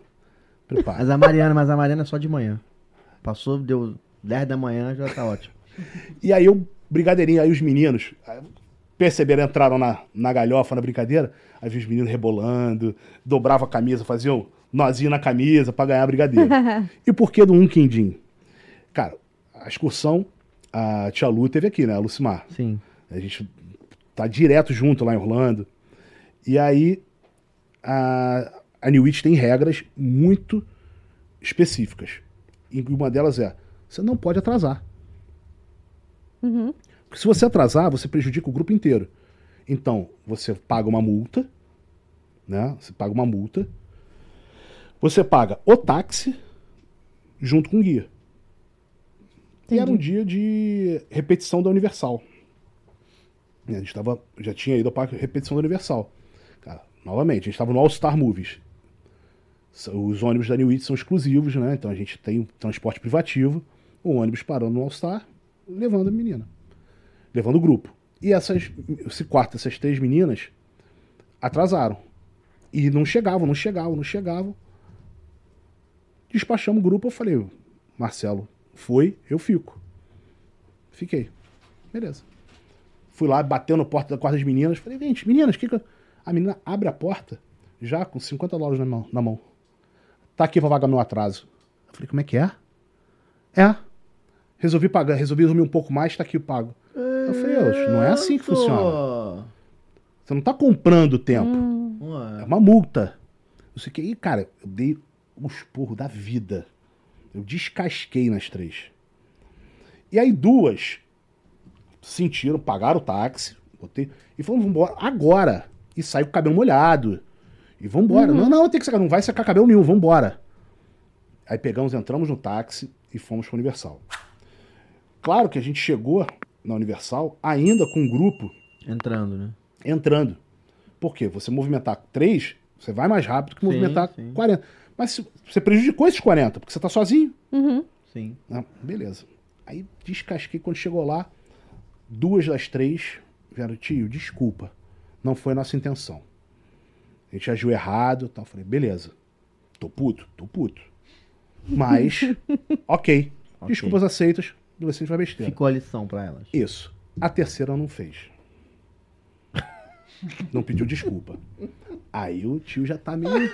[SPEAKER 3] prepara.
[SPEAKER 2] Mas a Mariana, mas a Mariana é só de manhã. Passou, deu 10 da manhã, já tá ótimo.
[SPEAKER 3] E aí o brigadeirinho, aí os meninos aí perceberam, entraram na, na galhofa, na brincadeira, aí vi os meninos rebolando, dobravam a camisa, faziam um nozinho na camisa pra ganhar brigadeiro. e por que do um quindim? Cara, a excursão, a tia Lu teve aqui, né, a Lucimar.
[SPEAKER 2] Sim.
[SPEAKER 3] A gente tá direto junto lá em Orlando. E aí a, a New It tem regras muito específicas. E uma delas é: você não pode atrasar.
[SPEAKER 1] Uhum.
[SPEAKER 3] Porque se você atrasar, você prejudica o grupo inteiro. Então, você paga uma multa, né? Você paga uma multa. Você paga o táxi junto com o guia. E era um dia de repetição da Universal. E A gente tava, já tinha ido ao parque de repetição da Universal. Cara, novamente, a gente estava no All Star Movies. S- Os ônibus da New It são exclusivos, né? Então a gente tem um transporte privativo, o ônibus parando no All Star, levando a menina. Levando o grupo. E essas, esse quarto, essas três meninas, atrasaram. E não chegavam, não chegavam, não chegavam. Despachamos o grupo, eu falei, Marcelo, foi, eu fico. Fiquei. Beleza. Fui lá, bateu na porta da quarta das meninas. Falei, gente, meninas, que que... eu-" A menina abre a porta, já com 50 dólares na mão. Na mão. Tá aqui pra vagar meu atraso. Eu falei, como é que é? É. Resolvi pagar, resolvi dormir um pouco mais, tá aqui pago. Eu falei, "Oxe, não é assim que funciona. Você não tá comprando tempo. É
[SPEAKER 2] Ué,
[SPEAKER 3] uma multa. Eu sei que aí, cara, eu dei o esporro da vida. Eu descasquei nas três. E aí duas sentiram, pagaram o táxi, botei, e falaram, vambora, agora. E saiu com o cabelo molhado. E vambora. Não, não, tem que secar. Não vai secar cabelo nenhum, vambora. Aí pegamos, entramos no táxi e fomos pra Universal. Claro que a gente chegou na Universal ainda com um grupo
[SPEAKER 2] Entrando, né?
[SPEAKER 3] entrando. Por quê? Você movimentar 3, você vai mais rápido que
[SPEAKER 2] Sim,
[SPEAKER 3] movimentar
[SPEAKER 2] sim.
[SPEAKER 3] 40. Mas se- você prejudicou esses 40, porque você tá sozinho.
[SPEAKER 1] Uhum.
[SPEAKER 2] Sim.
[SPEAKER 3] Ah, beleza. Aí descasquei quando chegou lá. Duas das três vieram, tio, desculpa. Não foi a nossa intenção. A gente agiu errado e tal. Falei, beleza. Tô puto, tô puto. Mas, ok.
[SPEAKER 2] Ok.
[SPEAKER 3] Desculpas aceitas, adolescente vai besteira.
[SPEAKER 2] Ficou a lição pra elas.
[SPEAKER 3] Isso. A terceira não fez. Não pediu desculpa. Aí o tio já tá meio.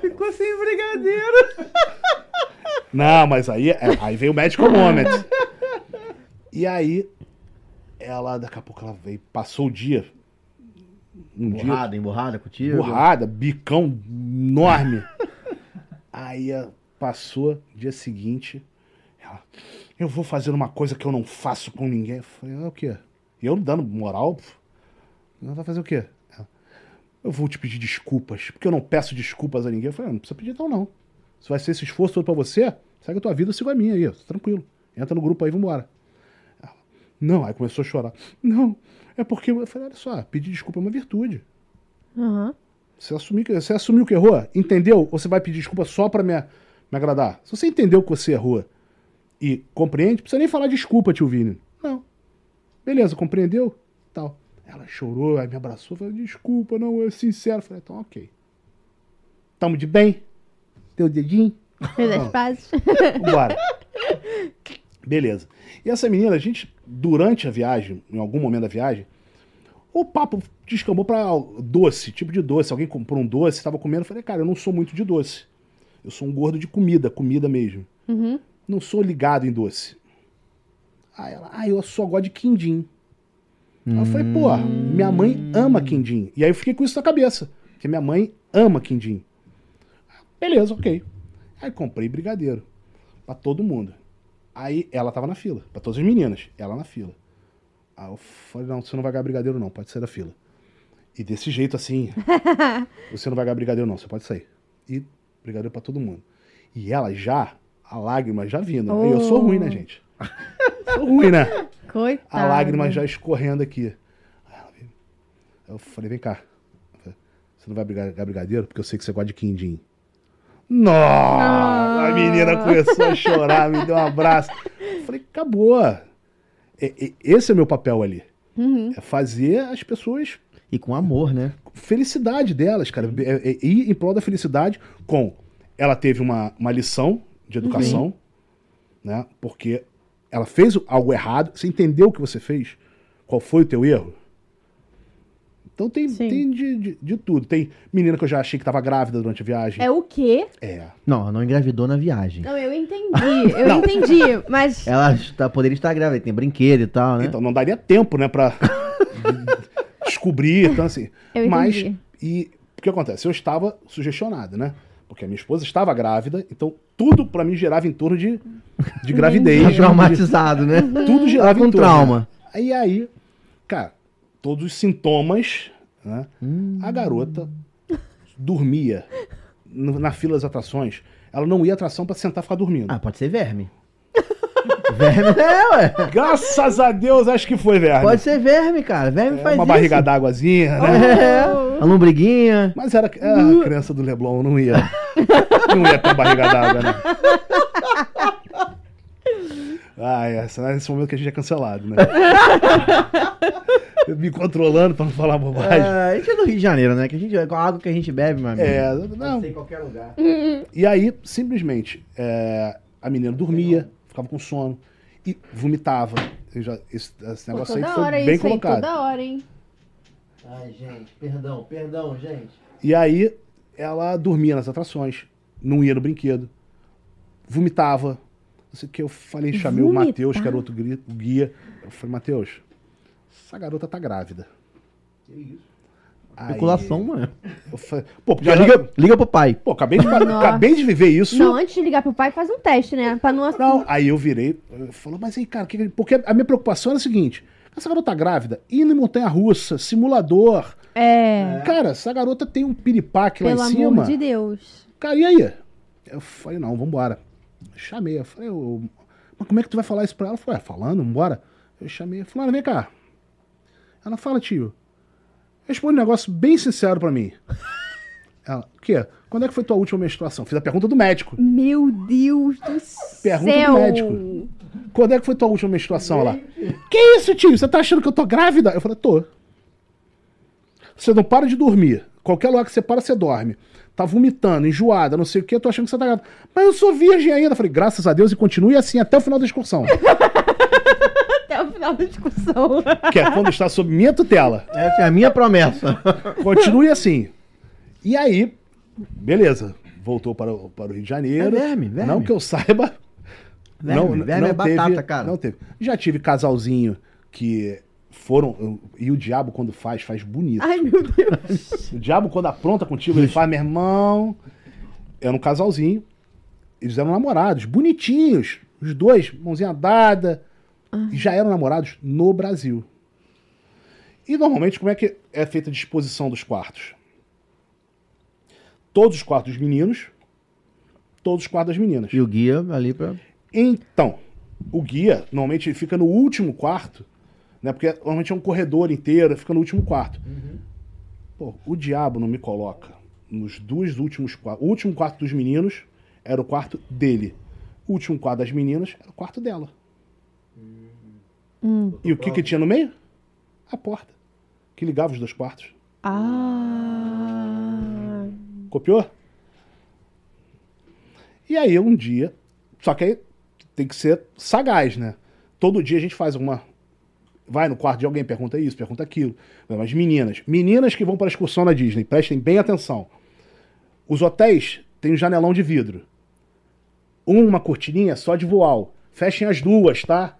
[SPEAKER 2] Ficou sem brigadeiro.
[SPEAKER 3] Não, mas aí, é, aí veio o medical moment. E aí, ela, daqui a pouco, ela veio, passou o dia. Um dia
[SPEAKER 2] Borrada, emborrada contigo?
[SPEAKER 3] Burrada, bicão enorme. Aí eh, passou, dia seguinte, ela, eu vou fazer uma coisa que eu não faço com ninguém. Eu falei, ah, o quê? E eu dando moral, pô. ela vai fazer o quê? Ela, eu vou te pedir desculpas, porque eu não peço desculpas a ninguém. Eu falei, "Ah, não precisa pedir então não. Se vai ser esse esforço todo pra você, segue a tua vida, eu sigo a minha aí, ó, tranquilo. Entra no grupo aí, vambora. Ela, Não, aí começou a chorar. Não, é porque eu falei, olha só, pedir desculpa é uma virtude.
[SPEAKER 1] Aham.
[SPEAKER 3] Você, assumir, que- você assumiu que errou? Entendeu? Ou você vai pedir desculpa só pra me, me agradar? Se você entendeu que você errou e compreende, não precisa nem falar desculpa, tio Vini. Não. Beleza, compreendeu? Tal. Ela chorou, aí me abraçou, falou, desculpa, não, é sincero. Eu Falei, então ok. Tamo de bem? Teu dedinho?
[SPEAKER 1] Fez
[SPEAKER 3] Ah.
[SPEAKER 1] as pazes.
[SPEAKER 3] Vambora. Beleza. E essa menina, a gente, durante a viagem, em algum momento da viagem, o papo descambou pra doce, tipo de doce. Alguém comprou um doce, tava comendo. Eu falei, cara, eu não sou muito de doce. Eu sou um gordo de comida, comida mesmo.
[SPEAKER 1] Uhum.
[SPEAKER 3] Não sou ligado em doce. Aí ela, ah, eu só gosto de quindim.
[SPEAKER 2] Hum.
[SPEAKER 3] Aí eu falei, pô, minha mãe ama quindim. E aí eu fiquei com isso na cabeça, que minha mãe ama quindim. Beleza, ok. Aí comprei brigadeiro pra todo mundo. Aí ela tava na fila, pra todas as meninas, ela na fila. Aí eu falei, não, você não vai ganhar brigadeiro não, pode sair da fila. E desse jeito assim, você não vai ganhar brigadeiro não, você pode sair. E brigadeiro pra todo mundo. E ela já, a lágrima já vindo. E eu sou ruim, né, gente? sou ruim, né?
[SPEAKER 1] Coitado.
[SPEAKER 3] a lágrima já escorrendo aqui. Aí ela veio. Eu falei, vem cá. Eu falei, Você não vai brigar ganhar brigadeiro? Porque eu sei que você gosta de quindim. Nossa! A menina começou a chorar, me deu um abraço. Eu falei, acabou. É- é- Esse é o meu papel ali.
[SPEAKER 1] Uhum.
[SPEAKER 3] É fazer as pessoas
[SPEAKER 2] E com amor, né?
[SPEAKER 3] felicidade delas, cara.
[SPEAKER 1] Uhum.
[SPEAKER 3] É- é- Ir em prol da felicidade com ela teve uma, uma lição de
[SPEAKER 1] Uhum.
[SPEAKER 3] educação, né? Porque ela fez algo errado. Você entendeu o que você fez? Qual foi o teu erro? Então tem,
[SPEAKER 1] Sim.
[SPEAKER 3] tem de, de, de tudo. Tem menina que eu já achei que tava grávida durante a viagem.
[SPEAKER 1] É o quê?
[SPEAKER 3] É.
[SPEAKER 2] Não, ela não engravidou na viagem.
[SPEAKER 1] Não, eu entendi. Eu entendi, mas.
[SPEAKER 3] É
[SPEAKER 2] Ela está, poderia estar grávida, tem brinquedo e tal, né?
[SPEAKER 3] Então não daria tempo, né, pra descobrir, então assim.
[SPEAKER 1] Eu
[SPEAKER 3] Mas
[SPEAKER 1] entendi.
[SPEAKER 3] e o que acontece? Eu estava sugestionado, né? Porque a minha esposa estava grávida, então tudo pra mim girava em torno de,
[SPEAKER 1] Uhum.
[SPEAKER 3] de gravidez.
[SPEAKER 2] tá
[SPEAKER 3] de-
[SPEAKER 2] traumatizado, né?
[SPEAKER 3] Tudo
[SPEAKER 2] Ela
[SPEAKER 3] girava em
[SPEAKER 2] com
[SPEAKER 3] torno.
[SPEAKER 2] trauma.
[SPEAKER 3] E aí, cara, todos os sintomas, né?
[SPEAKER 2] Hum.
[SPEAKER 3] A garota dormia no- na fila das atrações. Ela não ia à atração pra sentar e ficar dormindo.
[SPEAKER 2] Ah, pode ser verme. verme é, ué.
[SPEAKER 3] Graças a Deus, acho que foi, velho.
[SPEAKER 2] Pode ser verme, cara. Verme
[SPEAKER 3] É,
[SPEAKER 2] faz
[SPEAKER 3] uma
[SPEAKER 2] isso.
[SPEAKER 3] barriga d'águazinha, né?
[SPEAKER 2] É, a lombriguinha.
[SPEAKER 3] Mas era era a criança do Leblon, não ia. Não ia ter barriga d'água, né? Ah, essa, nesse momento que a gente é cancelado, né? Eu me controlando pra não falar bobagem.
[SPEAKER 2] É, a gente é do Rio de Janeiro, né? Que a gente é com a água que a gente bebe, meu amigo.
[SPEAKER 3] É,
[SPEAKER 4] Pode
[SPEAKER 3] não.
[SPEAKER 4] ser em qualquer lugar.
[SPEAKER 3] E aí, simplesmente, é, a menina dormia, ficava com sono e vomitava. Eu já- esse, esse
[SPEAKER 1] Pô,
[SPEAKER 3] negócio aí
[SPEAKER 1] toda
[SPEAKER 3] foi
[SPEAKER 1] hora
[SPEAKER 3] bem
[SPEAKER 1] isso aí,
[SPEAKER 3] colocado.
[SPEAKER 1] toda hora, hein?
[SPEAKER 2] Ai, gente, perdão, perdão, gente.
[SPEAKER 3] E aí ela dormia nas atrações, não ia no brinquedo, vomitava. Não sei o que eu falei, chamei
[SPEAKER 1] Vomitar?
[SPEAKER 3] o Matheus, que era outro gri- o guia. Eu falei, Matheus, essa garota tá grávida.
[SPEAKER 4] Que isso?
[SPEAKER 3] Aí
[SPEAKER 2] Especulação, mano.
[SPEAKER 3] eu falei, pô, porque
[SPEAKER 2] Já
[SPEAKER 3] ela-
[SPEAKER 2] liga, liga pro pai.
[SPEAKER 3] pô, acabei de, acabei de viver isso.
[SPEAKER 1] Não, é antes de ligar pro pai, faz um teste, né? Pra não.
[SPEAKER 3] Não, aí eu virei, eu falou, mas aí, cara, que que- porque a minha preocupação era a seguinte: essa garota tá grávida, indo em montanha-russa, simulador.
[SPEAKER 1] É.
[SPEAKER 3] Cara, essa garota tem um piripaque
[SPEAKER 1] Pelo
[SPEAKER 3] lá em
[SPEAKER 1] amor
[SPEAKER 3] cima.
[SPEAKER 1] de Deus.
[SPEAKER 3] Cara, e aí? Eu falei, não, vambora. Chamei, eu falei, ô, mas como é que tu vai falar isso pra ela? Ela falou, é, falando, vambora. Eu chamei, falando, vem cá. Ela fala, tio, responde um negócio bem sincero pra mim. Ela, o quê? Quando é que foi tua última menstruação? Fiz a pergunta do médico.
[SPEAKER 1] Meu Deus do céu.
[SPEAKER 3] Pergunta do médico. Quando é que foi tua última menstruação? Ela, que isso, tio? Você tá achando que eu tô grávida? Eu falei, tô. Você não para de dormir. Qualquer lugar que você para, você dorme. Tá vomitando, enjoada, não sei o que, eu tô achando que você tá grávida. Mas eu sou virgem ainda. Eu falei, graças a Deus, e continue assim até o final da excursão.
[SPEAKER 1] Até o final da discussão.
[SPEAKER 3] que é quando está sob minha tutela.
[SPEAKER 2] Essa é a minha promessa.
[SPEAKER 3] Continue assim. E aí, beleza. Voltou para o, para o Rio de Janeiro.
[SPEAKER 2] É verme, verme.
[SPEAKER 3] Não que eu saiba.
[SPEAKER 2] Verme, verme é batata, cara.
[SPEAKER 3] Não teve. Já tive casalzinho que foram. E o diabo, quando faz, faz bonito.
[SPEAKER 1] Ai, meu Deus.
[SPEAKER 3] O diabo, quando apronta contigo, ele fala, meu irmão. Era um casalzinho. Eles eram namorados, bonitinhos. Os dois, mãozinha dada. E já eram namorados no Brasil. E normalmente, como é que é feita a disposição dos quartos? Todos os quartos dos meninos, todos os quartos das meninas.
[SPEAKER 2] E o guia ali pra.
[SPEAKER 3] Então, o guia normalmente ele fica no último quarto, né? Porque normalmente é um corredor inteiro, fica no último quarto. Pô, o diabo não me coloca nos dois últimos quartos. O último quarto dos meninos era o quarto dele. O último quarto das meninas era o quarto dela. E o que, que tinha no meio? A porta. Que ligava os dois quartos.
[SPEAKER 1] Ah.
[SPEAKER 3] Copiou? E aí um dia. Só que aí tem que ser sagaz, né? Todo dia a gente faz alguma. Vai no quarto de alguém, pergunta isso, pergunta aquilo. Mas meninas, meninas que vão para excursão na Disney, prestem bem atenção. Os hotéis tem um janelão de vidro. Uma cortininha só de voal. Fechem as duas, tá?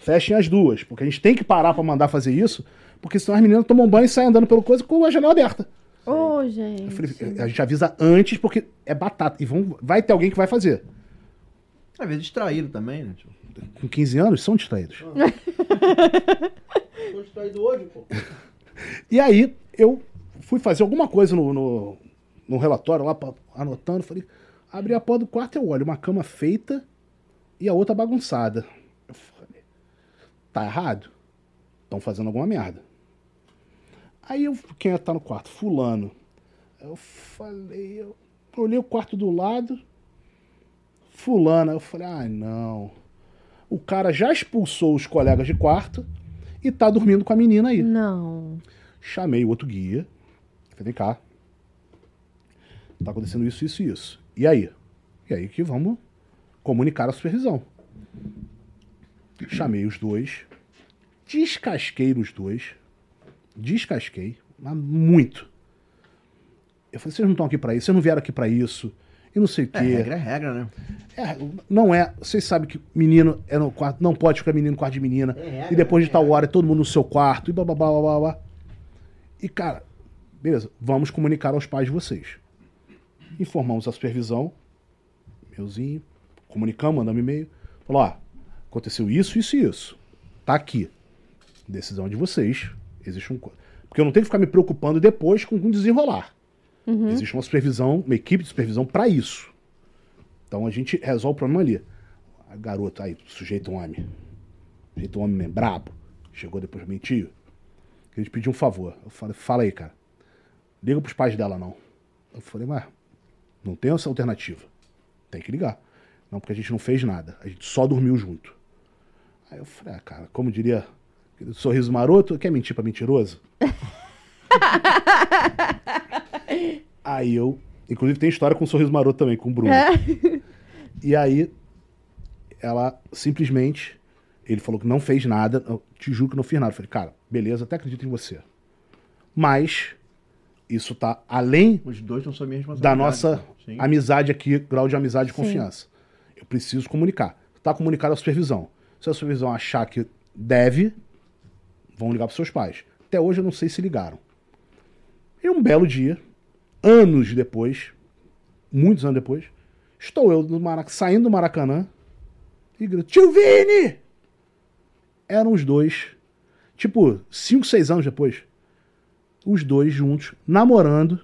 [SPEAKER 3] Fechem as duas, porque a gente tem que parar pra mandar fazer isso, porque senão as meninas tomam banho e saem andando pelo coisa com a janela aberta.
[SPEAKER 1] Ô, gente.
[SPEAKER 3] Eu falei, eh, a gente avisa antes porque é batata. E vão, vai ter alguém que vai fazer.
[SPEAKER 2] Às vezes distraído também, né? Tipo.
[SPEAKER 3] Com 15 anos, são distraídos.
[SPEAKER 2] Tô distraído hoje, pô.
[SPEAKER 3] E aí, eu fui fazer alguma coisa no, no, no relatório lá, pra- anotando. Falei, abri a porta do quarto e eu olho uma cama feita e a outra bagunçada. Eu falei, tá errado? Estão fazendo alguma merda. Aí, eu, quem tá no quarto? Fulano. Eu falei, eu olhei o quarto do lado, fulana. Eu falei, ai não. O cara já expulsou os colegas de quarto e tá dormindo com a menina aí.
[SPEAKER 1] Não.
[SPEAKER 3] Chamei o outro guia. Falei, vem cá. Tá acontecendo isso, isso e isso. E aí? E aí que vamos comunicar a supervisão. Chamei os dois. Descasquei nos dois. Descasquei, mas muito. Eu falei, vocês não estão aqui pra isso, vocês não vieram aqui pra isso. E não sei o quê.
[SPEAKER 2] É, regra é regra, né?
[SPEAKER 3] É, não é. Vocês sabem que menino é no quarto, não pode ficar menino no quarto de menina.
[SPEAKER 2] Tem regra,
[SPEAKER 3] e depois de
[SPEAKER 2] tem
[SPEAKER 3] tal hora, é todo mundo no seu quarto, e blá blá blá blá blá, blá. E cara, beleza, vamos comunicar aos pais de vocês. Informamos a supervisão, meuzinho, comunicamos, mandamos e-mail. Falou: ó, aconteceu isso, isso e isso. Tá aqui. Decisão de vocês. Existe um. co- Porque eu não tenho que ficar me preocupando depois com um desenrolar. Existe uma supervisão, uma equipe de supervisão para isso. Então a gente resolve o problema ali. A garota, aí, sujeito homem. Sujeito um homem mesmo, brabo. Chegou depois, mentiu. A gente pediu um favor. Eu falei, fala aí, cara. Liga pros pais dela, não. Eu falei, mas não tem essa alternativa. Tem que ligar. Não, porque a gente não fez nada. A gente só dormiu junto. Aí eu falei, ah, cara, como diria aquele sorriso maroto, quer mentir pra mentiroso? aí eu. Inclusive tem história com o sorriso maroto também, com o Bruno. E aí, ela simplesmente. Ele falou que não fez nada. Eu te juro que não fiz nada. Eu falei, cara, beleza, até acredito em você. Mas, isso tá além
[SPEAKER 2] Os dois não são minha
[SPEAKER 3] da
[SPEAKER 2] responsabilidade.
[SPEAKER 3] nossa
[SPEAKER 2] pô. Sim.
[SPEAKER 3] amizade aqui, grau de amizade e
[SPEAKER 1] Sim.
[SPEAKER 3] confiança. Eu preciso comunicar. Tá comunicado à supervisão. Se a supervisão achar que deve, vão ligar para seus pais. Até hoje eu não sei se ligaram. E um belo dia, anos depois, muitos anos depois, estou eu do Marac- saindo do Maracanã e grito: Tio Vini! Eram os dois, tipo, 5, 6 anos depois, os dois juntos, namorando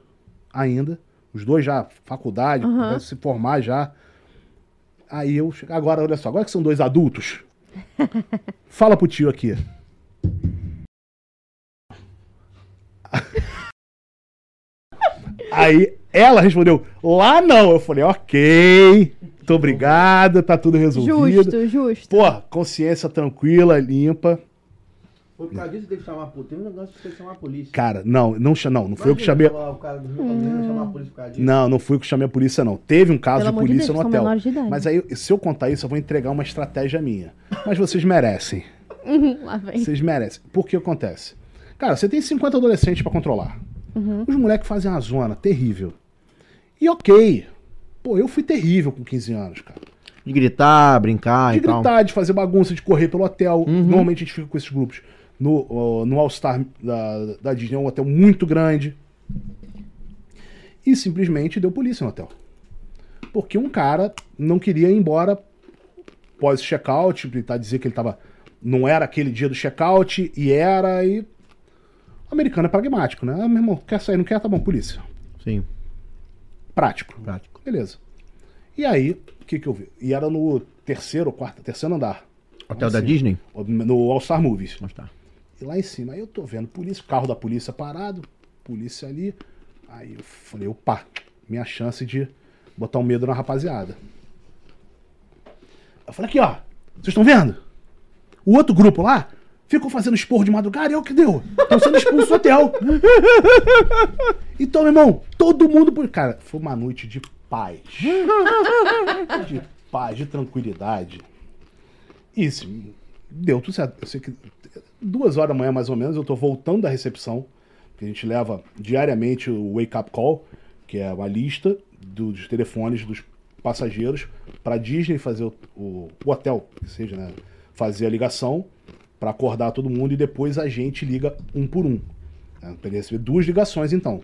[SPEAKER 3] ainda, os dois já faculdade,
[SPEAKER 1] Aham.
[SPEAKER 3] vai se formar já. Aí eu chego, agora, olha só, agora que são dois adultos, fala pro tio aqui. Aí ela respondeu, lá não. Eu falei, ok, muito obrigado, tá tudo resolvido.
[SPEAKER 1] Justo, justo.
[SPEAKER 3] Porra, consciência tranquila, limpa.
[SPEAKER 2] Foi por causa disso que teve que chamar a polícia. Tem um negócio que teve que chamar a polícia.
[SPEAKER 3] Cara, não, não, cha- não, não foi eu que chamei.
[SPEAKER 2] O cara do Rio Palmeiras chamar a polícia por causa disso.
[SPEAKER 3] Não, não fui eu que chamei a polícia, não. Teve um caso
[SPEAKER 1] Pelo
[SPEAKER 3] de
[SPEAKER 1] amor de
[SPEAKER 3] polícia
[SPEAKER 1] Deus,
[SPEAKER 3] no
[SPEAKER 1] são
[SPEAKER 3] hotel.
[SPEAKER 1] menores de idade.
[SPEAKER 3] Mas aí, se eu contar isso, eu vou entregar uma estratégia minha. Mas vocês merecem.
[SPEAKER 1] Uhum, Lá vem.
[SPEAKER 3] Vocês merecem. Por que acontece? Cara, você tem 50 adolescentes pra controlar.
[SPEAKER 1] Uhum.
[SPEAKER 3] Os moleques fazem uma zona terrível. E ok. Pô, eu fui terrível com 15 anos, cara.
[SPEAKER 2] De gritar, brincar
[SPEAKER 3] de
[SPEAKER 2] e tal.
[SPEAKER 3] gritar, de fazer bagunça, de correr pelo hotel. Normalmente a gente fica com esses grupos. No, ó, no All Star da, da Disney é um hotel muito grande. E simplesmente deu polícia no hotel. Porque um cara não queria ir embora pós check-out, ele tá dizer que ele tava. Não era aquele dia do check-out, e era, e. O americano é pragmático, né? Ah, meu irmão, quer sair, não quer? Tá bom, polícia.
[SPEAKER 2] Sim,
[SPEAKER 3] Prático.
[SPEAKER 2] prático.
[SPEAKER 3] Beleza. E aí, o que que eu vi? E era no terceiro, ou quarto, terceiro andar.
[SPEAKER 2] Hotel
[SPEAKER 3] Lá em
[SPEAKER 2] da
[SPEAKER 3] cima.
[SPEAKER 2] Disney?
[SPEAKER 3] No All Star Movies.
[SPEAKER 2] Vamos tá.
[SPEAKER 3] E lá em cima, aí eu tô vendo polícia, carro da polícia parado, polícia ali. Aí eu falei, opa, minha chance de botar um medo na rapaziada. Eu falei aqui, ó, vocês estão vendo? O outro grupo lá ficou fazendo esporro de madrugada e é o que deu. Estão sendo expulsos do hotel. Então, meu irmão, todo mundo por. Cara, foi uma noite de paz. De paz, de tranquilidade. Isso, deu tudo certo. Eu sei que duas horas da manhã, mais ou menos, eu tô voltando da recepção, que a gente leva diariamente o Wake Up Call, que é uma lista do- dos telefones dos passageiros para Disney fazer o, o- o hotel, que seja, né? Fazer a ligação para acordar todo mundo e depois a gente liga um por um. Né? Pra ele receber duas ligações, então.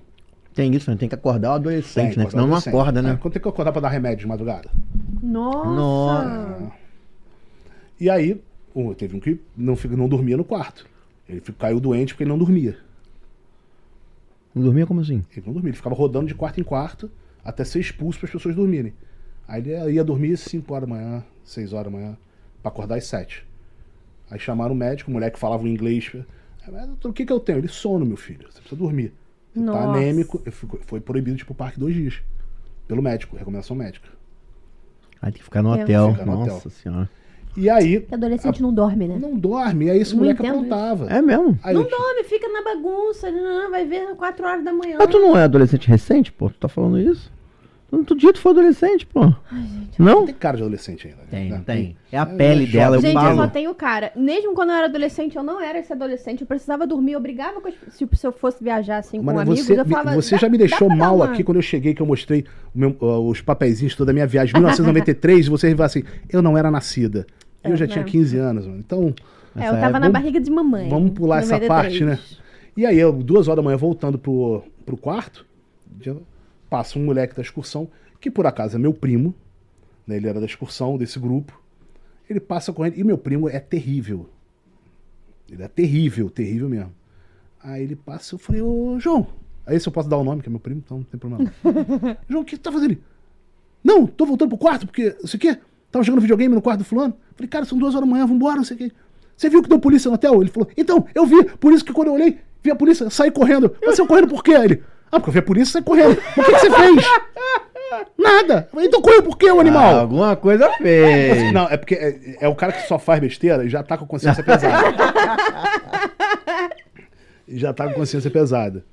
[SPEAKER 2] Tem isso, né? Tem que acordar o adolescente,
[SPEAKER 3] Tem,
[SPEAKER 2] né? Senão não
[SPEAKER 3] adolescente.
[SPEAKER 2] acorda,
[SPEAKER 3] É,
[SPEAKER 2] né?
[SPEAKER 3] quando tem que acordar para dar remédio de madrugada?
[SPEAKER 1] Nossa!
[SPEAKER 3] E aí, um- teve um que não, fi- não dormia no quarto. Ele fi- caiu doente porque ele não dormia.
[SPEAKER 2] Não dormia como assim?
[SPEAKER 3] Ele não dormia, ele ficava rodando de quarto em quarto até ser expulso para as pessoas dormirem. Aí ele ia dormir às 5 horas da manhã, 6 horas da manhã, para acordar às 7. Aí chamaram o médico, o moleque falava um inglês. "Ah, mas doutor, O que, que eu tenho? Ele sono, meu filho. Você precisa dormir. Você
[SPEAKER 1] Nossa.
[SPEAKER 3] tá anêmico. Eu fico- Foi proibido de ir pro parque dois dias. Pelo médico, recomendação médica.
[SPEAKER 2] Aí tem que ficar no
[SPEAKER 1] Eu-
[SPEAKER 2] hotel.
[SPEAKER 3] Fica no
[SPEAKER 2] Nossa
[SPEAKER 3] hotel.
[SPEAKER 2] senhora.
[SPEAKER 3] E aí,
[SPEAKER 5] Porque adolescente não dorme, né?
[SPEAKER 3] não dorme. E aí esse
[SPEAKER 5] Não
[SPEAKER 3] moleque
[SPEAKER 5] entendo
[SPEAKER 3] aprontava.
[SPEAKER 2] É mesmo?
[SPEAKER 3] Aí eu-
[SPEAKER 1] Não dorme, fica na bagunça, não, vai ver 4 horas da manhã.
[SPEAKER 2] Mas tu não é adolescente recente, pô? Tu tá falando isso? Tu- Outro dia tu foi adolescente, pô. Não?
[SPEAKER 3] Tem cara de adolescente ainda. né?
[SPEAKER 2] É Ah, a
[SPEAKER 3] É,
[SPEAKER 2] pele
[SPEAKER 3] jovem.
[SPEAKER 2] dela, eu
[SPEAKER 1] Gente, eu
[SPEAKER 2] falo.
[SPEAKER 1] só tenho cara. Mesmo quando eu era adolescente, eu não era esse adolescente. Eu precisava dormir, eu brigava com as... Tipo, se eu fosse viajar assim com
[SPEAKER 3] Mano,
[SPEAKER 1] amigos,
[SPEAKER 3] você,
[SPEAKER 1] eu
[SPEAKER 3] me-
[SPEAKER 1] falava.
[SPEAKER 3] você
[SPEAKER 1] "Dá-
[SPEAKER 3] já me
[SPEAKER 1] dá
[SPEAKER 3] deixou
[SPEAKER 1] pra dar
[SPEAKER 3] mal
[SPEAKER 1] uma".
[SPEAKER 3] aqui quando eu cheguei, que eu mostrei o meu- ó, os papeizinhos toda a minha viagem, 1993, e você vai assim, eu não era nascida. Eu
[SPEAKER 1] É,
[SPEAKER 3] já
[SPEAKER 1] né?
[SPEAKER 3] tinha 15 anos, mano. Então,
[SPEAKER 1] É,
[SPEAKER 2] Essa
[SPEAKER 1] eu tava na
[SPEAKER 2] vamos-
[SPEAKER 1] barriga de mamãe.
[SPEAKER 3] vamos pular essa
[SPEAKER 1] 93.
[SPEAKER 3] parte, né? E aí, eu, duas horas da manhã, voltando pro, pro quarto, já passa um moleque da excursão, que por acaso é meu primo, né? Ele era da excursão, desse grupo. Ele passa correndo, e meu primo é terrível. Ele é terrível, terrível mesmo. Aí ele passa, eu falei, ô João, aí se eu posso dar o nome, que é meu primo, então não tem problema. não. João, o que tu tá fazendo ali? Não, tô voltando pro quarto, porque não sei o quê. Tava jogando videogame no quarto do fulano. Falei, cara, são duas horas da manhã, vambora, não sei o quê. Você viu que deu polícia no hotel? Ele falou, então, eu vi, por isso que quando eu olhei, vi a polícia, eu saí correndo. Mas saiu correndo por quê? Ele, ah, porque eu vi a polícia, saí correndo. Mas o que, que você fez? Nada. Eu falei, então correu por quê, o
[SPEAKER 2] Ah,
[SPEAKER 3] animal?
[SPEAKER 2] alguma coisa fez.
[SPEAKER 3] Não, é porque é, é o cara que só faz besteira e já tá com a consciência pesada. E já tá com a consciência pesada.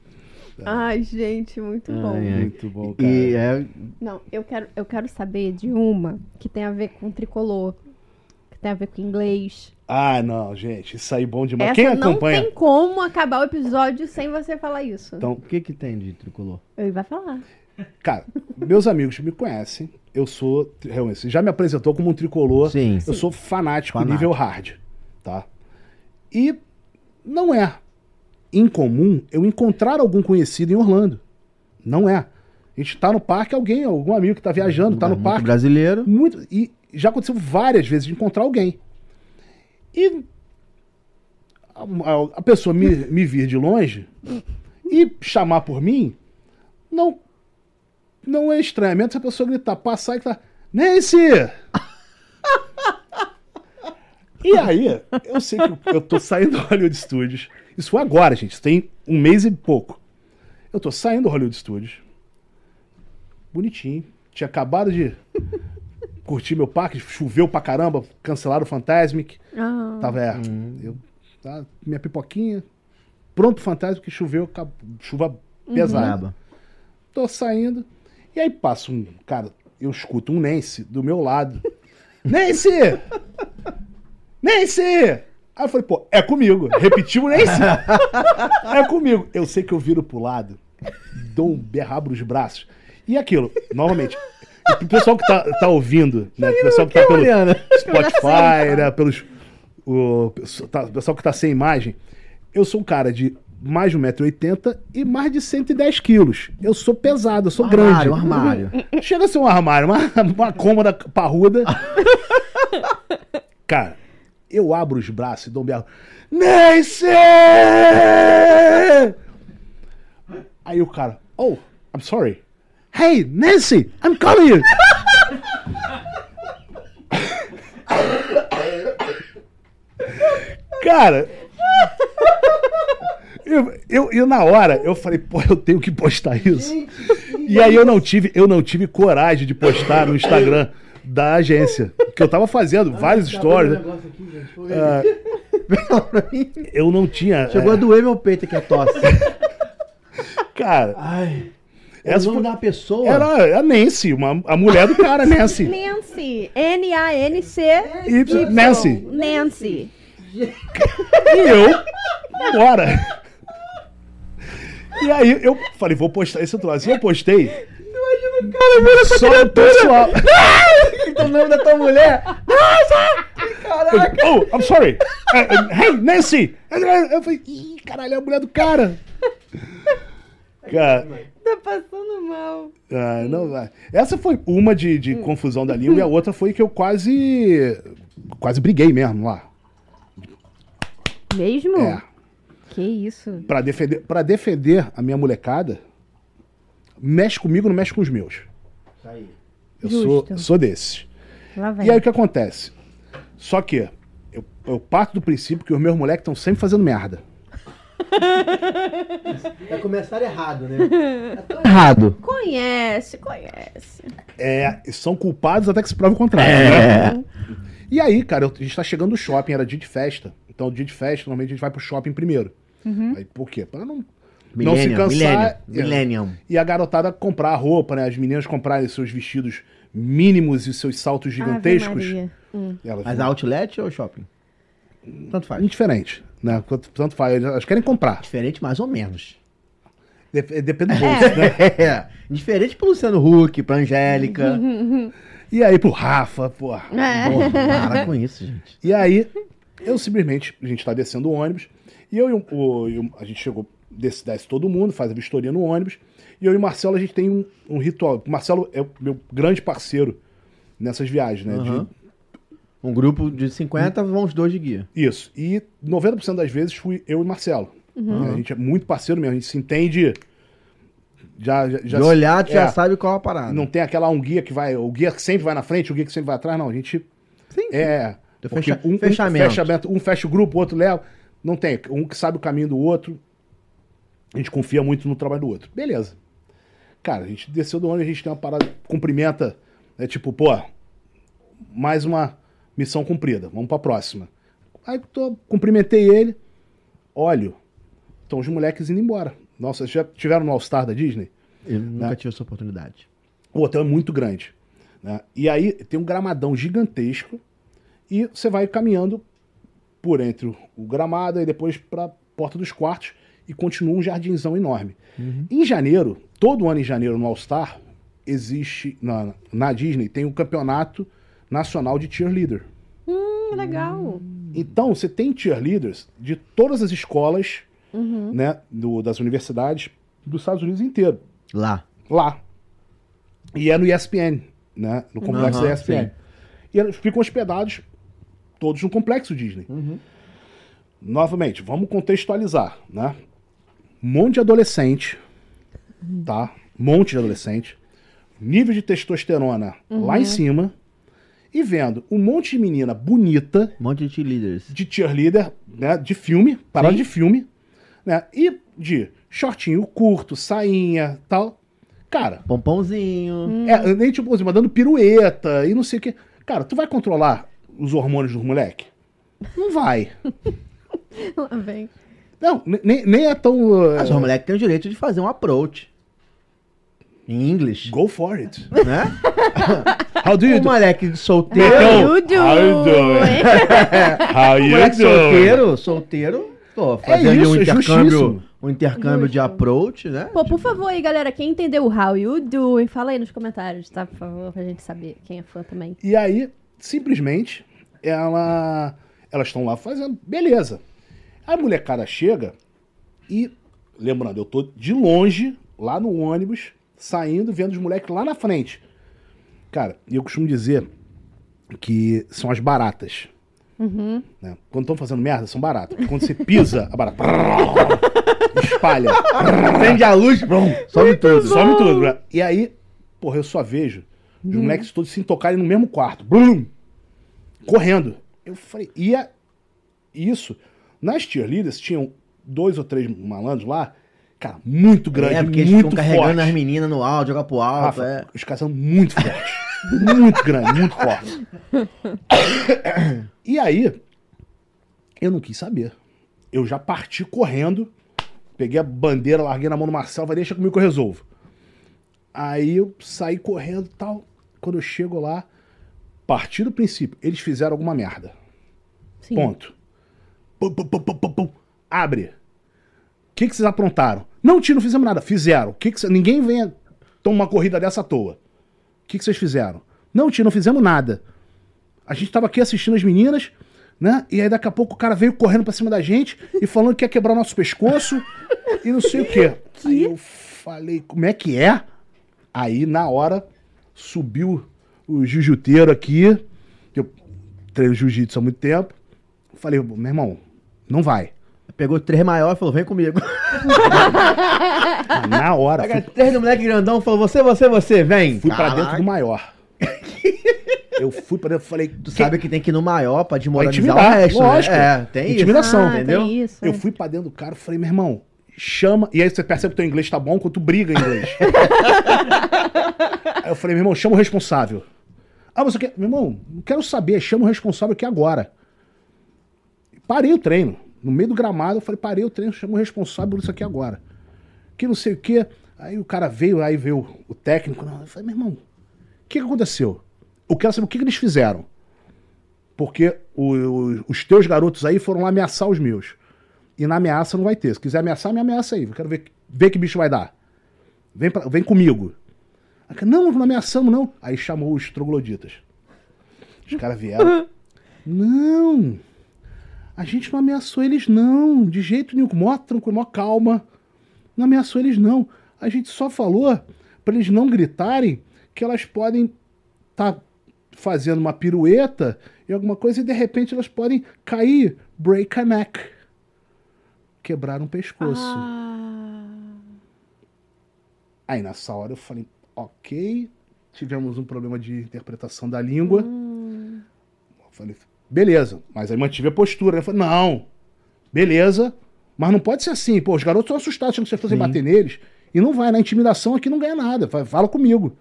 [SPEAKER 1] Ai, gente, muito bom.
[SPEAKER 2] Ai, ai.
[SPEAKER 3] Muito bom, cara.
[SPEAKER 2] É. E é...
[SPEAKER 1] Não, eu quero, eu quero saber de uma que tem a ver com tricolor, que tem a ver com inglês.
[SPEAKER 3] Ah, não, gente, isso aí é bom demais.
[SPEAKER 1] Essa
[SPEAKER 3] Quem
[SPEAKER 1] não
[SPEAKER 3] acompanha?
[SPEAKER 1] tem como acabar o episódio sem você falar isso.
[SPEAKER 3] Então,
[SPEAKER 2] O que que tem de tricolor?
[SPEAKER 1] Ele vai falar.
[SPEAKER 3] Cara, meus amigos me conhecem. Eu sou, tri- realmente, você já me apresentou como um tricolor.
[SPEAKER 2] Sim.
[SPEAKER 3] Eu sou fanático,
[SPEAKER 2] Fanático.
[SPEAKER 3] nível hard, tá? E não é incomum eu encontrar algum conhecido em Orlando. Não é. A gente tá no parque, alguém, algum amigo que tá viajando, tá no
[SPEAKER 2] é Muito
[SPEAKER 3] parque.
[SPEAKER 2] brasileiro.
[SPEAKER 3] Muito, e já aconteceu várias vezes de encontrar alguém. E a, a- a pessoa me, me vir de longe e chamar por mim, não não é estranhamento se a pessoa gritar, passar e gritar, Nancy! e aí, eu sei que eu tô saindo do Hollywood Studios. Isso foi agora, gente. isso Tem um mês e pouco. Eu tô saindo do Hollywood Studios. Bonitinho. Tinha acabado de curti meu parque, choveu pra caramba, cancelaram o Fantasmic.
[SPEAKER 1] Ah,
[SPEAKER 3] Tava, é, eu, tá, minha pipoquinha, pronto pro Fantasmic, choveu, acab- chuva pesada.
[SPEAKER 2] Braba.
[SPEAKER 3] Tô saindo, e aí passa um, cara, eu escuto um Nancy do meu lado. Nancy! Nancy! Aí eu falei, pô, é comigo. Repetiu o Nancy. é comigo. Eu sei que eu viro pro lado, dou um berrabro os braços. E aquilo, novamente, o pessoal que tá, tá ouvindo, né? O pessoal que tá pelo,
[SPEAKER 2] Mariana.
[SPEAKER 3] Spotify, né? Pelos, o pessoal tá- pessoal que tá sem imagem. Eu sou um cara de mais de 1,80m e mais de 110 quilos. Eu sou pesado, eu sou grande.
[SPEAKER 2] Armário, armário.
[SPEAKER 3] Chega a ser um armário, uma, uma cômoda parruda. Cara, eu abro os braços e dou um berro. Nancy! Aí o cara, oh, I'm sorry. Hey, Nancy, I'm calling you. Cara, eu, eu, eu na hora, eu falei, pô, eu tenho que postar isso. E aí eu não tive, eu não tive coragem de postar no Instagram da agência. Que eu tava fazendo várias
[SPEAKER 2] Tá
[SPEAKER 3] histórias.
[SPEAKER 2] um
[SPEAKER 3] Ah, eu não tinha.
[SPEAKER 2] Chegou
[SPEAKER 3] é,
[SPEAKER 2] a doer meu peito aqui a tosse.
[SPEAKER 3] cara,
[SPEAKER 2] Ai.
[SPEAKER 3] Essa
[SPEAKER 2] o nome
[SPEAKER 3] foi-
[SPEAKER 2] da pessoa.
[SPEAKER 3] era a Nancy, uma, a mulher do cara, Nancy.
[SPEAKER 1] Nancy. N-A-N-C.
[SPEAKER 3] Y, Nancy.
[SPEAKER 1] Nancy.
[SPEAKER 3] E eu, bora. E aí eu falei, vou postar esse troço. E eu postei.
[SPEAKER 2] Imagina
[SPEAKER 3] Só o pessoal.
[SPEAKER 2] o nome da tua mulher?
[SPEAKER 3] Oh, I'm sorry. Eh, eh, hey, Nancy! Eu falei, ih, caralho, é a mulher do cara. Cara,
[SPEAKER 1] Tá passando mal.
[SPEAKER 3] ah, não vai. Essa foi uma de, de confusão da língua e a outra foi que eu quase. Quase briguei mesmo lá.
[SPEAKER 1] Mesmo?
[SPEAKER 3] É.
[SPEAKER 1] Que isso?
[SPEAKER 3] Pra defender, pra defender a minha molecada, mexe comigo, não mexe com os meus.
[SPEAKER 4] Tá aí.
[SPEAKER 3] Eu
[SPEAKER 1] Justo. É.
[SPEAKER 3] sou, sou desses.
[SPEAKER 1] Lá vai.
[SPEAKER 3] E aí o que acontece? Só que eu, eu parto do princípio que os meus moleques estão sempre fazendo merda.
[SPEAKER 2] Já começaram errado, né? errado.
[SPEAKER 1] Conhece, conhece.
[SPEAKER 3] É, são culpados até que se prove o contrário.
[SPEAKER 2] É.
[SPEAKER 3] né? E aí, cara, eu- a gente tá chegando no shopping, era dia de festa. Então, dia de festa, normalmente a gente vai pro shopping primeiro. Aí, por quê? Pra não. Não se
[SPEAKER 2] Millennium,
[SPEAKER 3] cansar-
[SPEAKER 2] millennium, millennium.
[SPEAKER 3] E a garotada comprar a roupa, né? As meninas comprarem seus vestidos mínimos e seus saltos gigantescos.
[SPEAKER 1] Ave Maria. Hum.
[SPEAKER 3] Elas
[SPEAKER 2] Mas outlet ou shopping? Tanto faz.
[SPEAKER 3] Indiferente, né? Quanto- Tanto faz, elas querem comprar.
[SPEAKER 2] Diferente mais ou menos.
[SPEAKER 3] Dep- Depende do bolso, né?
[SPEAKER 2] É. Diferente pro Luciano Huck, pra Angélica.
[SPEAKER 3] E aí pro Rafa, porra.
[SPEAKER 1] É.
[SPEAKER 2] Porra, para com isso, gente.
[SPEAKER 3] E aí, eu simplesmente, a gente tá descendo o ônibus, e eu e o, o- e o- a gente chegou, desce, desce todo mundo, faz a vistoria no ônibus, e eu e o Marcelo, a gente tem um, um ritual. O Marcelo é o meu grande parceiro nessas viagens, né? de-
[SPEAKER 2] Aham. Um grupo de 50, vão os dois de guia.
[SPEAKER 3] isso. E 90% das vezes fui eu e o Marcelo. A gente é muito parceiro mesmo, a gente se entende. Já, já, já
[SPEAKER 2] de olhar, tu
[SPEAKER 3] é,
[SPEAKER 2] já sabe qual é a parada.
[SPEAKER 3] Não tem aquela um guia que vai, o guia que sempre vai na frente, o guia que sempre vai atrás, não. A gente
[SPEAKER 2] Sim.
[SPEAKER 3] É.
[SPEAKER 2] Do
[SPEAKER 3] porque
[SPEAKER 2] fecha- fechamento.
[SPEAKER 3] Um, fechamento, um fecha o grupo, o outro leva. Não tem. Um que sabe o caminho do outro. A gente confia muito no trabalho do outro. Beleza. Cara, a gente desceu do ônibus, a gente tem uma parada, cumprimenta. É tipo, pô, mais uma missão cumprida, vamos pra próxima. Aí tô, cumprimentei ele, olho, estão os moleques indo embora. Nossa, já tiveram no All-Star da Disney?
[SPEAKER 2] Eu nunca
[SPEAKER 3] Né?
[SPEAKER 2] tive essa oportunidade.
[SPEAKER 3] O hotel é muito grande. né? E aí tem um gramadão gigantesco e você vai caminhando por entre o- o gramado e depois para a porta dos quartos e continua um jardinzão enorme.
[SPEAKER 2] Uhum.
[SPEAKER 3] Em janeiro, todo ano em janeiro no All Star, existe, na, na Disney, tem o campeonato nacional de cheerleader.
[SPEAKER 1] Hum, legal.
[SPEAKER 3] Então, você tem cheerleaders de todas as escolas,
[SPEAKER 1] Uhum.
[SPEAKER 3] né, do- das universidades dos Estados Unidos inteiro
[SPEAKER 2] Lá.
[SPEAKER 3] lá. E é no ESPN, né? No complexo
[SPEAKER 2] Aham,
[SPEAKER 3] da ESPN.
[SPEAKER 2] sim.
[SPEAKER 3] E eles ficam hospedados todos no complexo Disney.
[SPEAKER 2] Uhum. Um
[SPEAKER 3] Novamente, vamos contextualizar, né? Um monte de adolescente, tá? Um monte de adolescente. Nível de testosterona lá em cima. E vendo um monte de menina bonita,
[SPEAKER 2] Um monte de cheerleaders.
[SPEAKER 3] de cheerleader, né? De filme, parada
[SPEAKER 2] Sim.
[SPEAKER 3] de filme, né? E de shortinho curto, sainha, tal. Cara,
[SPEAKER 2] Pompãozinho.
[SPEAKER 3] é, nem tipo assim, mandando pirueta e não sei o quê. Cara, tu vai controlar os hormônios dos moleque? Não vai.
[SPEAKER 1] Lá vem.
[SPEAKER 3] Não, ne- nem, nem é tão. uh,
[SPEAKER 2] Mas o moleque tem o direito de fazer um approach. Em inglês.
[SPEAKER 3] Go for it.
[SPEAKER 2] Né?
[SPEAKER 3] How do you
[SPEAKER 2] O
[SPEAKER 3] do?
[SPEAKER 2] moleque solteiro.
[SPEAKER 3] Não.
[SPEAKER 1] How you do?
[SPEAKER 3] um- How you doing? How
[SPEAKER 2] O moleque solteiro, solteiro, pô, fazendo ali
[SPEAKER 3] isso,
[SPEAKER 2] um
[SPEAKER 3] é
[SPEAKER 2] intercâmbio,
[SPEAKER 3] justíssimo.
[SPEAKER 2] um intercâmbio de
[SPEAKER 1] Justo.
[SPEAKER 2] approach, né?
[SPEAKER 1] Pô, por favor aí, galera, quem entendeu o How You Do, fala aí nos comentários, tá? Por favor, pra gente saber quem é fã também.
[SPEAKER 3] E aí, simplesmente, ela, elas estão lá fazendo. Beleza. Aí a molecada chega e, lembrando, eu tô de longe, lá no ônibus, saindo, vendo os moleques lá na frente. Cara, e eu costumo dizer que são as baratas.
[SPEAKER 1] Uhum.
[SPEAKER 3] Né? Quando estão fazendo merda, são baratas. Quando você pisa, a barata espalha.
[SPEAKER 2] Acende a luz, brum, sobe tudo.
[SPEAKER 3] Some tudo, né? E aí, porra, eu só vejo os moleques todos se tocarem no mesmo quarto. Blum! Correndo. Eu falei, e a- isso? Nas cheerleaders tinham dois ou três malandros lá, cara, muito grande,
[SPEAKER 2] é, porque eles
[SPEAKER 3] muito
[SPEAKER 2] ficam
[SPEAKER 3] forte.
[SPEAKER 2] carregando as meninas no alto, joga pro alto,
[SPEAKER 3] Rafa,
[SPEAKER 2] é.
[SPEAKER 3] os caras são muito fortes. muito grande, muito forte. e aí, eu não quis saber. Eu já parti correndo, peguei a bandeira, larguei na mão do Marcelo, vai deixa comigo que eu resolvo. Aí eu saí correndo e tal. Quando eu chego lá, parti do princípio, eles fizeram alguma merda.
[SPEAKER 1] Sim.
[SPEAKER 3] Ponto. Pum, pum, pum, pum, pum, pum. Abre. O que, que vocês aprontaram? Não, tio, não fizemos nada. Fizeram. O que que cê- Ninguém venha toma uma corrida dessa à toa. O que, que vocês fizeram? Não, tio, não fizemos nada. A gente tava aqui assistindo as meninas, né? E aí daqui a pouco o cara veio correndo pra cima da gente e falando que ia quebrar o nosso pescoço e não sei o quê. Aí eu falei, como é que é? Aí, na hora, subiu o jiu-jiteiro aqui. que Eu treino jiu-jitsu há muito tempo. Falei, meu irmão, não vai.
[SPEAKER 2] Pegou três maior e falou, vem comigo.
[SPEAKER 3] Na hora,
[SPEAKER 2] Pega
[SPEAKER 3] fui,
[SPEAKER 2] três do moleque grandão e falou, você, você, você, vem.
[SPEAKER 3] fui pra
[SPEAKER 2] Caraca.
[SPEAKER 3] dentro do maior. Eu fui pra dentro, falei,
[SPEAKER 2] Tu sabe que tem que ir no maior pra desmoralizar o
[SPEAKER 3] Pra intimidar,
[SPEAKER 2] resto,
[SPEAKER 3] lógico.
[SPEAKER 2] né? É, tem
[SPEAKER 3] Intimidar-
[SPEAKER 2] isso.
[SPEAKER 3] ação,
[SPEAKER 1] ah,
[SPEAKER 2] entendeu?
[SPEAKER 1] Tem isso,
[SPEAKER 3] Eu
[SPEAKER 1] é.
[SPEAKER 3] fui pra dentro do cara e falei, meu irmão, chama. E aí você percebe que teu inglês tá bom quando tu briga em inglês. aí eu falei, meu irmão, chama o responsável. Ah, você quer. Meu irmão, não quero saber, chama o responsável aqui agora. Parei o treino. No meio do gramado, eu falei, parei o treino, chama o responsável por isso aqui agora. Que não sei o quê. Aí o cara veio, aí veio o técnico. né? Eu falei, meu irmão, o que que aconteceu? Eu quero saber o que que eles fizeram. Porque o- o- os teus garotos aí foram lá ameaçar os meus. E na ameaça não vai ter. Se quiser ameaçar, me ameaça aí. Eu quero ver, ver que bicho vai dar. Vem, pra- vem comigo. Aí, cara, Não, não ameaçamos, não. Aí chamou os trogloditas. Os caras vieram. não! A gente não ameaçou eles, não. De jeito nenhum. Com maior tranquilo, maior calma. Não ameaçou eles, não. A gente só falou pra eles não gritarem que elas podem estar fazendo uma pirueta e alguma coisa e de repente elas podem cair, break a neck. Quebrar um pescoço.
[SPEAKER 1] Ah,
[SPEAKER 3] Aí nessa hora eu falei, ok, tivemos um problema de interpretação da língua. Eu falei, beleza, mas aí mantive a postura. né? Eu falei, não, beleza, mas não pode ser assim. Pô, os garotos estão assustados achando que vocês fossem bater neles. E não vai, na intimidação aqui não ganha nada. Fa- Fala comigo.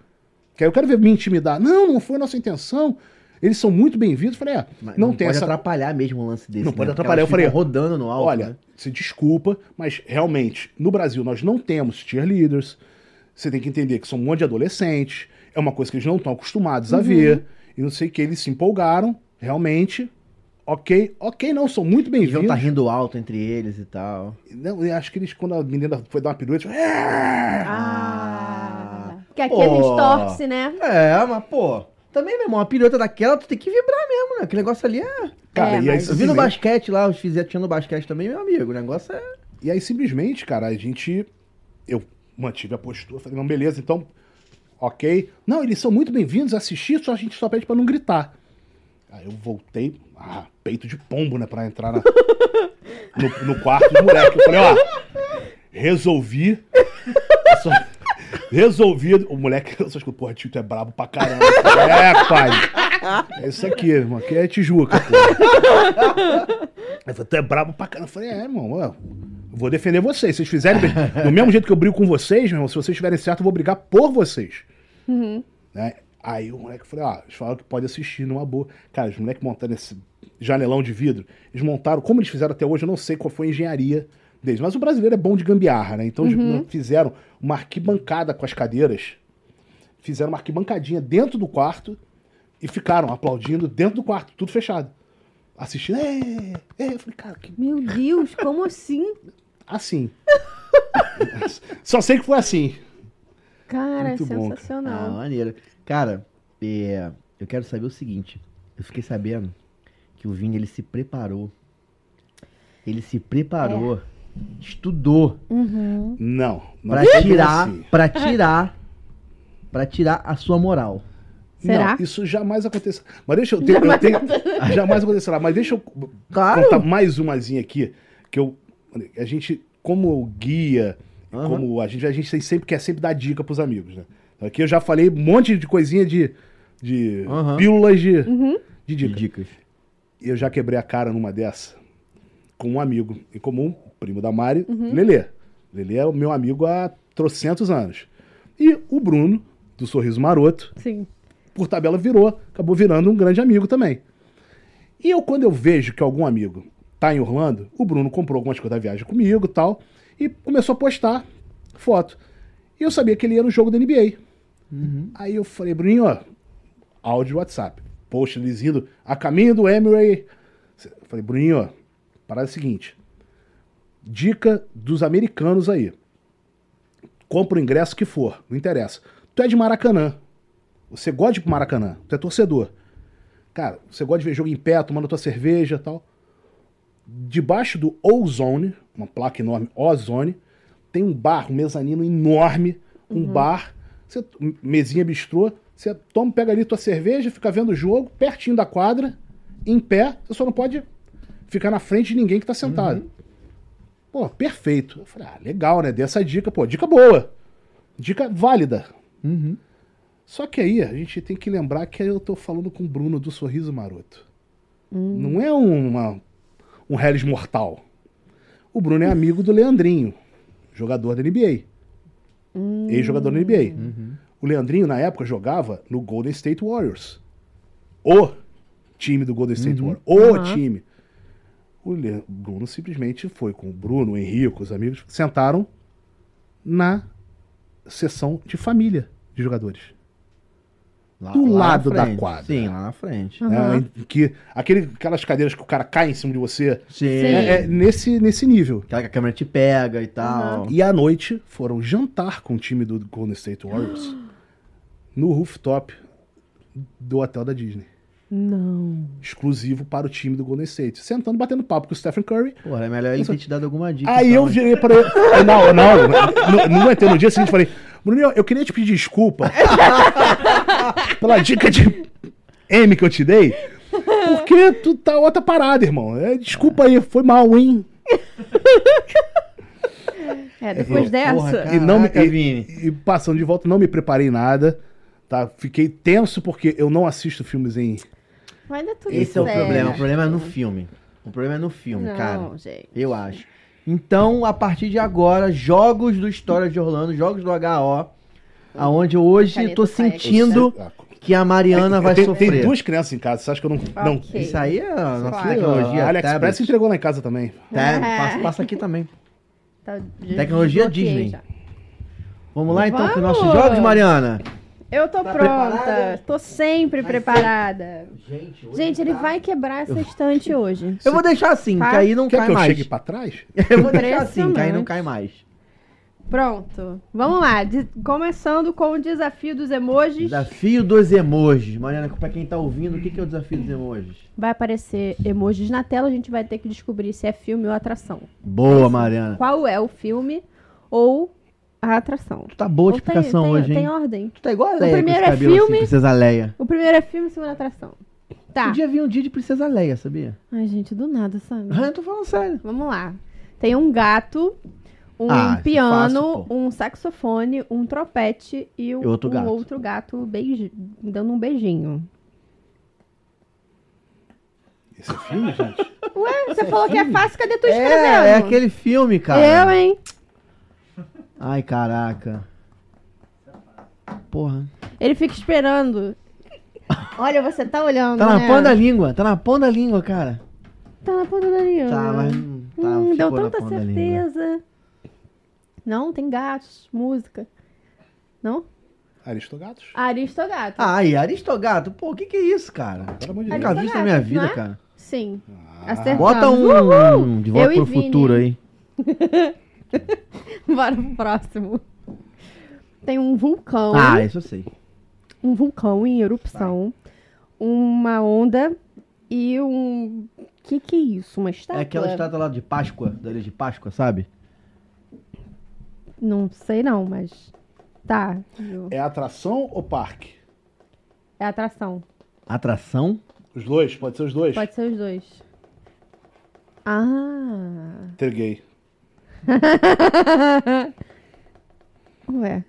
[SPEAKER 3] Que aí eu quero ver me intimidar. Não, não foi a nossa intenção. Eles são muito bem-vindos. Eu Falei, é, não,
[SPEAKER 2] Mas não,
[SPEAKER 3] tem
[SPEAKER 2] pode
[SPEAKER 3] essa.
[SPEAKER 2] atrapalhar mesmo um lance desse.
[SPEAKER 3] Não pode
[SPEAKER 2] Porque
[SPEAKER 3] atrapalhar.
[SPEAKER 2] elas
[SPEAKER 3] Eu falei,
[SPEAKER 2] ficam rodando no alto.
[SPEAKER 3] Olha,
[SPEAKER 2] né?
[SPEAKER 3] se desculpa, mas realmente, no Brasil nós não temos cheerleaders. Você tem que entender que são um monte de adolescentes. É uma coisa que eles não estão acostumados
[SPEAKER 2] Uhum.
[SPEAKER 3] a ver. E não sei o que, eles se empolgaram, realmente. Ok, ok, não, são muito
[SPEAKER 2] Eles
[SPEAKER 3] bem-vindos.
[SPEAKER 2] tá rindo alto entre eles e tal.
[SPEAKER 3] Não, eu acho que eles, quando a menina foi dar uma pirueta, eles- "Ah!"
[SPEAKER 1] ah.
[SPEAKER 2] Ah.
[SPEAKER 1] Que aqui a gente
[SPEAKER 2] Oh.
[SPEAKER 1] torce, né?
[SPEAKER 2] É, mas, pô, também, meu irmão, uma pirueta daquela, tu tem que vibrar mesmo, né? Aquele negócio ali é.
[SPEAKER 3] cara, e aí, né?"
[SPEAKER 1] mas-
[SPEAKER 2] Eu vi no
[SPEAKER 3] simplesmente-
[SPEAKER 2] basquete lá, os fizeram tinha no basquete também, meu amigo. O negócio é.
[SPEAKER 3] e aí simplesmente, cara, a gente. Eu mantive a postura, falei, não, beleza, então, ok. Não, eles são muito bem-vindos a assistir, só a gente só pede pra não gritar. Aí eu voltei, ah, peito de pombo, né, pra entrar na- no, no quarto do moleque. Eu falei, ó, resolvi. Só- resolvi. O moleque, eu só escuto, porra, tio, tu é brabo pra caramba. Eu falei, É, pai. É isso aqui, irmão, aqui é Tijuca, pô. Ele falou, tu é brabo pra caramba. Eu falei, é, irmão, ó, eu vou defender vocês. Se vocês fizerem. bem- Do mesmo jeito que eu brigo com vocês, meu irmão, se vocês estiverem certo, eu vou brigar por vocês. Né? Aí o moleque falou, ah, eles falaram que pode assistir numa boa. Cara, os moleques montaram esse janelão de vidro, eles montaram, como eles fizeram até hoje, eu não sei qual foi a engenharia deles. Mas o brasileiro é bom de gambiarra, né? Então eles fizeram uma arquibancada com as cadeiras, fizeram uma arquibancadinha dentro do quarto e ficaram aplaudindo dentro do quarto, tudo fechado. Assistindo, é, é, eu falei, cara, que
[SPEAKER 1] Meu Deus, como assim?
[SPEAKER 3] assim. Só sei que foi assim.
[SPEAKER 1] Cara,
[SPEAKER 3] Muito bom, cara.
[SPEAKER 2] Ah,
[SPEAKER 1] sensacional.
[SPEAKER 2] maneiro. Cara, é, eu quero saber o seguinte. Eu fiquei sabendo que o Vini, ele se preparou. Ele se preparou, estudou
[SPEAKER 3] Ah.
[SPEAKER 1] Uhum.
[SPEAKER 3] Não, não
[SPEAKER 2] pra
[SPEAKER 3] foi
[SPEAKER 2] tirar,
[SPEAKER 3] assim.
[SPEAKER 2] pra tirar, pra tirar a sua moral.
[SPEAKER 1] Será?
[SPEAKER 3] Não, isso jamais aconteceu. Mas deixa eu ter.
[SPEAKER 1] Jamais
[SPEAKER 3] Jamais, eu tenho, jamais acontecerá. Mas deixa eu contar mais umazinha aqui. Que eu. A gente, como guia,
[SPEAKER 2] Aham.
[SPEAKER 3] como a gente, a gente sempre quer sempre dar dica pros amigos, né? Aqui eu já falei um monte de coisinha de. de
[SPEAKER 2] Aham.
[SPEAKER 3] pílulas de,
[SPEAKER 1] Uhum.
[SPEAKER 3] de
[SPEAKER 2] De
[SPEAKER 3] dica.
[SPEAKER 2] dicas.
[SPEAKER 3] Eu já quebrei a cara numa dessa com um amigo em comum, primo da Mari, Lelê. Lelê é o meu amigo há trocentos anos. E o Bruno, do Sorriso Maroto,
[SPEAKER 1] Sim.
[SPEAKER 3] por tabela virou, acabou virando um grande amigo também. E eu, quando eu vejo que algum amigo tá em Orlando, o Bruno comprou algumas coisas da viagem comigo e tal, e começou a postar foto. E eu sabia que ele ia no jogo da NBA. Aí eu falei, Bruninho, ó, áudio WhatsApp. Post eles indo a caminho do Emery. Eu falei, Bruninho, ó, parada é a seguinte. Dica dos americanos aí. compra o ingresso que for, não interessa. Tu é de Maracanã. Você gosta de ir pro Maracanã, tu é torcedor. Cara, você gosta de ver jogo em pé, tomando tua cerveja e tal. Debaixo do Ozone, uma placa enorme, Ozone, tem um bar, um mezanino enorme, um bar, você, mesinha bistrô, você toma, pega ali tua cerveja, fica vendo o jogo, pertinho da quadra, em pé, você só não pode ficar na frente de ninguém que tá sentado. Pô, perfeito. Eu falei, ah, legal, né? Dei essa dica, pô, dica boa. Dica válida.
[SPEAKER 2] Uhum.
[SPEAKER 3] Só que aí a gente tem que lembrar que eu tô falando com o Bruno do Sorriso Maroto. Não é uma, um Hellis mortal. O Bruno é amigo do Leandrinho, jogador da NBA. Ex-jogador da NBA.
[SPEAKER 2] Hum.
[SPEAKER 3] O Leandrinho, na época, jogava no Golden State Warriors. O time do Golden State Warriors. O
[SPEAKER 1] Aham.
[SPEAKER 3] time. O Le- Bruno simplesmente foi com o Bruno, o Henrique, os amigos, sentaram na sessão de família de jogadores.
[SPEAKER 2] Lá-
[SPEAKER 3] Do
[SPEAKER 2] lá na
[SPEAKER 3] lado da
[SPEAKER 2] frente.
[SPEAKER 3] quadra.
[SPEAKER 2] Sim, lá na frente.
[SPEAKER 1] Uhum.
[SPEAKER 3] né, em que aquele, aquelas cadeiras que o cara cai em cima de você.
[SPEAKER 2] Sim.
[SPEAKER 3] É, é nesse, nesse nível.
[SPEAKER 2] Aquela que a câmera te pega e tal.
[SPEAKER 3] E à noite foram jantar com o time do Golden State Warriors no rooftop do hotel da Disney.
[SPEAKER 1] Não.
[SPEAKER 3] Exclusivo para o time do Golden State. Sentando, batendo papo com o Stephen Curry.
[SPEAKER 2] Pô, é melhor ele ter te dado alguma dica.
[SPEAKER 3] Aí
[SPEAKER 2] então,
[SPEAKER 3] eu
[SPEAKER 2] né?
[SPEAKER 3] virei pra ele. Não, não, não, não aguentei no dia seguinte. Falei, Bruno, eu queria te pedir desculpa pela dica de M que eu te dei. Porque tu tá outra parada, irmão. É, desculpa aí, foi mal, hein?
[SPEAKER 1] É, depois dessa.
[SPEAKER 2] Porra,
[SPEAKER 3] E não me-
[SPEAKER 2] caraca,
[SPEAKER 3] e-
[SPEAKER 2] Vini.
[SPEAKER 3] E passando de volta, não me preparei nada. Tá? Fiquei tenso porque eu não assisto filmes em.
[SPEAKER 1] Vai dar tudo
[SPEAKER 2] Esse é o
[SPEAKER 1] certo.
[SPEAKER 2] problema. O problema é no filme. O problema é no filme,
[SPEAKER 1] Não,
[SPEAKER 2] cara.
[SPEAKER 1] gente.
[SPEAKER 2] Eu acho. Então, a partir de agora, jogos do História de Orlando, jogos do HO, aonde hoje eu
[SPEAKER 1] Caneta
[SPEAKER 2] tô
[SPEAKER 1] sai aqui.
[SPEAKER 2] sentindo que a Mariana vai
[SPEAKER 3] É, tem,
[SPEAKER 2] sofrer.
[SPEAKER 3] Tem duas crianças em casa, você acha que eu não. Não.
[SPEAKER 1] Ok.
[SPEAKER 2] Isso aí é a nossa
[SPEAKER 1] Claro.
[SPEAKER 2] tecnologia.
[SPEAKER 3] A AliExpress
[SPEAKER 2] tablet,
[SPEAKER 3] entregou lá em casa também.
[SPEAKER 2] tab-
[SPEAKER 1] É.
[SPEAKER 2] passa, passa aqui também.
[SPEAKER 1] Tá- já
[SPEAKER 2] Tecnologia
[SPEAKER 1] desbloqueei
[SPEAKER 2] Disney.
[SPEAKER 1] já.
[SPEAKER 2] Vamos lá então com nossos
[SPEAKER 1] Vamos!
[SPEAKER 2] jogos, Mariana?
[SPEAKER 1] Eu tô
[SPEAKER 2] Tá
[SPEAKER 1] pronta.
[SPEAKER 2] preparada?
[SPEAKER 1] Tô sempre
[SPEAKER 2] Vai ser-
[SPEAKER 1] preparada.
[SPEAKER 2] Gente,
[SPEAKER 1] Gente, ele vai quebrar essa estante hoje.
[SPEAKER 2] Eu vou deixar assim,
[SPEAKER 1] Tá.
[SPEAKER 2] que aí não
[SPEAKER 3] Quer
[SPEAKER 2] cai
[SPEAKER 3] que eu
[SPEAKER 2] mais.
[SPEAKER 3] chegue pra trás?
[SPEAKER 2] Eu vou deixar assim, que aí não
[SPEAKER 1] Impressionante.
[SPEAKER 2] cai mais.
[SPEAKER 1] Pronto. Vamos lá. De- Começando com o desafio dos emojis.
[SPEAKER 2] Desafio dos emojis. Mariana, pra quem tá ouvindo, o que que é o desafio dos emojis?
[SPEAKER 1] Vai aparecer emojis na tela. A gente vai ter que descobrir se é filme ou atração.
[SPEAKER 2] Boa, Mariana.
[SPEAKER 1] Qual é o filme ou a atração?
[SPEAKER 2] Tu tá boa de
[SPEAKER 1] Ou tem-
[SPEAKER 2] explicação
[SPEAKER 1] tem,
[SPEAKER 2] hoje,
[SPEAKER 1] tem
[SPEAKER 2] hein?
[SPEAKER 1] ordem.
[SPEAKER 2] Tu tá igual a
[SPEAKER 1] O
[SPEAKER 2] Leia com
[SPEAKER 1] primeiro
[SPEAKER 2] esse
[SPEAKER 1] é
[SPEAKER 2] cabelo assim,
[SPEAKER 1] filme.
[SPEAKER 2] Princesa Leia.
[SPEAKER 1] O primeiro é filme, o segundo é atração. Tá.
[SPEAKER 2] Podia vir um dia de Princesa Leia, sabia?
[SPEAKER 1] Ai, gente, do nada, sabe?
[SPEAKER 2] Ah, eu tô falando sério.
[SPEAKER 1] Vamos lá. Tem um gato, um
[SPEAKER 2] Ah, isso é
[SPEAKER 1] piano,
[SPEAKER 2] fácil, pô.
[SPEAKER 1] um saxofone, um trompete e um,
[SPEAKER 2] E outro
[SPEAKER 1] um
[SPEAKER 2] gato.
[SPEAKER 1] outro gato beij- dando um beijinho.
[SPEAKER 3] Esse é filme, gente?
[SPEAKER 1] Ué, você falou que é fácil, cadê tu escrevendo?
[SPEAKER 2] É, é aquele filme, cara.
[SPEAKER 1] Eu, hein?
[SPEAKER 2] Ai, caraca. Porra.
[SPEAKER 1] Ele fica esperando. Olha, você tá olhando,
[SPEAKER 2] Tá na
[SPEAKER 1] né?
[SPEAKER 2] ponta da língua, tá na ponta da língua, cara.
[SPEAKER 1] Tá na ponta da língua.
[SPEAKER 2] Tá, mas. não- Tá,
[SPEAKER 1] Hum,
[SPEAKER 2] ficou
[SPEAKER 1] deu
[SPEAKER 2] na
[SPEAKER 1] tanta
[SPEAKER 2] ponta da língua.
[SPEAKER 1] certeza. Não, tem gatos, música. Não?
[SPEAKER 3] Aristogatos?
[SPEAKER 1] Aristogato.
[SPEAKER 2] Ai, Aristogato, pô, o que que é isso, cara?
[SPEAKER 3] Pelo amor de
[SPEAKER 2] Nunca
[SPEAKER 3] Deus.
[SPEAKER 1] Aristogato,
[SPEAKER 2] vi isso na minha vida,
[SPEAKER 1] não é?
[SPEAKER 2] cara.
[SPEAKER 1] Sim.
[SPEAKER 3] Ah,
[SPEAKER 1] Acertamos.
[SPEAKER 2] Bota um, um de volta
[SPEAKER 1] Eu e
[SPEAKER 2] pro
[SPEAKER 1] Vini.
[SPEAKER 2] futuro aí.
[SPEAKER 1] Bora pro próximo. Tem um vulcão.
[SPEAKER 2] Ah, isso eu sei.
[SPEAKER 1] Um vulcão em erupção. Uma onda e um. Que que é isso? Uma estátua?
[SPEAKER 2] É aquela estátua lá de Páscoa, da Ilha de Páscoa, sabe?
[SPEAKER 1] Não sei não, mas. Tá.
[SPEAKER 3] É atração ou parque?
[SPEAKER 1] É atração.
[SPEAKER 2] Atração.
[SPEAKER 3] Os dois? Pode ser os dois?
[SPEAKER 1] Pode ser os dois. Ah.
[SPEAKER 3] Entreguei.
[SPEAKER 1] Ué.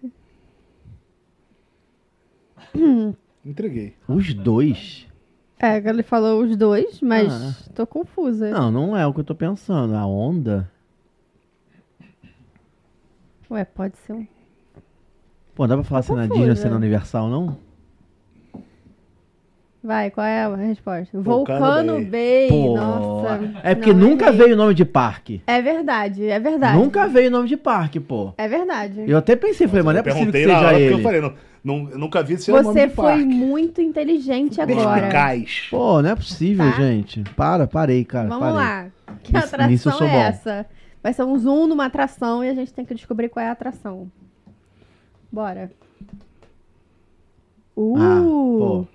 [SPEAKER 3] Entreguei.
[SPEAKER 2] Os dois?
[SPEAKER 1] É, ele falou os dois, mas
[SPEAKER 2] Ah.
[SPEAKER 1] tô confusa.
[SPEAKER 2] Não, não é o que eu tô pensando. A onda.
[SPEAKER 1] Ué, pode ser um.
[SPEAKER 2] Pô, dá pra falar se é na
[SPEAKER 1] Confusa.
[SPEAKER 2] Disney ou se é na Universal, não?
[SPEAKER 1] Vai, qual é a resposta?
[SPEAKER 3] Vulcano
[SPEAKER 1] Vulcano Bay.
[SPEAKER 2] Pô.
[SPEAKER 1] Nossa.
[SPEAKER 2] É porque
[SPEAKER 1] Não,
[SPEAKER 2] nunca
[SPEAKER 1] errei.
[SPEAKER 2] veio o nome de parque.
[SPEAKER 1] É verdade, é verdade.
[SPEAKER 2] Nunca veio o nome de parque, pô.
[SPEAKER 1] É verdade.
[SPEAKER 2] Eu até pensei, falei, mas não é possível que
[SPEAKER 3] Perguntei na
[SPEAKER 2] seja
[SPEAKER 3] hora porque eu
[SPEAKER 2] ele.
[SPEAKER 3] falei, não, não- eu nunca vi se
[SPEAKER 2] um
[SPEAKER 3] era o nome
[SPEAKER 1] Você
[SPEAKER 3] de
[SPEAKER 1] foi
[SPEAKER 3] parque.
[SPEAKER 1] muito inteligente agora.
[SPEAKER 3] Perspicaz.
[SPEAKER 2] Pô, não é possível,
[SPEAKER 1] Tá.
[SPEAKER 2] gente. Para, parei, cara.
[SPEAKER 1] Vamos
[SPEAKER 2] parei.
[SPEAKER 1] lá. Que
[SPEAKER 2] Nisso- nisso eu
[SPEAKER 1] atração
[SPEAKER 2] sou
[SPEAKER 1] é
[SPEAKER 2] bom.
[SPEAKER 1] essa? Vai ser um zoom numa atração e a gente tem que descobrir qual é a atração. Bora.
[SPEAKER 2] Ah,
[SPEAKER 1] Uh!
[SPEAKER 2] pô.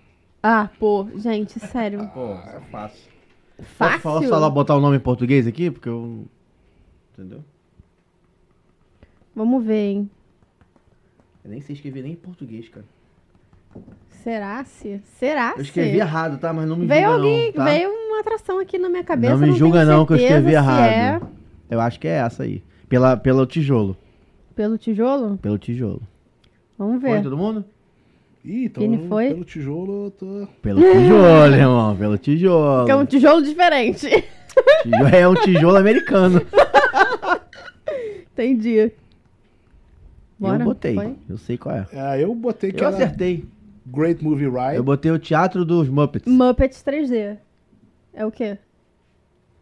[SPEAKER 1] Ah, pô, gente, sério.
[SPEAKER 2] Pô,
[SPEAKER 3] Ah,
[SPEAKER 2] é fácil. Posso
[SPEAKER 1] Fácil.
[SPEAKER 2] falar, falar, botar o nome em português aqui? Porque eu. Entendeu?
[SPEAKER 1] Vamos ver, hein?
[SPEAKER 2] Eu nem sei escrever nem em português, cara.
[SPEAKER 1] Será se? Será se?
[SPEAKER 2] Eu escrevi errado, tá? Mas não me
[SPEAKER 1] Assim, Veio
[SPEAKER 2] julga
[SPEAKER 1] alguém,
[SPEAKER 2] não, tá?
[SPEAKER 1] veio uma atração aqui na minha cabeça.
[SPEAKER 2] Não me
[SPEAKER 1] tenho
[SPEAKER 2] julga não, que eu
[SPEAKER 1] certeza se
[SPEAKER 2] escrevi errado.
[SPEAKER 1] É
[SPEAKER 2] Eu acho que é essa aí. Pela, pelo tijolo.
[SPEAKER 1] é pelo tijolo?
[SPEAKER 2] Pelo tijolo.
[SPEAKER 1] Vamos
[SPEAKER 2] Foi
[SPEAKER 1] ver.
[SPEAKER 2] todo mundo?
[SPEAKER 3] Ih, então
[SPEAKER 1] Quem foi?
[SPEAKER 3] pelo tijolo eu tô.
[SPEAKER 2] Pelo tijolo, irmão. Pelo tijolo.
[SPEAKER 1] Que é um tijolo diferente.
[SPEAKER 2] Tijolo- É um tijolo americano.
[SPEAKER 1] Entendi. Bora.
[SPEAKER 2] eu botei.
[SPEAKER 1] Foi?
[SPEAKER 2] Eu sei qual é.
[SPEAKER 3] Ah, eu botei que
[SPEAKER 2] Eu
[SPEAKER 3] era
[SPEAKER 2] acertei.
[SPEAKER 3] Great Movie Ride.
[SPEAKER 2] Eu botei o Teatro dos Muppets.
[SPEAKER 1] Muppets 3D. É o quê?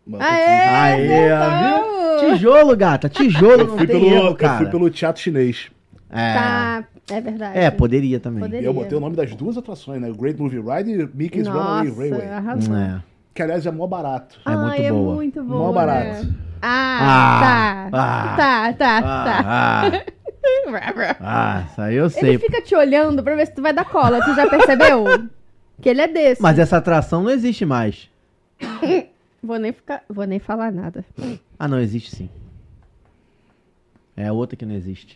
[SPEAKER 3] Mas
[SPEAKER 1] Aê!
[SPEAKER 2] Aê, ó,
[SPEAKER 1] acertou!
[SPEAKER 2] viu? Tijolo, gata. Tijolo não
[SPEAKER 3] Eu fui,
[SPEAKER 2] tem
[SPEAKER 3] pelo,
[SPEAKER 2] erro,
[SPEAKER 3] eu
[SPEAKER 2] cara.
[SPEAKER 3] fui pelo teatro chinês.
[SPEAKER 2] É.
[SPEAKER 1] Tá, é verdade.
[SPEAKER 2] É, poderia também.
[SPEAKER 3] E
[SPEAKER 1] Poderia.
[SPEAKER 3] eu botei o nome das duas atrações, né? Great Movie Ride e Mickey's Runaway
[SPEAKER 1] Nossa,
[SPEAKER 3] Railway.
[SPEAKER 1] arrasou.
[SPEAKER 2] É.
[SPEAKER 3] Que, aliás, é mó barato.
[SPEAKER 2] É muito
[SPEAKER 1] Ai, é
[SPEAKER 2] boa.
[SPEAKER 1] muito boa.
[SPEAKER 3] Mó barato.
[SPEAKER 1] né? Ah,
[SPEAKER 2] Ah,
[SPEAKER 1] tá.
[SPEAKER 2] ah,
[SPEAKER 1] tá. Tá, tá,
[SPEAKER 2] Ah,
[SPEAKER 1] Rá, rá.
[SPEAKER 2] ah, ah, isso aí eu
[SPEAKER 1] Ele
[SPEAKER 2] sei.
[SPEAKER 1] fica te olhando pra ver se tu vai dar cola. Tu já percebeu? que ele é desse.
[SPEAKER 2] Mas essa atração não existe mais.
[SPEAKER 1] Vou nem ficar, vou nem falar nada.
[SPEAKER 2] Ah, não, existe sim. É a outra que não existe.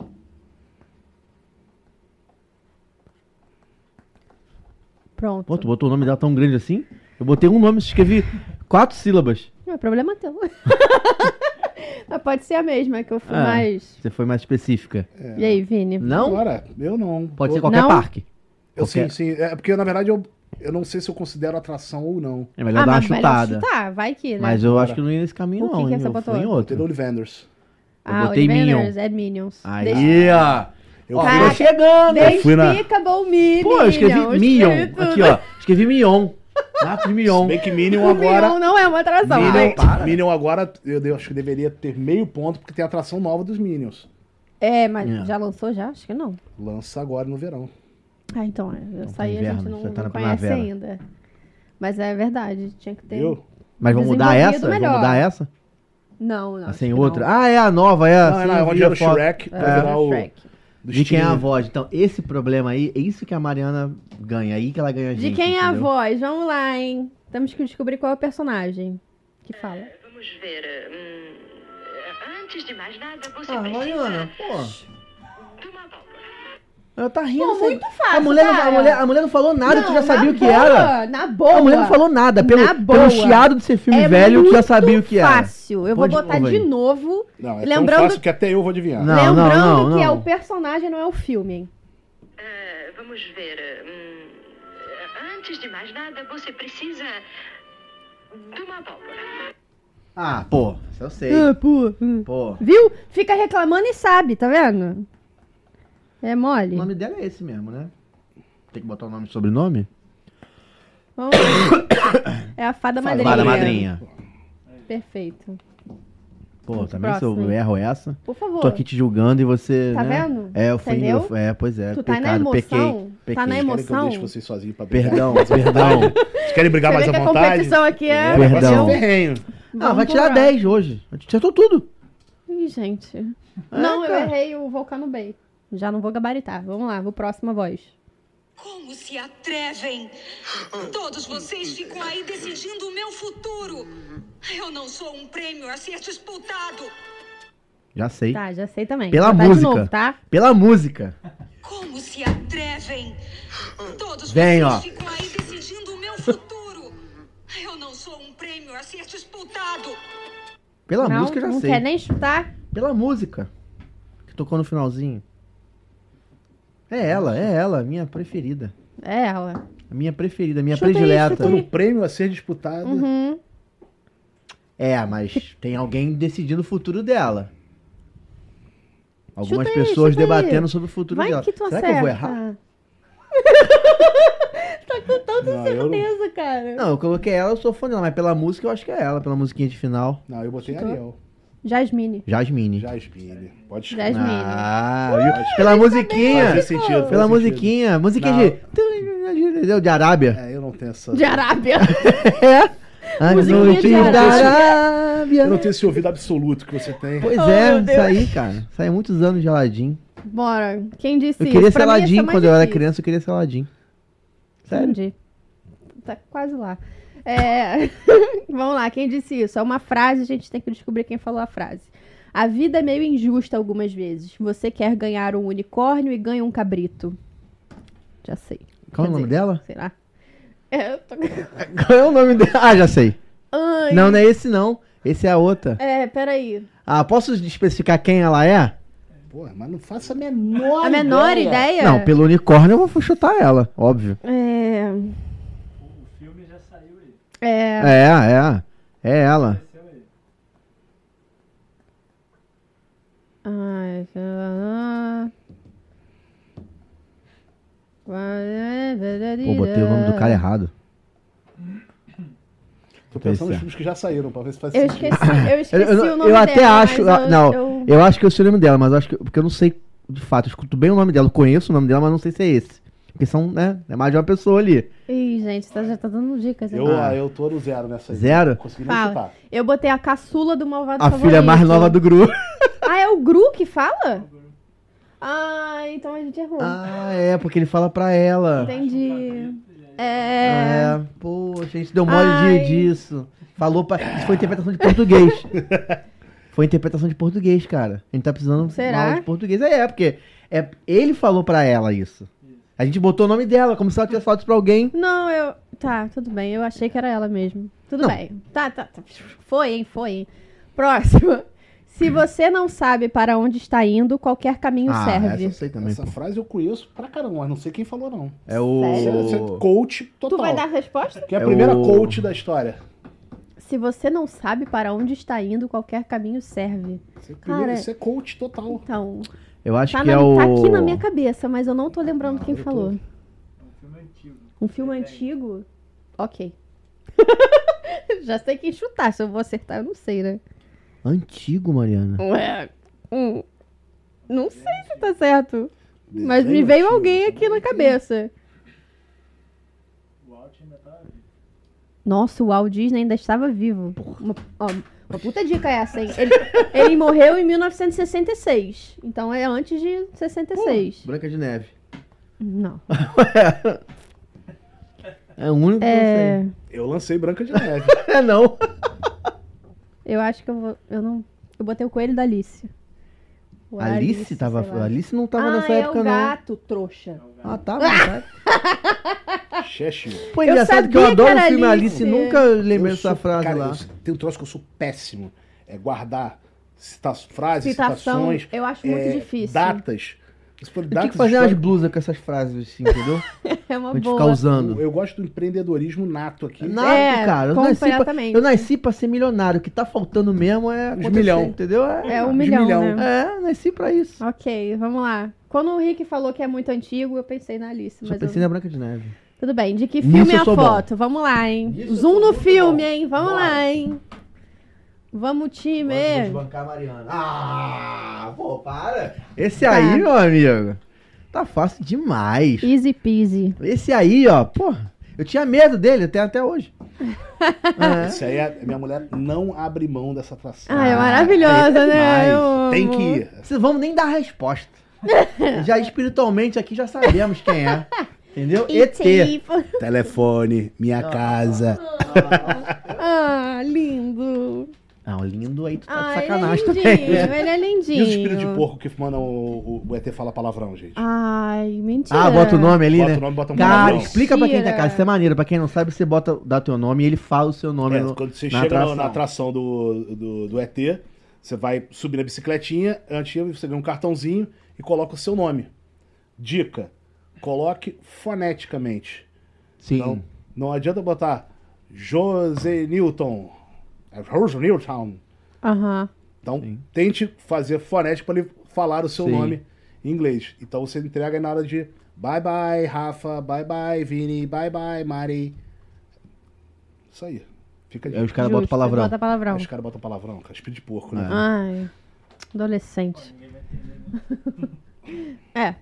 [SPEAKER 1] Pronto.
[SPEAKER 2] Pô, tu botou o nome dela tão grande assim? Eu botei um nome, escrevi quatro sílabas.
[SPEAKER 1] Não, é problema teu. Mas Pode ser a mesma que eu fui
[SPEAKER 2] É.
[SPEAKER 1] mais.
[SPEAKER 2] Você foi mais específica.
[SPEAKER 1] E aí, Vini?
[SPEAKER 2] Não?
[SPEAKER 3] Agora, eu não.
[SPEAKER 2] Pode
[SPEAKER 3] eu,
[SPEAKER 2] ser qualquer
[SPEAKER 1] Não?
[SPEAKER 2] parque.
[SPEAKER 3] eu, Sim,
[SPEAKER 2] qualquer.
[SPEAKER 3] sim. É porque, na verdade, eu, eu não sei se eu considero atração ou não.
[SPEAKER 2] É melhor dar uma
[SPEAKER 1] Ah, mas melhor
[SPEAKER 2] chutada.
[SPEAKER 1] chutar, vai que, né?
[SPEAKER 2] Mas eu acho que não ia nesse caminho,
[SPEAKER 1] O que
[SPEAKER 2] não.
[SPEAKER 1] que
[SPEAKER 2] hein?
[SPEAKER 1] essa
[SPEAKER 2] eu
[SPEAKER 1] botou?
[SPEAKER 2] fui em
[SPEAKER 3] Botei
[SPEAKER 2] outro.
[SPEAKER 3] no Olivanders.
[SPEAKER 1] ah,
[SPEAKER 2] botei
[SPEAKER 1] Ollivanders é Minions. Des-
[SPEAKER 2] Aí, ó.
[SPEAKER 3] Eu
[SPEAKER 2] Ó,
[SPEAKER 3] fui-
[SPEAKER 2] tô chegando. hein?
[SPEAKER 3] Eu fui na-
[SPEAKER 1] Despicable Me,
[SPEAKER 2] Pô, eu escrevi
[SPEAKER 1] Minions,
[SPEAKER 2] Mion.
[SPEAKER 1] escrevi tudo.
[SPEAKER 2] Aqui, ó. Escrevi Mion. Nato de Mion.
[SPEAKER 3] Bem que Minion
[SPEAKER 1] O
[SPEAKER 3] um agora.
[SPEAKER 1] Minion não é uma atração.
[SPEAKER 2] Minion-
[SPEAKER 1] né?
[SPEAKER 2] para.
[SPEAKER 3] Minion agora, eu de- acho que deveria ter meio ponto, porque tem a atração nova dos Minions.
[SPEAKER 1] É, mas
[SPEAKER 2] É.
[SPEAKER 1] já lançou já? Acho que não.
[SPEAKER 3] Lança agora no verão.
[SPEAKER 1] Ah, então, é. essa aí
[SPEAKER 2] inverno,
[SPEAKER 1] a gente não,
[SPEAKER 2] já tá
[SPEAKER 1] não
[SPEAKER 2] na
[SPEAKER 1] conhece
[SPEAKER 2] primavera.
[SPEAKER 1] ainda. Mas é verdade, tinha que ter.
[SPEAKER 3] Viu?
[SPEAKER 2] Mas vamos mudar
[SPEAKER 1] Desenvolvido
[SPEAKER 2] essa?
[SPEAKER 1] melhor.
[SPEAKER 2] Vamos mudar essa?
[SPEAKER 1] Não, não.
[SPEAKER 2] Assim,
[SPEAKER 1] acho que
[SPEAKER 2] outra.
[SPEAKER 1] Não.
[SPEAKER 2] Ah, é a nova, é a.
[SPEAKER 3] não,
[SPEAKER 2] sim, eu
[SPEAKER 3] não, é
[SPEAKER 2] vi
[SPEAKER 3] onde
[SPEAKER 2] a
[SPEAKER 3] era o
[SPEAKER 2] foto.
[SPEAKER 3] Shrek,
[SPEAKER 1] É,
[SPEAKER 3] vai virar o.
[SPEAKER 1] Shrek.
[SPEAKER 3] do
[SPEAKER 2] De quem é a
[SPEAKER 3] Stigler.
[SPEAKER 2] voz. Então, esse problema aí, é isso que a Mariana ganha. Aí que ela ganha a gente.
[SPEAKER 1] De quem é a
[SPEAKER 2] entendeu?
[SPEAKER 1] voz? Vamos lá, hein? Temos que descobrir qual é o personagem que fala.
[SPEAKER 5] Vamos ver. hum, antes de mais nada, você
[SPEAKER 2] Ah, Mariana,
[SPEAKER 5] precisa
[SPEAKER 2] pô.
[SPEAKER 5] de uma válvula.
[SPEAKER 2] Ela tá rindo.
[SPEAKER 1] Pô,
[SPEAKER 2] sabe?
[SPEAKER 1] muito fácil,
[SPEAKER 2] A mulher, não, a,
[SPEAKER 1] cara.
[SPEAKER 2] mulher, a mulher não falou nada, tu
[SPEAKER 1] Não,
[SPEAKER 2] já sabia
[SPEAKER 1] na
[SPEAKER 2] o que
[SPEAKER 1] boa,
[SPEAKER 2] era.
[SPEAKER 1] Na boa.
[SPEAKER 2] A mulher não falou nada. Pelo,
[SPEAKER 1] Na boa.
[SPEAKER 2] pelo chiado de ser filme
[SPEAKER 1] É
[SPEAKER 2] velho, tu já
[SPEAKER 1] muito
[SPEAKER 2] sabia o que era.
[SPEAKER 1] fácil. Eu vou
[SPEAKER 2] Põe de
[SPEAKER 1] botar
[SPEAKER 2] novo
[SPEAKER 1] de
[SPEAKER 2] aí.
[SPEAKER 1] novo.
[SPEAKER 3] Não, é
[SPEAKER 1] Lembrando-
[SPEAKER 3] tão fácil que até eu vou adivinhar.
[SPEAKER 2] Não.
[SPEAKER 1] lembrando
[SPEAKER 2] não,
[SPEAKER 1] que é
[SPEAKER 2] não.
[SPEAKER 1] o personagem, não é o filme. hein?
[SPEAKER 5] Ah, vamos ver. hum, antes de mais nada, você precisa de uma válvula.
[SPEAKER 2] Ah, pô. Isso eu sei.
[SPEAKER 1] Ah, pô. hum.
[SPEAKER 2] Pô.
[SPEAKER 1] Viu? Fica reclamando e sabe, tá vendo? É mole.
[SPEAKER 2] O nome dela é esse mesmo, né? Tem que botar o nome e sobrenome?
[SPEAKER 1] Vamos ver. é a fada
[SPEAKER 3] Fada
[SPEAKER 1] madrinha.
[SPEAKER 2] Vada madrinha.
[SPEAKER 1] Perfeito.
[SPEAKER 2] Pô, também se eu
[SPEAKER 1] Próximo.
[SPEAKER 2] erro essa.
[SPEAKER 1] Por favor.
[SPEAKER 2] Tô aqui te julgando e você.
[SPEAKER 1] Tá
[SPEAKER 2] né?
[SPEAKER 1] vendo?
[SPEAKER 2] É, eu fui.
[SPEAKER 1] Entendeu?
[SPEAKER 2] eu fui- é, pois é.
[SPEAKER 1] Tu tá
[SPEAKER 2] pecado,
[SPEAKER 1] na emoção?
[SPEAKER 2] pequei. pequei.
[SPEAKER 1] Tá na
[SPEAKER 3] Vocês querem que eu
[SPEAKER 1] emoção?
[SPEAKER 3] deixe vocês sozinhos pra brigar?
[SPEAKER 2] Perdão, perdão.
[SPEAKER 3] Vocês querem brigar
[SPEAKER 1] Você vê
[SPEAKER 3] mais à
[SPEAKER 1] que a
[SPEAKER 3] vontade?
[SPEAKER 1] competição aqui é... Uhum. um
[SPEAKER 3] É, o negócio
[SPEAKER 2] Perdão.
[SPEAKER 3] é ferrenho.
[SPEAKER 2] Ah,
[SPEAKER 1] Vamos
[SPEAKER 2] vai tirar
[SPEAKER 1] pro
[SPEAKER 2] 10 hoje. Acertou tudo. É,
[SPEAKER 1] Ih, gente. não, eu errei o Volcano Bay. Já não vou gabaritar. Vamos lá, vou próxima voz.
[SPEAKER 6] Como se atrevem? Todos vocês ficam aí decidindo o meu futuro. Eu não sou um prêmio a ser disputado.
[SPEAKER 2] Já sei.
[SPEAKER 1] Tá, já sei também.
[SPEAKER 2] Pela
[SPEAKER 1] Vou botar
[SPEAKER 2] música.
[SPEAKER 1] De novo, tá?
[SPEAKER 2] Pela música.
[SPEAKER 6] Como se atrevem? Todos
[SPEAKER 2] Vem,
[SPEAKER 6] vocês
[SPEAKER 2] ó.
[SPEAKER 6] ficam aí decidindo o meu futuro. Eu não sou um prêmio a ser disputado.
[SPEAKER 2] Pela
[SPEAKER 1] não,
[SPEAKER 2] música eu já
[SPEAKER 1] não
[SPEAKER 2] sei.
[SPEAKER 1] quer nem chutar.
[SPEAKER 2] Pela música. Que tocou no finalzinho. É ela, é ela, minha preferida.
[SPEAKER 1] É ela.
[SPEAKER 2] A minha preferida, a minha
[SPEAKER 1] Chuta aí,
[SPEAKER 2] predileta.
[SPEAKER 1] chuta
[SPEAKER 3] Por um prêmio a ser disputado.
[SPEAKER 1] Uhum.
[SPEAKER 2] É, mas tem alguém decidindo o futuro dela. Algumas
[SPEAKER 1] Chuta aí,
[SPEAKER 2] pessoas
[SPEAKER 1] chuta aí.
[SPEAKER 2] debatendo sobre o futuro
[SPEAKER 1] Vai
[SPEAKER 2] dela.
[SPEAKER 1] que tu
[SPEAKER 2] Será
[SPEAKER 1] acerta.
[SPEAKER 2] que eu vou errar?
[SPEAKER 1] tá com tanta
[SPEAKER 3] Não, eu não-
[SPEAKER 1] certeza, cara.
[SPEAKER 2] Não, eu coloquei ela, eu sou fã dela, mas pela música eu acho que é ela, pela musiquinha de final.
[SPEAKER 3] Não, eu botei
[SPEAKER 1] Chutou.
[SPEAKER 3] Ariel.
[SPEAKER 1] Jasmine.
[SPEAKER 2] Jasmine.
[SPEAKER 3] Jaspine.
[SPEAKER 1] Já
[SPEAKER 3] Pode
[SPEAKER 1] Jasmine.
[SPEAKER 2] Ah, viu? pela musiquinha.
[SPEAKER 3] Faz sentido. faz
[SPEAKER 2] Pela
[SPEAKER 3] sentido.
[SPEAKER 2] musiquinha. Musiquinha
[SPEAKER 3] Não.
[SPEAKER 2] de. Entendeu? De Arábia.
[SPEAKER 3] É, eu não tenho essa.
[SPEAKER 1] De Arábia.
[SPEAKER 2] É. A
[SPEAKER 1] Musiquinha de
[SPEAKER 2] noite da
[SPEAKER 1] Arábia.
[SPEAKER 2] sábia.
[SPEAKER 3] Eu não tenho esse ouvido absoluto que você tem.
[SPEAKER 2] Pois
[SPEAKER 1] Oh,
[SPEAKER 2] é,
[SPEAKER 1] meu
[SPEAKER 2] isso
[SPEAKER 1] Deus.
[SPEAKER 2] aí, cara. Isso aí é muitos anos de Aladdin.
[SPEAKER 1] Bora. Quem disse
[SPEAKER 2] Eu
[SPEAKER 1] isso?
[SPEAKER 2] queria ser
[SPEAKER 1] Pra mim, esse é
[SPEAKER 2] Aladdin
[SPEAKER 1] mais
[SPEAKER 2] quando eu era
[SPEAKER 1] difícil.
[SPEAKER 2] criança, eu queria ser Aladdin. Sério?
[SPEAKER 1] Entendi. Tá quase lá. É, Vamos lá, quem disse isso? É uma frase, a gente tem que descobrir quem falou a frase. A vida é meio injusta algumas vezes. Você quer ganhar um unicórnio e ganha um cabrito. Já sei.
[SPEAKER 2] Qual é o
[SPEAKER 1] Quer
[SPEAKER 2] nome
[SPEAKER 1] dizer,
[SPEAKER 2] dela?
[SPEAKER 1] Sei lá. É, eu tô...
[SPEAKER 2] Qual é o nome dela? Ah, já sei.
[SPEAKER 1] Ai.
[SPEAKER 2] Não, não é esse não. Esse é a outra.
[SPEAKER 1] É, peraí.
[SPEAKER 2] Ah, posso especificar quem ela é?
[SPEAKER 3] Pô, mas não faça a menor
[SPEAKER 1] A menor ideia?
[SPEAKER 2] Não, pelo unicórnio eu vou chutar ela, óbvio.
[SPEAKER 1] É...
[SPEAKER 4] O filme já saiu aí.
[SPEAKER 1] É...
[SPEAKER 2] É, é. É ela.
[SPEAKER 4] Apareceu aí.
[SPEAKER 1] Ai, sei lá.
[SPEAKER 2] Pô, botei o nome do cara errado.
[SPEAKER 3] Tô pensando
[SPEAKER 2] Pois é.
[SPEAKER 3] nos filmes que já saíram, pra ver se faz
[SPEAKER 1] Eu
[SPEAKER 3] sentido.
[SPEAKER 1] esqueci, eu esqueci
[SPEAKER 2] Eu, eu-
[SPEAKER 1] o nome
[SPEAKER 2] eu
[SPEAKER 1] dela.
[SPEAKER 2] até
[SPEAKER 1] mas
[SPEAKER 2] acho.
[SPEAKER 1] eu-
[SPEAKER 2] ah, não, eu...
[SPEAKER 1] eu-
[SPEAKER 2] acho que eu sei o nome dela, mas eu acho que. Porque eu não sei, de fato, eu escuto bem o nome dela, eu conheço o nome dela, mas não sei se é esse. Porque são, né? É mais de uma pessoa ali.
[SPEAKER 1] Ih, gente, tá, já tá dando dicas. hein?
[SPEAKER 3] Eu,
[SPEAKER 1] Eu...
[SPEAKER 3] ah, eu tô no zero nessa aí.
[SPEAKER 2] Zero?
[SPEAKER 3] Não Consegui nem
[SPEAKER 1] Fala.
[SPEAKER 3] chutar.
[SPEAKER 1] botei a caçula do malvado
[SPEAKER 2] A
[SPEAKER 1] favorito.
[SPEAKER 2] filha mais nova do grupo.
[SPEAKER 1] Ah, é o Gru que fala? Ah, então a gente é ruim.
[SPEAKER 2] Ah, é, porque ele fala pra ela.
[SPEAKER 1] Entendi. É...
[SPEAKER 2] É, poxa, a gente deu mole
[SPEAKER 1] Ai.
[SPEAKER 2] de, disso. Falou pra. Isso foi interpretação de português. foi interpretação de português, cara. A gente tá precisando de
[SPEAKER 1] Será?
[SPEAKER 2] uma aula de português. É, é, porque é, ele falou pra ela isso. A gente botou o nome dela, como se ela tivesse falado isso pra alguém.
[SPEAKER 1] Não, eu... Tá, tudo bem. Eu achei que era ela mesmo. Tudo
[SPEAKER 2] Não.
[SPEAKER 1] bem. Tá, tá, tá. Foi, hein? Foi, hein? Próxima. Se você não sabe para onde está indo, qualquer caminho
[SPEAKER 2] Ah, essa
[SPEAKER 1] serve.
[SPEAKER 2] eu sei também.
[SPEAKER 3] Essa frase eu conheço pra caramba, mas não sei quem falou, não.
[SPEAKER 2] É o.
[SPEAKER 1] Sério?
[SPEAKER 3] Você é coach
[SPEAKER 1] Tu
[SPEAKER 3] total.
[SPEAKER 1] vai dar a resposta?
[SPEAKER 3] Que é a
[SPEAKER 2] É
[SPEAKER 3] primeira
[SPEAKER 2] o-
[SPEAKER 3] coach da história.
[SPEAKER 1] Se você não sabe para onde está indo, qualquer caminho serve.
[SPEAKER 3] Você é, primeiro-
[SPEAKER 1] Cara-
[SPEAKER 3] você é coach total.
[SPEAKER 1] Então,
[SPEAKER 2] Eu acho
[SPEAKER 1] tá,
[SPEAKER 2] que
[SPEAKER 1] na-
[SPEAKER 2] é o.
[SPEAKER 1] tá aqui na minha cabeça, mas eu não tô lembrando quem
[SPEAKER 3] eu tô-
[SPEAKER 1] falou.
[SPEAKER 4] É um filme antigo.
[SPEAKER 1] Um filme antigo? Ok. Já sei quem chutar. Se eu vou acertar, eu não sei, né?
[SPEAKER 2] Antigo, Mariana.
[SPEAKER 1] Ué. hum, Não sei se tá certo. Mas me
[SPEAKER 3] Desenho
[SPEAKER 1] veio
[SPEAKER 3] antigo.
[SPEAKER 1] alguém aqui na cabeça.
[SPEAKER 4] O Alt ainda tá vivo.
[SPEAKER 1] Nossa, o Walt Disney ainda estava vivo. Uma, ó, uma puta dica essa, hein? Ele, ele morreu em 1966. Então é antes de 66.
[SPEAKER 2] Branca de Neve.
[SPEAKER 1] Não.
[SPEAKER 2] É o único
[SPEAKER 1] É.
[SPEAKER 3] Eu lancei Branca de Neve.
[SPEAKER 2] que eu sei. É, não.
[SPEAKER 1] Eu acho que eu vou. Eu não. Eu botei o coelho da Alice. O
[SPEAKER 2] Alice, tava.
[SPEAKER 1] sei lá.
[SPEAKER 2] Alice não tava
[SPEAKER 1] ah,
[SPEAKER 2] nessa
[SPEAKER 1] é
[SPEAKER 2] época,
[SPEAKER 1] o
[SPEAKER 2] não.
[SPEAKER 1] gato, trouxa.
[SPEAKER 2] Ah, tá, mas tá.
[SPEAKER 3] Cheshire.
[SPEAKER 2] Pô,
[SPEAKER 1] Eu
[SPEAKER 2] engraçado que eu
[SPEAKER 1] sabia
[SPEAKER 2] adoro
[SPEAKER 1] que
[SPEAKER 2] o
[SPEAKER 1] era
[SPEAKER 2] filme
[SPEAKER 1] Alice. É.
[SPEAKER 2] Alice, nunca lembrei
[SPEAKER 3] Eu
[SPEAKER 2] dessa
[SPEAKER 3] sou-
[SPEAKER 2] frase
[SPEAKER 3] cara,
[SPEAKER 2] lá.
[SPEAKER 3] eu- tem um troço que eu sou péssimo. É guardar cita frases,
[SPEAKER 1] Citação,
[SPEAKER 3] citações.
[SPEAKER 1] eu acho muito
[SPEAKER 3] é,
[SPEAKER 1] difícil.
[SPEAKER 3] Datas. Isso foi
[SPEAKER 2] Eu tinha
[SPEAKER 3] datas
[SPEAKER 2] que fazer umas
[SPEAKER 3] históricas.
[SPEAKER 2] blusas com essas frases, assim, entendeu?
[SPEAKER 1] É uma
[SPEAKER 2] pra gente
[SPEAKER 1] boa.
[SPEAKER 2] ficar usando.
[SPEAKER 3] Eu gosto do empreendedorismo nato aqui.
[SPEAKER 2] Nato,
[SPEAKER 1] É,
[SPEAKER 2] cara. Eu nasci, pra,
[SPEAKER 1] completamente.
[SPEAKER 2] eu nasci pra ser milionário. O que tá faltando mesmo é acontecer,
[SPEAKER 3] milhão.
[SPEAKER 2] entendeu?
[SPEAKER 1] É um
[SPEAKER 3] De
[SPEAKER 1] milhão,
[SPEAKER 3] milhão.
[SPEAKER 1] né?
[SPEAKER 2] É, nasci pra isso.
[SPEAKER 1] Ok, vamos lá. Quando o Rick falou que é muito antigo, eu pensei na Alice.
[SPEAKER 2] Só
[SPEAKER 1] Mas eu-
[SPEAKER 2] pensei na Branca de Neve.
[SPEAKER 1] Tudo bem, de que
[SPEAKER 2] Nisso
[SPEAKER 1] filme é
[SPEAKER 2] eu
[SPEAKER 1] a
[SPEAKER 2] sou bom.
[SPEAKER 1] foto? Vamos lá, hein?
[SPEAKER 2] Nisso eu
[SPEAKER 1] Zoom
[SPEAKER 2] sou
[SPEAKER 1] no
[SPEAKER 2] muito
[SPEAKER 1] filme,
[SPEAKER 2] bom.
[SPEAKER 1] hein? Vamos
[SPEAKER 2] Bora.
[SPEAKER 1] lá, hein? Vamos, time!
[SPEAKER 2] bancar Mariana. Ah, pô, para. Esse aí, meu amigo, tá fácil demais.
[SPEAKER 1] Easy peasy.
[SPEAKER 2] Esse aí, ó, porra. Eu tinha medo dele até, até hoje. É.
[SPEAKER 3] Isso aí, é- minha mulher não abre mão dessa atração.
[SPEAKER 1] Ah, é
[SPEAKER 2] Ah,
[SPEAKER 1] maravilhosa,
[SPEAKER 2] é
[SPEAKER 1] né?
[SPEAKER 2] demais.
[SPEAKER 1] Eu
[SPEAKER 3] Tem
[SPEAKER 1] amo.
[SPEAKER 3] que ir.
[SPEAKER 2] Vocês vamos nem dar resposta. já espiritualmente aqui já sabemos quem é. Entendeu? ET.
[SPEAKER 3] Telefone, minha casa.
[SPEAKER 1] Ah, lindo.
[SPEAKER 2] Ah, o lindo aí, tu tá
[SPEAKER 1] Ah,
[SPEAKER 2] de
[SPEAKER 1] ele é
[SPEAKER 2] sacanagem
[SPEAKER 1] lindinho.
[SPEAKER 2] também.
[SPEAKER 1] Ele é
[SPEAKER 3] E
[SPEAKER 1] lindinho.
[SPEAKER 3] os espíritos de porco que mandam o, o- o ET falar palavrão, gente?
[SPEAKER 1] Ai, mentira.
[SPEAKER 2] Ah, bota o nome ali,
[SPEAKER 3] bota
[SPEAKER 2] né?
[SPEAKER 3] o nome, bota um
[SPEAKER 2] Cara,
[SPEAKER 3] palavrão.
[SPEAKER 2] explica pra quem tá
[SPEAKER 1] Mentira.
[SPEAKER 2] em casa, isso é maneiro. Pra quem não sabe, você bota, dá teu nome e ele fala o seu nome.
[SPEAKER 3] É,
[SPEAKER 2] no-
[SPEAKER 3] quando você
[SPEAKER 2] na
[SPEAKER 3] chega
[SPEAKER 2] atração.
[SPEAKER 3] na, na atração do, do, do ET, você vai subir na bicicletinha, antiga, você ganha um cartãozinho e coloca o seu nome. Dica: coloque foneticamente.
[SPEAKER 2] Sim.
[SPEAKER 3] Não, não adianta botar José Newton. É José Newton.
[SPEAKER 1] Aham.
[SPEAKER 3] Então,
[SPEAKER 2] Sim.
[SPEAKER 3] tente fazer fonético para ele falar o seu
[SPEAKER 2] Sim.
[SPEAKER 3] nome em inglês. Então, você entrega na hora de bye bye, Rafa, bye bye, Vini, bye bye, Mari. Isso aí. Fica de
[SPEAKER 2] Aí os caras botam
[SPEAKER 1] Justo,
[SPEAKER 2] palavrão.
[SPEAKER 1] Bota palavrão.
[SPEAKER 3] Os caras botam palavrão, cara. Espírito de
[SPEAKER 2] É.
[SPEAKER 3] porco, né?
[SPEAKER 1] Ai, adolescente. É,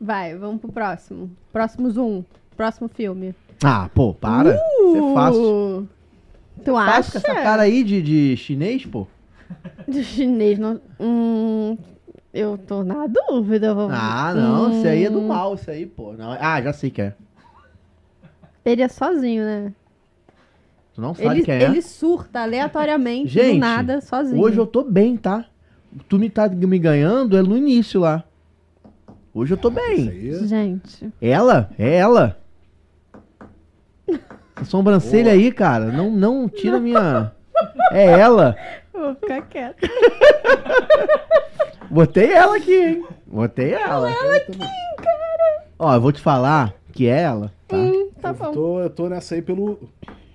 [SPEAKER 1] vai, vamos pro próximo. Próximo Zoom. Próximo filme.
[SPEAKER 2] Ah, pô, para. Isso é fácil.
[SPEAKER 1] Uh, Tu
[SPEAKER 2] Faz com
[SPEAKER 1] Uh, acha?
[SPEAKER 2] essa cara aí de, de chinês, pô.
[SPEAKER 1] Do chinês, não... Hum, eu tô na dúvida. Vamos...
[SPEAKER 2] Ah, não, isso aí é do
[SPEAKER 1] Hum,
[SPEAKER 2] mal, isso aí, pô. Não, ah, já sei quem é.
[SPEAKER 1] Ele é sozinho, né?
[SPEAKER 2] Tu não sabe
[SPEAKER 1] Ele,
[SPEAKER 2] quem é.
[SPEAKER 1] ele surta aleatoriamente,
[SPEAKER 2] Gente,
[SPEAKER 1] do nada, sozinho.
[SPEAKER 2] Hoje eu tô bem, tá? Tu me tá me ganhando é no início lá. Hoje eu tô
[SPEAKER 3] Isso
[SPEAKER 2] bem.
[SPEAKER 3] aí.
[SPEAKER 1] Gente,
[SPEAKER 2] Ela? É ela? Essa sobrancelha aí, cara, não, não tira minha. É ela.
[SPEAKER 1] eu vou ficar quieta.
[SPEAKER 2] Botei ela aqui, hein? Botei ela. Ela aqui, cara. Ó, eu vou te falar que é ela, tá?
[SPEAKER 1] Tá
[SPEAKER 3] eu,
[SPEAKER 1] bom.
[SPEAKER 3] tô, eu tô nessa aí pelo,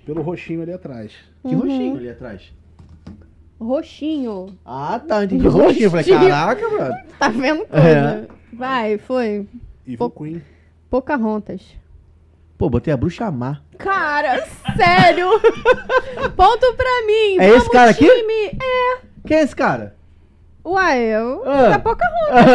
[SPEAKER 3] pelo roxinho ali atrás.
[SPEAKER 2] Que
[SPEAKER 1] Uhum.
[SPEAKER 2] roxinho ali atrás.
[SPEAKER 1] Roxinho.
[SPEAKER 2] Ah, tá. Entendi. Que roxinho. Eu falei,
[SPEAKER 1] Roxinho.
[SPEAKER 2] caraca, mano.
[SPEAKER 1] Tá vendo
[SPEAKER 2] É.
[SPEAKER 1] coisa? Vai, foi.
[SPEAKER 3] Evil
[SPEAKER 1] Pô.
[SPEAKER 3] Queen.
[SPEAKER 1] Pocahontas.
[SPEAKER 2] Pô, botei a bruxa má.
[SPEAKER 1] Cara, sério! Ponto pra mim!
[SPEAKER 2] É esse
[SPEAKER 1] Vamos,
[SPEAKER 2] cara aqui?
[SPEAKER 1] time! É.
[SPEAKER 2] Quem é esse cara?
[SPEAKER 1] Uai, eu.
[SPEAKER 2] Ah.
[SPEAKER 1] Da Pocahontas.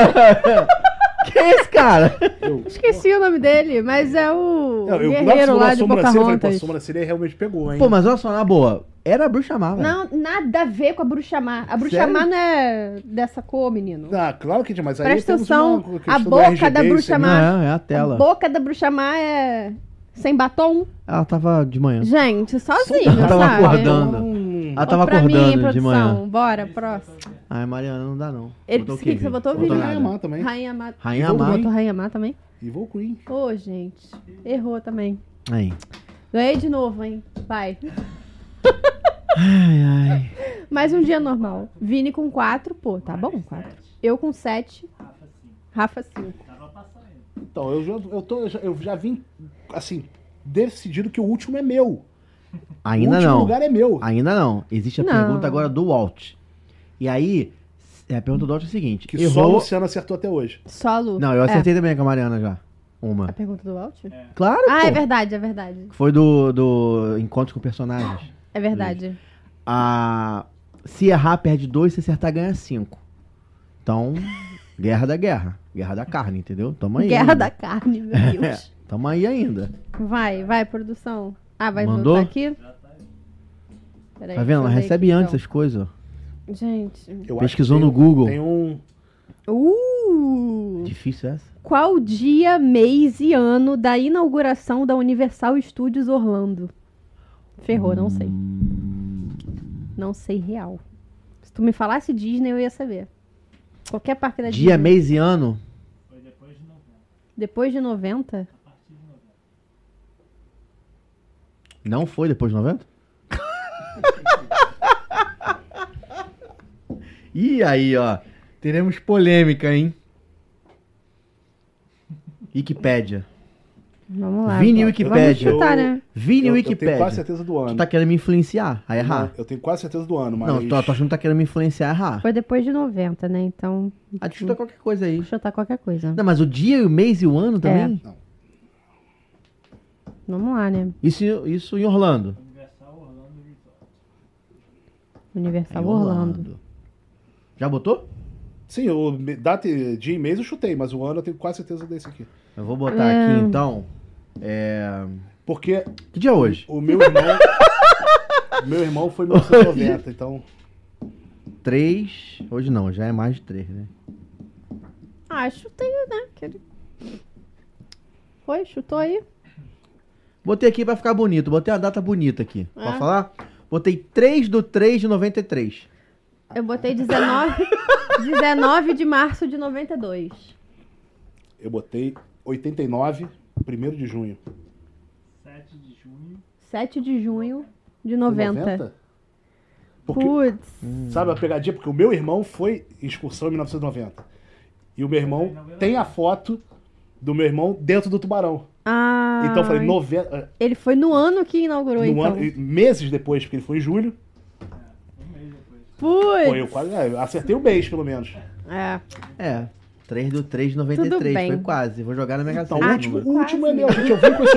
[SPEAKER 2] Quem é esse cara?
[SPEAKER 3] Eu,
[SPEAKER 1] Esqueci o nome dele, mas é o.
[SPEAKER 3] eu, eu
[SPEAKER 1] guerreiro
[SPEAKER 3] eu
[SPEAKER 1] lá
[SPEAKER 3] a
[SPEAKER 1] de
[SPEAKER 3] sobrancelha, eu falei, pô, a
[SPEAKER 1] Pocahontas.
[SPEAKER 3] sobrancelha realmente pegou, hein?
[SPEAKER 2] Pô, mas olha só, na boa. Era a bruxa má, velho.
[SPEAKER 1] Não, nada a ver com a bruxa má. A bruxa
[SPEAKER 2] Sério?
[SPEAKER 1] má não é dessa cor, menino.
[SPEAKER 3] Ah, claro que tinha, mas aí
[SPEAKER 1] Presta
[SPEAKER 3] temos
[SPEAKER 1] atenção,
[SPEAKER 3] uma
[SPEAKER 1] a
[SPEAKER 3] questão do
[SPEAKER 1] boca
[SPEAKER 3] RGB,
[SPEAKER 1] da
[SPEAKER 3] isso
[SPEAKER 1] bruxa
[SPEAKER 3] aí.
[SPEAKER 1] má.
[SPEAKER 2] Não, é a
[SPEAKER 1] A
[SPEAKER 2] tela.
[SPEAKER 1] boca da bruxa má é. Sem batom?
[SPEAKER 2] Ela tava de manhã.
[SPEAKER 1] Gente, sozinho,
[SPEAKER 2] Ela tava
[SPEAKER 1] sabe?
[SPEAKER 2] acordando.
[SPEAKER 3] Hum,
[SPEAKER 2] Ela tava
[SPEAKER 1] pra mim,
[SPEAKER 2] acordando de
[SPEAKER 1] produção.
[SPEAKER 2] manhã.
[SPEAKER 1] Bora, próximo.
[SPEAKER 2] Ai, Mariana, não dá não.
[SPEAKER 1] Ele
[SPEAKER 2] Botou o
[SPEAKER 1] disse que
[SPEAKER 2] quê,
[SPEAKER 1] você
[SPEAKER 2] Vi?
[SPEAKER 1] botou o
[SPEAKER 2] Botou
[SPEAKER 1] vídeo,
[SPEAKER 3] Rainha
[SPEAKER 2] nada.
[SPEAKER 3] Má também.
[SPEAKER 1] Rainha Má.
[SPEAKER 2] Rainha
[SPEAKER 1] Tu
[SPEAKER 2] Má.
[SPEAKER 1] Botou Rainha Má também?
[SPEAKER 3] Evil Queen.
[SPEAKER 1] Ô, gente. Errou também.
[SPEAKER 2] Aí.
[SPEAKER 1] Ganhei de novo, hein? Vai.
[SPEAKER 2] Ai, ai.
[SPEAKER 1] Mais um dia normal. Vini com 4, pô, tá bom? 4. Eu com 7. Rafa 5.
[SPEAKER 3] Então, eu já, eu, tô, eu, já, eu já vim, assim, decidido que o último é meu. o
[SPEAKER 2] Ainda
[SPEAKER 3] último
[SPEAKER 2] não.
[SPEAKER 3] lugar é meu.
[SPEAKER 2] Ainda não. Existe a
[SPEAKER 1] Não.
[SPEAKER 2] pergunta agora do Walt. E aí, é, a pergunta do Walt é o seguinte.
[SPEAKER 3] Que só o
[SPEAKER 2] errou...
[SPEAKER 3] Luciano acertou até hoje.
[SPEAKER 1] Solo.
[SPEAKER 2] Não, eu
[SPEAKER 1] É,
[SPEAKER 2] acertei também com a Mariana já.
[SPEAKER 1] a
[SPEAKER 2] Uma.
[SPEAKER 1] pergunta do Walt?
[SPEAKER 2] Claro,
[SPEAKER 1] Ah,
[SPEAKER 2] pô.
[SPEAKER 1] é verdade, é verdade.
[SPEAKER 2] Foi do, do Encontro com Personagens.
[SPEAKER 1] É verdade.
[SPEAKER 2] a se errar perde dois, se acertar ganha cinco. Então, guerra da guerra, guerra da carne, entendeu? Tamo aí.
[SPEAKER 1] Guerra
[SPEAKER 2] ainda.
[SPEAKER 1] da carne, meu Deus.
[SPEAKER 2] Tamo aí ainda.
[SPEAKER 1] Vai, vai, produção. Ah, vai
[SPEAKER 2] Mandou?
[SPEAKER 1] voltar aqui? Peraí,
[SPEAKER 2] Tá vendo?
[SPEAKER 1] deixa eu ver
[SPEAKER 2] Ela recebe
[SPEAKER 1] aqui,
[SPEAKER 2] antes as coisas. ó.
[SPEAKER 1] então. Gente.
[SPEAKER 3] Eu
[SPEAKER 2] Pesquisou
[SPEAKER 3] acho
[SPEAKER 2] no
[SPEAKER 3] que
[SPEAKER 2] Google.
[SPEAKER 3] Tem um.
[SPEAKER 1] Uh!
[SPEAKER 2] Difícil é essa.
[SPEAKER 1] Qual dia, mês e ano da inauguração da Universal Studios Orlando? Ferrou, não sei.
[SPEAKER 2] Hum.
[SPEAKER 1] Não sei real. Se tu me falasse Disney, eu ia saber. Qualquer parque da Disney.
[SPEAKER 2] Dia, mês e ano.
[SPEAKER 1] Depois de 90?
[SPEAKER 2] Não foi depois de 90? e aí, ó. Teremos polêmica, hein? Wikipédia.
[SPEAKER 1] Vamos lá. então.
[SPEAKER 2] Vini
[SPEAKER 1] Vamos
[SPEAKER 2] Wikipédia.
[SPEAKER 1] chutar, né?
[SPEAKER 2] Vini
[SPEAKER 3] eu, eu tenho
[SPEAKER 2] Wikipédia.
[SPEAKER 3] quase certeza do
[SPEAKER 2] Tu
[SPEAKER 3] ano.
[SPEAKER 2] tá querendo me influenciar a errar?
[SPEAKER 3] Não, Eu tenho quase certeza do ano, mas.
[SPEAKER 2] Ah. Não, tu, tu achando que tá querendo me influenciar a errar.
[SPEAKER 1] Foi depois de 90, né? Então,
[SPEAKER 2] Ah, chuta qualquer coisa aí.
[SPEAKER 1] vou chutar qualquer coisa.
[SPEAKER 2] Não, mas o dia, o mês e o ano também?
[SPEAKER 1] Vamos lá, né?
[SPEAKER 2] Isso, isso em Orlando. É
[SPEAKER 1] Universal
[SPEAKER 2] em
[SPEAKER 1] tá Orlando.
[SPEAKER 2] Já botou?
[SPEAKER 3] Sim, eu, me- data, e- dia e mês eu chutei, mas o ano eu tenho quase certeza desse aqui.
[SPEAKER 2] Eu vou botar
[SPEAKER 1] É.
[SPEAKER 2] aqui então. É...
[SPEAKER 3] Porque
[SPEAKER 2] Que dia é hoje?
[SPEAKER 3] o meu irmão. meu irmão foi em 1990, então.
[SPEAKER 2] Três. Hoje não, já é mais de três, né?
[SPEAKER 1] Ah, chutei, né? Aquele- Foi? Chutou aí?
[SPEAKER 2] Botei aqui pra ficar bonito. Botei a data bonita aqui. Pode
[SPEAKER 1] Ah.
[SPEAKER 2] falar? Botei 3 do 3 de 93.
[SPEAKER 1] Eu botei 19, 19 de março de 92.
[SPEAKER 3] Eu botei 89, 1 de junho.
[SPEAKER 4] 7 de junho.
[SPEAKER 1] 7 de junho de
[SPEAKER 3] Foi
[SPEAKER 1] 90.
[SPEAKER 3] 90? Porque,
[SPEAKER 1] Putz,
[SPEAKER 3] Sabe a pegadinha? Porque o meu irmão foi em excursão em 1990. E o meu irmão tem a foto do meu irmão dentro do tubarão.
[SPEAKER 1] ah,
[SPEAKER 3] Então eu falei, 90.
[SPEAKER 1] ele foi no ano que inaugurou,
[SPEAKER 3] No
[SPEAKER 1] então.
[SPEAKER 3] ano- e meses depois, porque ele foi em julho.
[SPEAKER 1] Putz,
[SPEAKER 3] Foi, eu quase é, eu acertei o mês, pelo menos.
[SPEAKER 1] é,
[SPEAKER 2] É. 3 do 3 de
[SPEAKER 1] Tudo
[SPEAKER 2] 93.
[SPEAKER 1] bem.
[SPEAKER 2] Foi quase. Vou jogar na Mega
[SPEAKER 3] Então,
[SPEAKER 2] Sena.
[SPEAKER 3] o
[SPEAKER 1] Ah,
[SPEAKER 3] último,
[SPEAKER 1] tipo,
[SPEAKER 3] o último é
[SPEAKER 1] quase.
[SPEAKER 3] meu, gente. Eu vim com esse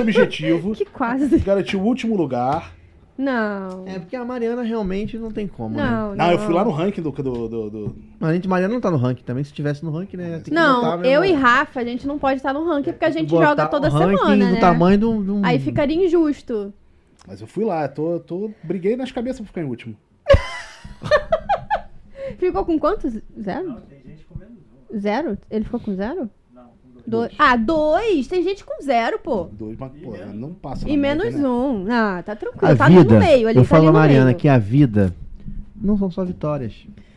[SPEAKER 3] objetivo.
[SPEAKER 1] que quase.
[SPEAKER 3] Garanti o último lugar.
[SPEAKER 1] Não,
[SPEAKER 2] É porque a Mariana realmente não tem como, né?
[SPEAKER 1] não, não.
[SPEAKER 3] Não, eu fui lá no ranking do. do, do, do-
[SPEAKER 2] Mas a gente Mariana não tá no ranking também. Se tivesse no ranking, né? ia ter que botar
[SPEAKER 1] Não,
[SPEAKER 2] mesmo.
[SPEAKER 1] eu e Rafa, a gente
[SPEAKER 3] É,
[SPEAKER 1] não pode estar no ranking porque a gente
[SPEAKER 2] Botar
[SPEAKER 1] joga toda
[SPEAKER 2] o ranking
[SPEAKER 1] semana,
[SPEAKER 2] do
[SPEAKER 1] né?
[SPEAKER 2] tamanho de um. de um-
[SPEAKER 1] Aí ficaria injusto.
[SPEAKER 3] Mas eu fui lá, tô, tô, briguei nas cabeças pra ficar em último.
[SPEAKER 1] Ficou com quantos? Zero?
[SPEAKER 4] Não, tem gente comendo um.
[SPEAKER 1] Zero? Ele ficou com zero?
[SPEAKER 4] Não, com dois.
[SPEAKER 1] Dois. Ah, dois? Tem gente com zero, pô.
[SPEAKER 3] Dois, mas, pô, não passa.
[SPEAKER 1] E
[SPEAKER 3] na média,
[SPEAKER 1] menos
[SPEAKER 3] né?
[SPEAKER 1] um. Ah, tá tranquilo.
[SPEAKER 2] A
[SPEAKER 1] tá ali
[SPEAKER 2] vida,
[SPEAKER 1] no meio. Ele
[SPEAKER 2] eu
[SPEAKER 1] tá
[SPEAKER 2] falo
[SPEAKER 1] ali
[SPEAKER 2] a
[SPEAKER 1] no
[SPEAKER 2] Mariana
[SPEAKER 1] meio.
[SPEAKER 2] que a vida não são só vitórias.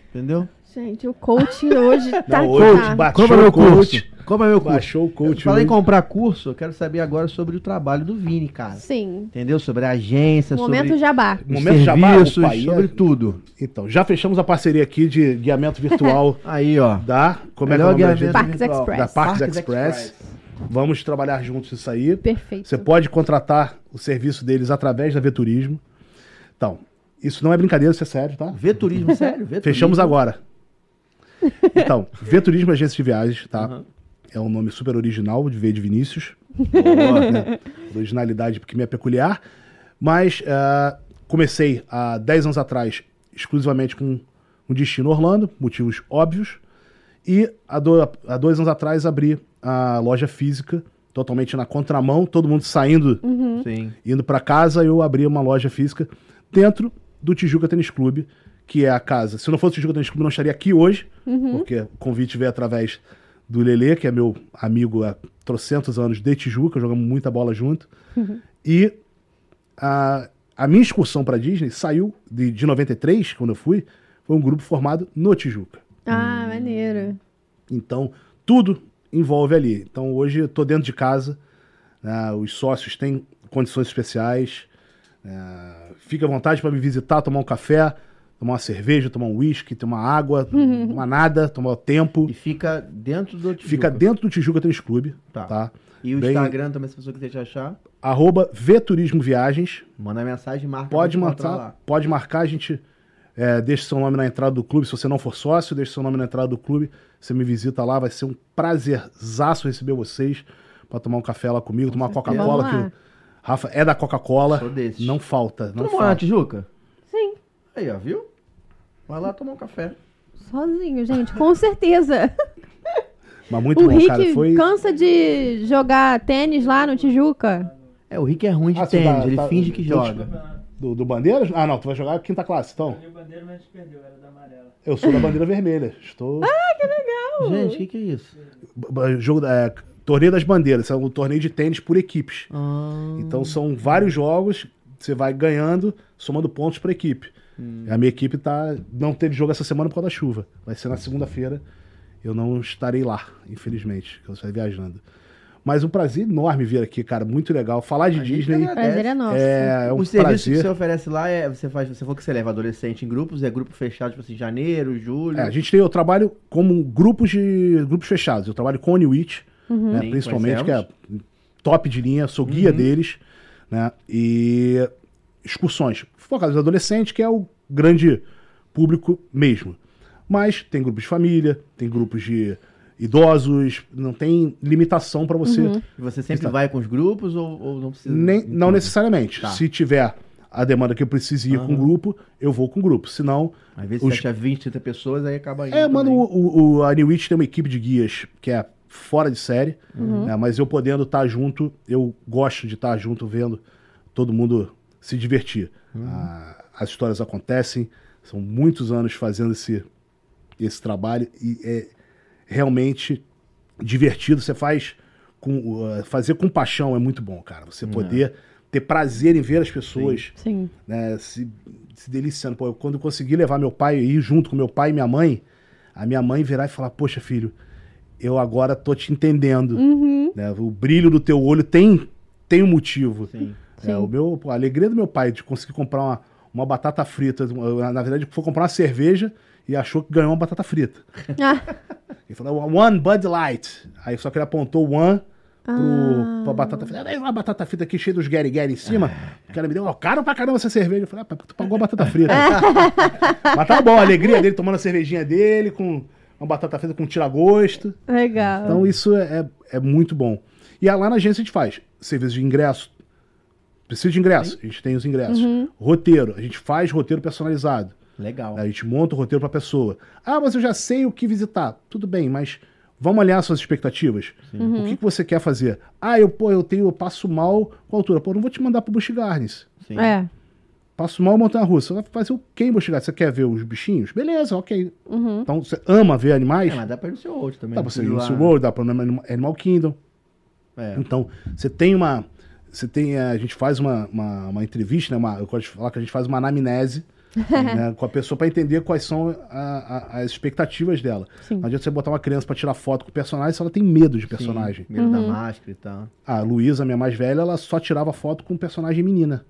[SPEAKER 2] Entendeu?
[SPEAKER 1] Gente, o coach hoje tá
[SPEAKER 3] Não,
[SPEAKER 1] que
[SPEAKER 3] hoje
[SPEAKER 1] tá.
[SPEAKER 3] baixou
[SPEAKER 2] Compra meu
[SPEAKER 3] o coach.
[SPEAKER 2] curso. Compra meu curso.
[SPEAKER 3] Baixou o coach.
[SPEAKER 2] Fala em
[SPEAKER 3] hoje.
[SPEAKER 2] comprar curso, eu quero saber agora sobre o trabalho do Vini, cara.
[SPEAKER 1] Sim.
[SPEAKER 2] Entendeu? Sobre a agência,
[SPEAKER 1] Momento
[SPEAKER 2] sobre
[SPEAKER 1] jabá.
[SPEAKER 2] os
[SPEAKER 3] Momento jabá,
[SPEAKER 2] serviços,
[SPEAKER 3] o pai é-
[SPEAKER 2] sobre tudo.
[SPEAKER 3] Então, já fechamos a parceria aqui de guiamento virtual
[SPEAKER 2] Aí, ó.
[SPEAKER 3] da. Como é que é
[SPEAKER 2] Melhor
[SPEAKER 3] o nome da
[SPEAKER 2] guiamento
[SPEAKER 3] gente?
[SPEAKER 1] Parques
[SPEAKER 2] virtual.
[SPEAKER 1] Express.
[SPEAKER 3] Da Parques
[SPEAKER 2] Parques
[SPEAKER 3] Express. Vamos trabalhar juntos isso aí.
[SPEAKER 1] Perfeito.
[SPEAKER 3] Você pode contratar o serviço deles através da Veturismo. Então, isso não é brincadeira, isso é sério, tá?
[SPEAKER 2] Vê turismo, sério. Vê
[SPEAKER 3] Fechamos
[SPEAKER 2] turismo.
[SPEAKER 3] agora. Então, Veturismo Agência de Viagens, tá?
[SPEAKER 2] Aham.
[SPEAKER 3] É um nome super original, de V de Vinícius.
[SPEAKER 2] Boa.
[SPEAKER 3] né? Originalidade porque me é peculiar. Mas ah, comecei há 10 anos atrás exclusivamente com um destino Orlando, motivos óbvios. E há, do- há dois anos atrás abri a loja física, totalmente na contramão, todo mundo saindo
[SPEAKER 2] Sim.
[SPEAKER 3] indo para casa, eu abri uma loja física dentro do Tijuca Tênis Clube, que é a casa. Se não fosse o Tijuca Tênis Clube, eu não estaria aqui hoje,
[SPEAKER 1] Uhum.
[SPEAKER 3] porque o convite veio através do Lelê, que é meu amigo há trocentos anos de Tijuca, jogamos muita bola junto. E a, a minha excursão para Disney saiu de, de 93, quando eu fui, foi um grupo formado no Tijuca.
[SPEAKER 1] Ah, maneiro.
[SPEAKER 3] Então, tudo envolve ali. Então, hoje eu tô dentro de casa, né, os sócios têm condições especiais, né, fica à vontade para me visitar, tomar um café, tomar uma cerveja, tomar um uísque, tomar água, tomar nada, tomar o tempo.
[SPEAKER 2] E fica dentro do Tijuca.
[SPEAKER 3] Fica dentro do Tijuca Tênis Clube,
[SPEAKER 2] Tá.
[SPEAKER 3] tá?
[SPEAKER 2] E o
[SPEAKER 3] Bem-
[SPEAKER 2] Instagram também, se a pessoa quiser te achar,
[SPEAKER 3] Arroba Veturismo Viagens,
[SPEAKER 2] manda mensagem, marca.
[SPEAKER 3] Pode
[SPEAKER 2] pra te encontrar
[SPEAKER 3] marcar, pode marcar, a gente é, deixa seu nome na entrada do clube. Se você não for sócio, deixa seu nome na entrada do clube. Você me visita lá, vai ser um prazerzaço receber vocês pra tomar um café lá comigo, tomar uma
[SPEAKER 2] certeza.
[SPEAKER 3] Coca-Cola. Que
[SPEAKER 1] Vamos lá.
[SPEAKER 3] o Rafa é da Coca-Cola.
[SPEAKER 2] Sou desses.
[SPEAKER 3] Não falta.
[SPEAKER 2] Tu
[SPEAKER 3] Não
[SPEAKER 2] não mora na
[SPEAKER 3] falta.
[SPEAKER 2] Tijuca?
[SPEAKER 1] Sim,
[SPEAKER 2] Aí, ó, viu? Vai lá tomar um café.
[SPEAKER 1] sozinho, gente, com certeza.
[SPEAKER 3] Mas muito
[SPEAKER 1] O
[SPEAKER 3] bom,
[SPEAKER 1] Rick
[SPEAKER 3] cara. Foi.
[SPEAKER 1] cansa de jogar tênis lá no Tijuca.
[SPEAKER 2] É, o Rick é ruim de
[SPEAKER 3] Ah, você
[SPEAKER 2] tênis,
[SPEAKER 3] tá-
[SPEAKER 2] ele
[SPEAKER 3] tá-
[SPEAKER 2] finge que
[SPEAKER 3] tá-
[SPEAKER 2] joga.
[SPEAKER 3] Do, do Bandeiras? Ah, não, tu vai jogar quinta classe, então.
[SPEAKER 4] Olhei o bandeiro, mas a gente perdeu, era da amarela.
[SPEAKER 3] Eu sou da bandeira vermelha. Estou.
[SPEAKER 2] Gente, o que, que é isso?
[SPEAKER 3] B- b- Jogo da. é, torneio das bandeiras, é um torneio de tênis por equipes.
[SPEAKER 2] Ah,
[SPEAKER 3] Então são vários jogos, você vai ganhando, somando pontos pra equipe.
[SPEAKER 2] Hum.
[SPEAKER 3] A minha equipe tá não teve jogo essa semana por causa da chuva. Vai ser na segunda-feira. Eu não estarei lá, infelizmente, que eu estarei viajando. Mas um prazer enorme vir aqui, cara, muito legal. Falar de
[SPEAKER 2] A gente
[SPEAKER 3] Disney
[SPEAKER 2] agradece.
[SPEAKER 1] Prazer é nosso.
[SPEAKER 3] é, é um
[SPEAKER 2] o serviço que
[SPEAKER 3] prazer.
[SPEAKER 2] você oferece lá é. Você faz. Você falou que você leva adolescente em grupos, é grupo fechado, tipo assim, janeiro, julho.
[SPEAKER 3] É, a gente tem, eu trabalho como grupos de grupos fechados. Eu trabalho com a New It, né,
[SPEAKER 2] Uhum. Sim,
[SPEAKER 3] principalmente, que é
[SPEAKER 2] conhecemos. Uhum.
[SPEAKER 3] top de linha, sou guia deles, né? E excursões focadas nos adolescentes, que é o grande público mesmo. Mas tem grupos de família, tem grupos de idosos, não tem limitação para você
[SPEAKER 2] E você sempre
[SPEAKER 3] Está-
[SPEAKER 2] vai com os grupos ou, ou não precisa?
[SPEAKER 3] nem, não
[SPEAKER 2] Então,
[SPEAKER 3] necessariamente.
[SPEAKER 2] Tá.
[SPEAKER 3] Se tiver a demanda que eu precise ir com
[SPEAKER 2] Aham.
[SPEAKER 3] grupo, eu vou com grupo. Se não,
[SPEAKER 2] Às vezes
[SPEAKER 3] os-
[SPEAKER 2] você acha 20, 30 pessoas, aí acaba indo.
[SPEAKER 3] É, mano,
[SPEAKER 2] também.
[SPEAKER 3] o, o, o a New It tem uma equipe de guias que é fora de série, né, mas eu podendo estar junto, eu gosto de estar junto vendo todo mundo se divertir. Ah, as histórias acontecem, são muitos anos fazendo esse, esse trabalho e é realmente divertido. Você faz com ah, fazer com paixão é muito bom, cara. Você poder ter prazer em ver as pessoas
[SPEAKER 1] Sim.
[SPEAKER 3] né, se, se deliciando. Pô, eu, quando eu consegui levar meu pai e ir junto com meu pai e minha mãe, a minha mãe virar e falar: Poxa, filho, eu agora tô te entendendo.
[SPEAKER 1] Uhum.
[SPEAKER 3] né? o brilho do teu olho tem, tem um motivo.
[SPEAKER 2] Sim.
[SPEAKER 1] Sim.
[SPEAKER 3] É, o meu, pô, a alegria do meu pai de conseguir comprar uma, uma batata frita. uma- Na verdade, foi comprar uma cerveja e achou que ganhou uma batata frita.
[SPEAKER 1] Ah,
[SPEAKER 3] Ele falou: One Bud Light. Aí só que ele apontou One. Pro,
[SPEAKER 1] Ah.
[SPEAKER 3] Pra batata frita. Aí uma batata frita aqui cheia dos Gary Gary em cima. O cara me deu, ó, caro pra caramba essa cerveja. Eu falei, ah, pai, tu pagou a batata frita. Mas tá bom, a alegria dele tomando a cervejinha dele, com uma batata frita com tira-gosto.
[SPEAKER 1] legal.
[SPEAKER 3] Então isso é, é muito bom. E lá na agência a gente faz serviço de ingresso. Precisa de ingresso, a gente tem os ingressos. Roteiro, a gente faz roteiro personalizado.
[SPEAKER 2] Legal.
[SPEAKER 3] A gente monta o roteiro pra pessoa. Ah, mas eu já sei o que visitar. Tudo bem, mas Vamos alinhar suas expectativas. O que, que você quer fazer? Ah, eu, pô, eu tenho, eu passo mal com a altura. Pô, não vou te mandar pro Busch Gardens.
[SPEAKER 2] Sim.
[SPEAKER 1] É.
[SPEAKER 3] Passo mal montanha russa. Vai fazer o quê em Busch Gardens? Você quer ver os bichinhos? Beleza, ok.
[SPEAKER 1] Uhum.
[SPEAKER 3] Então, você ama ver animais?
[SPEAKER 2] É, mas dá pra ir no seu outro também.
[SPEAKER 3] Dá
[SPEAKER 2] não
[SPEAKER 3] pra você ir
[SPEAKER 2] precisa
[SPEAKER 3] no
[SPEAKER 2] lá-
[SPEAKER 3] Sea World, dá pra ir no Anima- Animal Kingdom.
[SPEAKER 2] É.
[SPEAKER 3] Então, você tem uma. Você tem. é, A gente faz uma, uma, uma entrevista, né? Uma, eu gosto de falar que a gente faz uma anamnese né, com a pessoa para entender quais são a- a- as expectativas dela.
[SPEAKER 1] Sim.
[SPEAKER 3] Não adianta você botar uma criança para tirar foto com o personagem se ela tem medo de personagem.
[SPEAKER 2] Sim, medo da
[SPEAKER 1] Uhum.
[SPEAKER 2] máscara e tal.
[SPEAKER 3] A Luísa, minha mais velha, ela só tirava foto com personagem menina.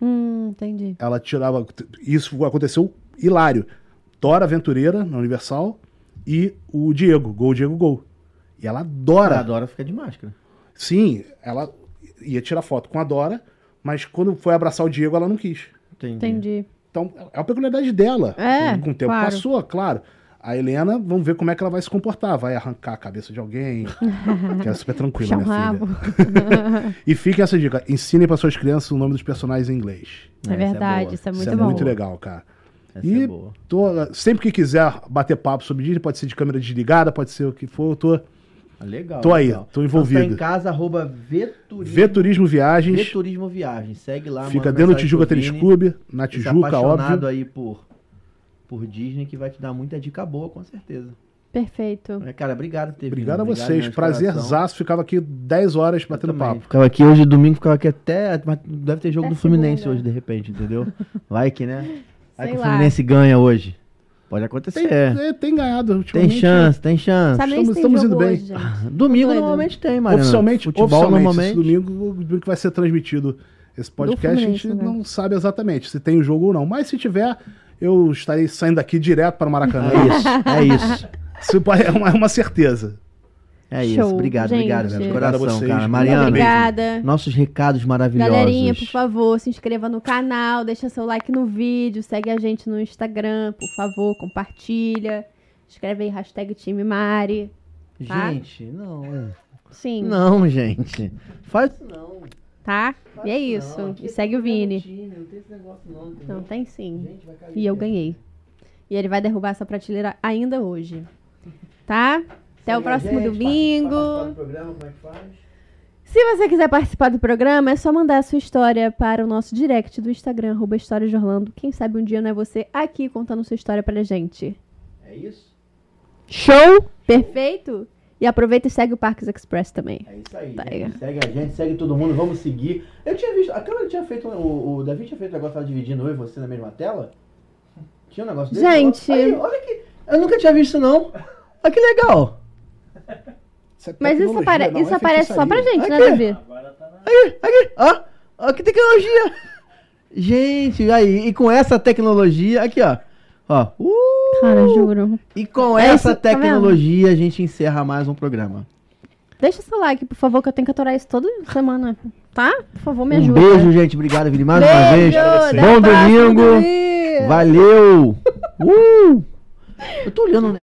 [SPEAKER 1] Hum, entendi.
[SPEAKER 3] Ela tirava. Isso aconteceu hilário. Dora Aventureira, na Universal, e o Diego, Gol Diego Gol. E ela
[SPEAKER 2] Ela
[SPEAKER 3] adora.
[SPEAKER 2] adora ficar de máscara.
[SPEAKER 3] Sim, ela ia tirar foto com a Dora, mas quando foi abraçar o Diego, ela não quis.
[SPEAKER 2] Entendi.
[SPEAKER 1] Entendi.
[SPEAKER 3] Então, é uma peculiaridade dela.
[SPEAKER 1] É,
[SPEAKER 3] com o tempo
[SPEAKER 1] claro.
[SPEAKER 3] passou, claro. A Helena, vamos ver como é que ela vai se comportar. Vai arrancar a cabeça de alguém. que ela é super
[SPEAKER 1] Puxar
[SPEAKER 3] tranquila,
[SPEAKER 1] um
[SPEAKER 3] minha
[SPEAKER 1] rabo.
[SPEAKER 3] filha. E fica essa dica. Ensinem para suas crianças o nome dos personagens em inglês.
[SPEAKER 1] É
[SPEAKER 2] Essa boa.
[SPEAKER 1] verdade, isso é
[SPEAKER 3] Isso
[SPEAKER 1] muito
[SPEAKER 3] é
[SPEAKER 1] bom.
[SPEAKER 3] muito legal, cara.
[SPEAKER 2] Essa
[SPEAKER 3] E-
[SPEAKER 2] é boa.
[SPEAKER 3] Tô- sempre que quiser bater papo sobre Disney, pode ser de câmera desligada, pode ser o que for. Eu tô
[SPEAKER 2] Ah, Legal.
[SPEAKER 3] Tô aí,
[SPEAKER 2] legal.
[SPEAKER 3] tô envolvido.
[SPEAKER 2] Então, tá em casa, arroba Veturismo,
[SPEAKER 3] Vê Turismo Viagens.
[SPEAKER 2] Veturismo Viagem. Segue lá.
[SPEAKER 3] Fica
[SPEAKER 2] manda
[SPEAKER 3] dentro do
[SPEAKER 2] mensagem
[SPEAKER 3] Tijuca
[SPEAKER 2] pro
[SPEAKER 3] Tênis
[SPEAKER 2] Vini,
[SPEAKER 3] Clube, na
[SPEAKER 2] esse
[SPEAKER 3] Tijuca,
[SPEAKER 2] apaixonado
[SPEAKER 3] óbvio.
[SPEAKER 2] aí por, por Disney que vai te dar muita dica boa, com certeza.
[SPEAKER 1] Perfeito.
[SPEAKER 2] É, Cara, obrigado por ter vindo.
[SPEAKER 3] Obrigado a vocês.
[SPEAKER 2] mesmo, de coração.
[SPEAKER 3] Prazerzaço. Ficava aqui 10 horas batendo
[SPEAKER 2] Eu também.
[SPEAKER 3] papo.
[SPEAKER 2] Ficava aqui hoje, domingo, ficava aqui até. mas Deve ter jogo
[SPEAKER 1] Até
[SPEAKER 2] do Fluminense
[SPEAKER 1] segunda.
[SPEAKER 2] hoje, de repente, entendeu? Vai que, né? Vai
[SPEAKER 1] Sei
[SPEAKER 2] que o
[SPEAKER 1] lá.
[SPEAKER 2] Fluminense ganha hoje. Pode
[SPEAKER 3] Tem,
[SPEAKER 2] acontecer. Tem,
[SPEAKER 3] é, tem ganhado. ultimamente,
[SPEAKER 2] chance, tem chance.
[SPEAKER 1] Sabe nem
[SPEAKER 3] estamos-
[SPEAKER 1] se tem
[SPEAKER 3] estamos
[SPEAKER 1] jogo
[SPEAKER 3] indo bem.
[SPEAKER 1] hoje, gente.
[SPEAKER 2] Domingo
[SPEAKER 1] doido.
[SPEAKER 2] normalmente tem,
[SPEAKER 3] né?
[SPEAKER 2] mano.
[SPEAKER 3] Oficialmente,
[SPEAKER 2] futebol
[SPEAKER 3] oficialmente,
[SPEAKER 2] normalmente.
[SPEAKER 3] esse domingo, o domingo que vai ser transmitido esse podcast, a
[SPEAKER 1] Fluminense,
[SPEAKER 3] gente
[SPEAKER 1] né?
[SPEAKER 3] não sabe exatamente se tem o jogo ou não. Mas se tiver, eu estarei saindo daqui direto para o Maracanã.
[SPEAKER 2] É isso, é isso.
[SPEAKER 3] Isso é uma, é uma certeza.
[SPEAKER 2] É isso.
[SPEAKER 1] Show,
[SPEAKER 2] Obrigado,
[SPEAKER 1] gente.
[SPEAKER 2] obrigado, velho. De
[SPEAKER 3] Obrigado a
[SPEAKER 2] coração,
[SPEAKER 3] vocês.
[SPEAKER 2] cara. Mariana,
[SPEAKER 1] Obrigada.
[SPEAKER 2] nossos recados maravilhosos.
[SPEAKER 1] Galerinha, por favor, se inscreva no canal, deixa seu like no vídeo, segue a gente no Instagram, por favor, compartilha. Escreve aí hashtag time Mari. tá?
[SPEAKER 2] Gente, não. é.
[SPEAKER 1] Sim,
[SPEAKER 2] Não, gente. Faz isso não.
[SPEAKER 1] tá? E é
[SPEAKER 2] Não,
[SPEAKER 1] isso.
[SPEAKER 2] aqui
[SPEAKER 1] e segue o Vini.
[SPEAKER 2] Não tem esse negócio, não. entendeu?
[SPEAKER 1] Não tem sim.
[SPEAKER 2] Gente, vai cair.
[SPEAKER 1] E eu ganhei. E ele vai derrubar essa prateleira ainda hoje. Tá? Até o
[SPEAKER 2] Segue a
[SPEAKER 1] próximo
[SPEAKER 2] gente, participa do
[SPEAKER 1] domingo.
[SPEAKER 2] programa, como é que faz?
[SPEAKER 1] Se você quiser participar do programa, é só mandar a sua história para o nosso direct do Instagram, arroba História de Orlando. Quem sabe um dia não é você aqui contando sua história pra gente.
[SPEAKER 2] É isso?
[SPEAKER 1] Show? Perfeito? E aproveita e segue o Parques Express também.
[SPEAKER 2] É isso aí.
[SPEAKER 1] Tá
[SPEAKER 2] gente.
[SPEAKER 1] ligado.
[SPEAKER 2] Segue a gente, segue todo mundo, vamos seguir. Eu tinha visto, a câmera tinha feito, o, o Davi tinha feito um negócio, tava dividindo eu e você na mesma tela? Tinha um negócio desse?
[SPEAKER 1] Gente. Ah,
[SPEAKER 2] Aí, olha aqui, eu nunca tinha visto não. Olha que legal.
[SPEAKER 3] é
[SPEAKER 1] Mas isso,
[SPEAKER 3] tecnologia,
[SPEAKER 1] apare-
[SPEAKER 3] não
[SPEAKER 1] isso
[SPEAKER 3] é
[SPEAKER 1] aparece só pra
[SPEAKER 3] feitiçaria.
[SPEAKER 1] gente, né,
[SPEAKER 2] Aqui.
[SPEAKER 1] Davi?
[SPEAKER 4] Agora tá na.
[SPEAKER 2] Aqui, ó, ó que tecnologia. Gente, aí, e com essa tecnologia, aqui ó, ó, uh,
[SPEAKER 1] Cara, juro.
[SPEAKER 2] e com
[SPEAKER 1] É
[SPEAKER 2] essa
[SPEAKER 1] isso, tá vendo?
[SPEAKER 2] tecnologia a gente encerra mais um programa.
[SPEAKER 1] Deixa seu like, por favor, que eu tenho que aturar isso toda semana. Tá? Por favor, me
[SPEAKER 2] um
[SPEAKER 1] ajuda.
[SPEAKER 2] beijo, gente, obrigado Vini, mais uma vez.
[SPEAKER 1] até
[SPEAKER 2] Bom
[SPEAKER 1] o próximo
[SPEAKER 2] domingo.
[SPEAKER 1] domingo.
[SPEAKER 2] Valeu! Uh! Eu tô olhando, né?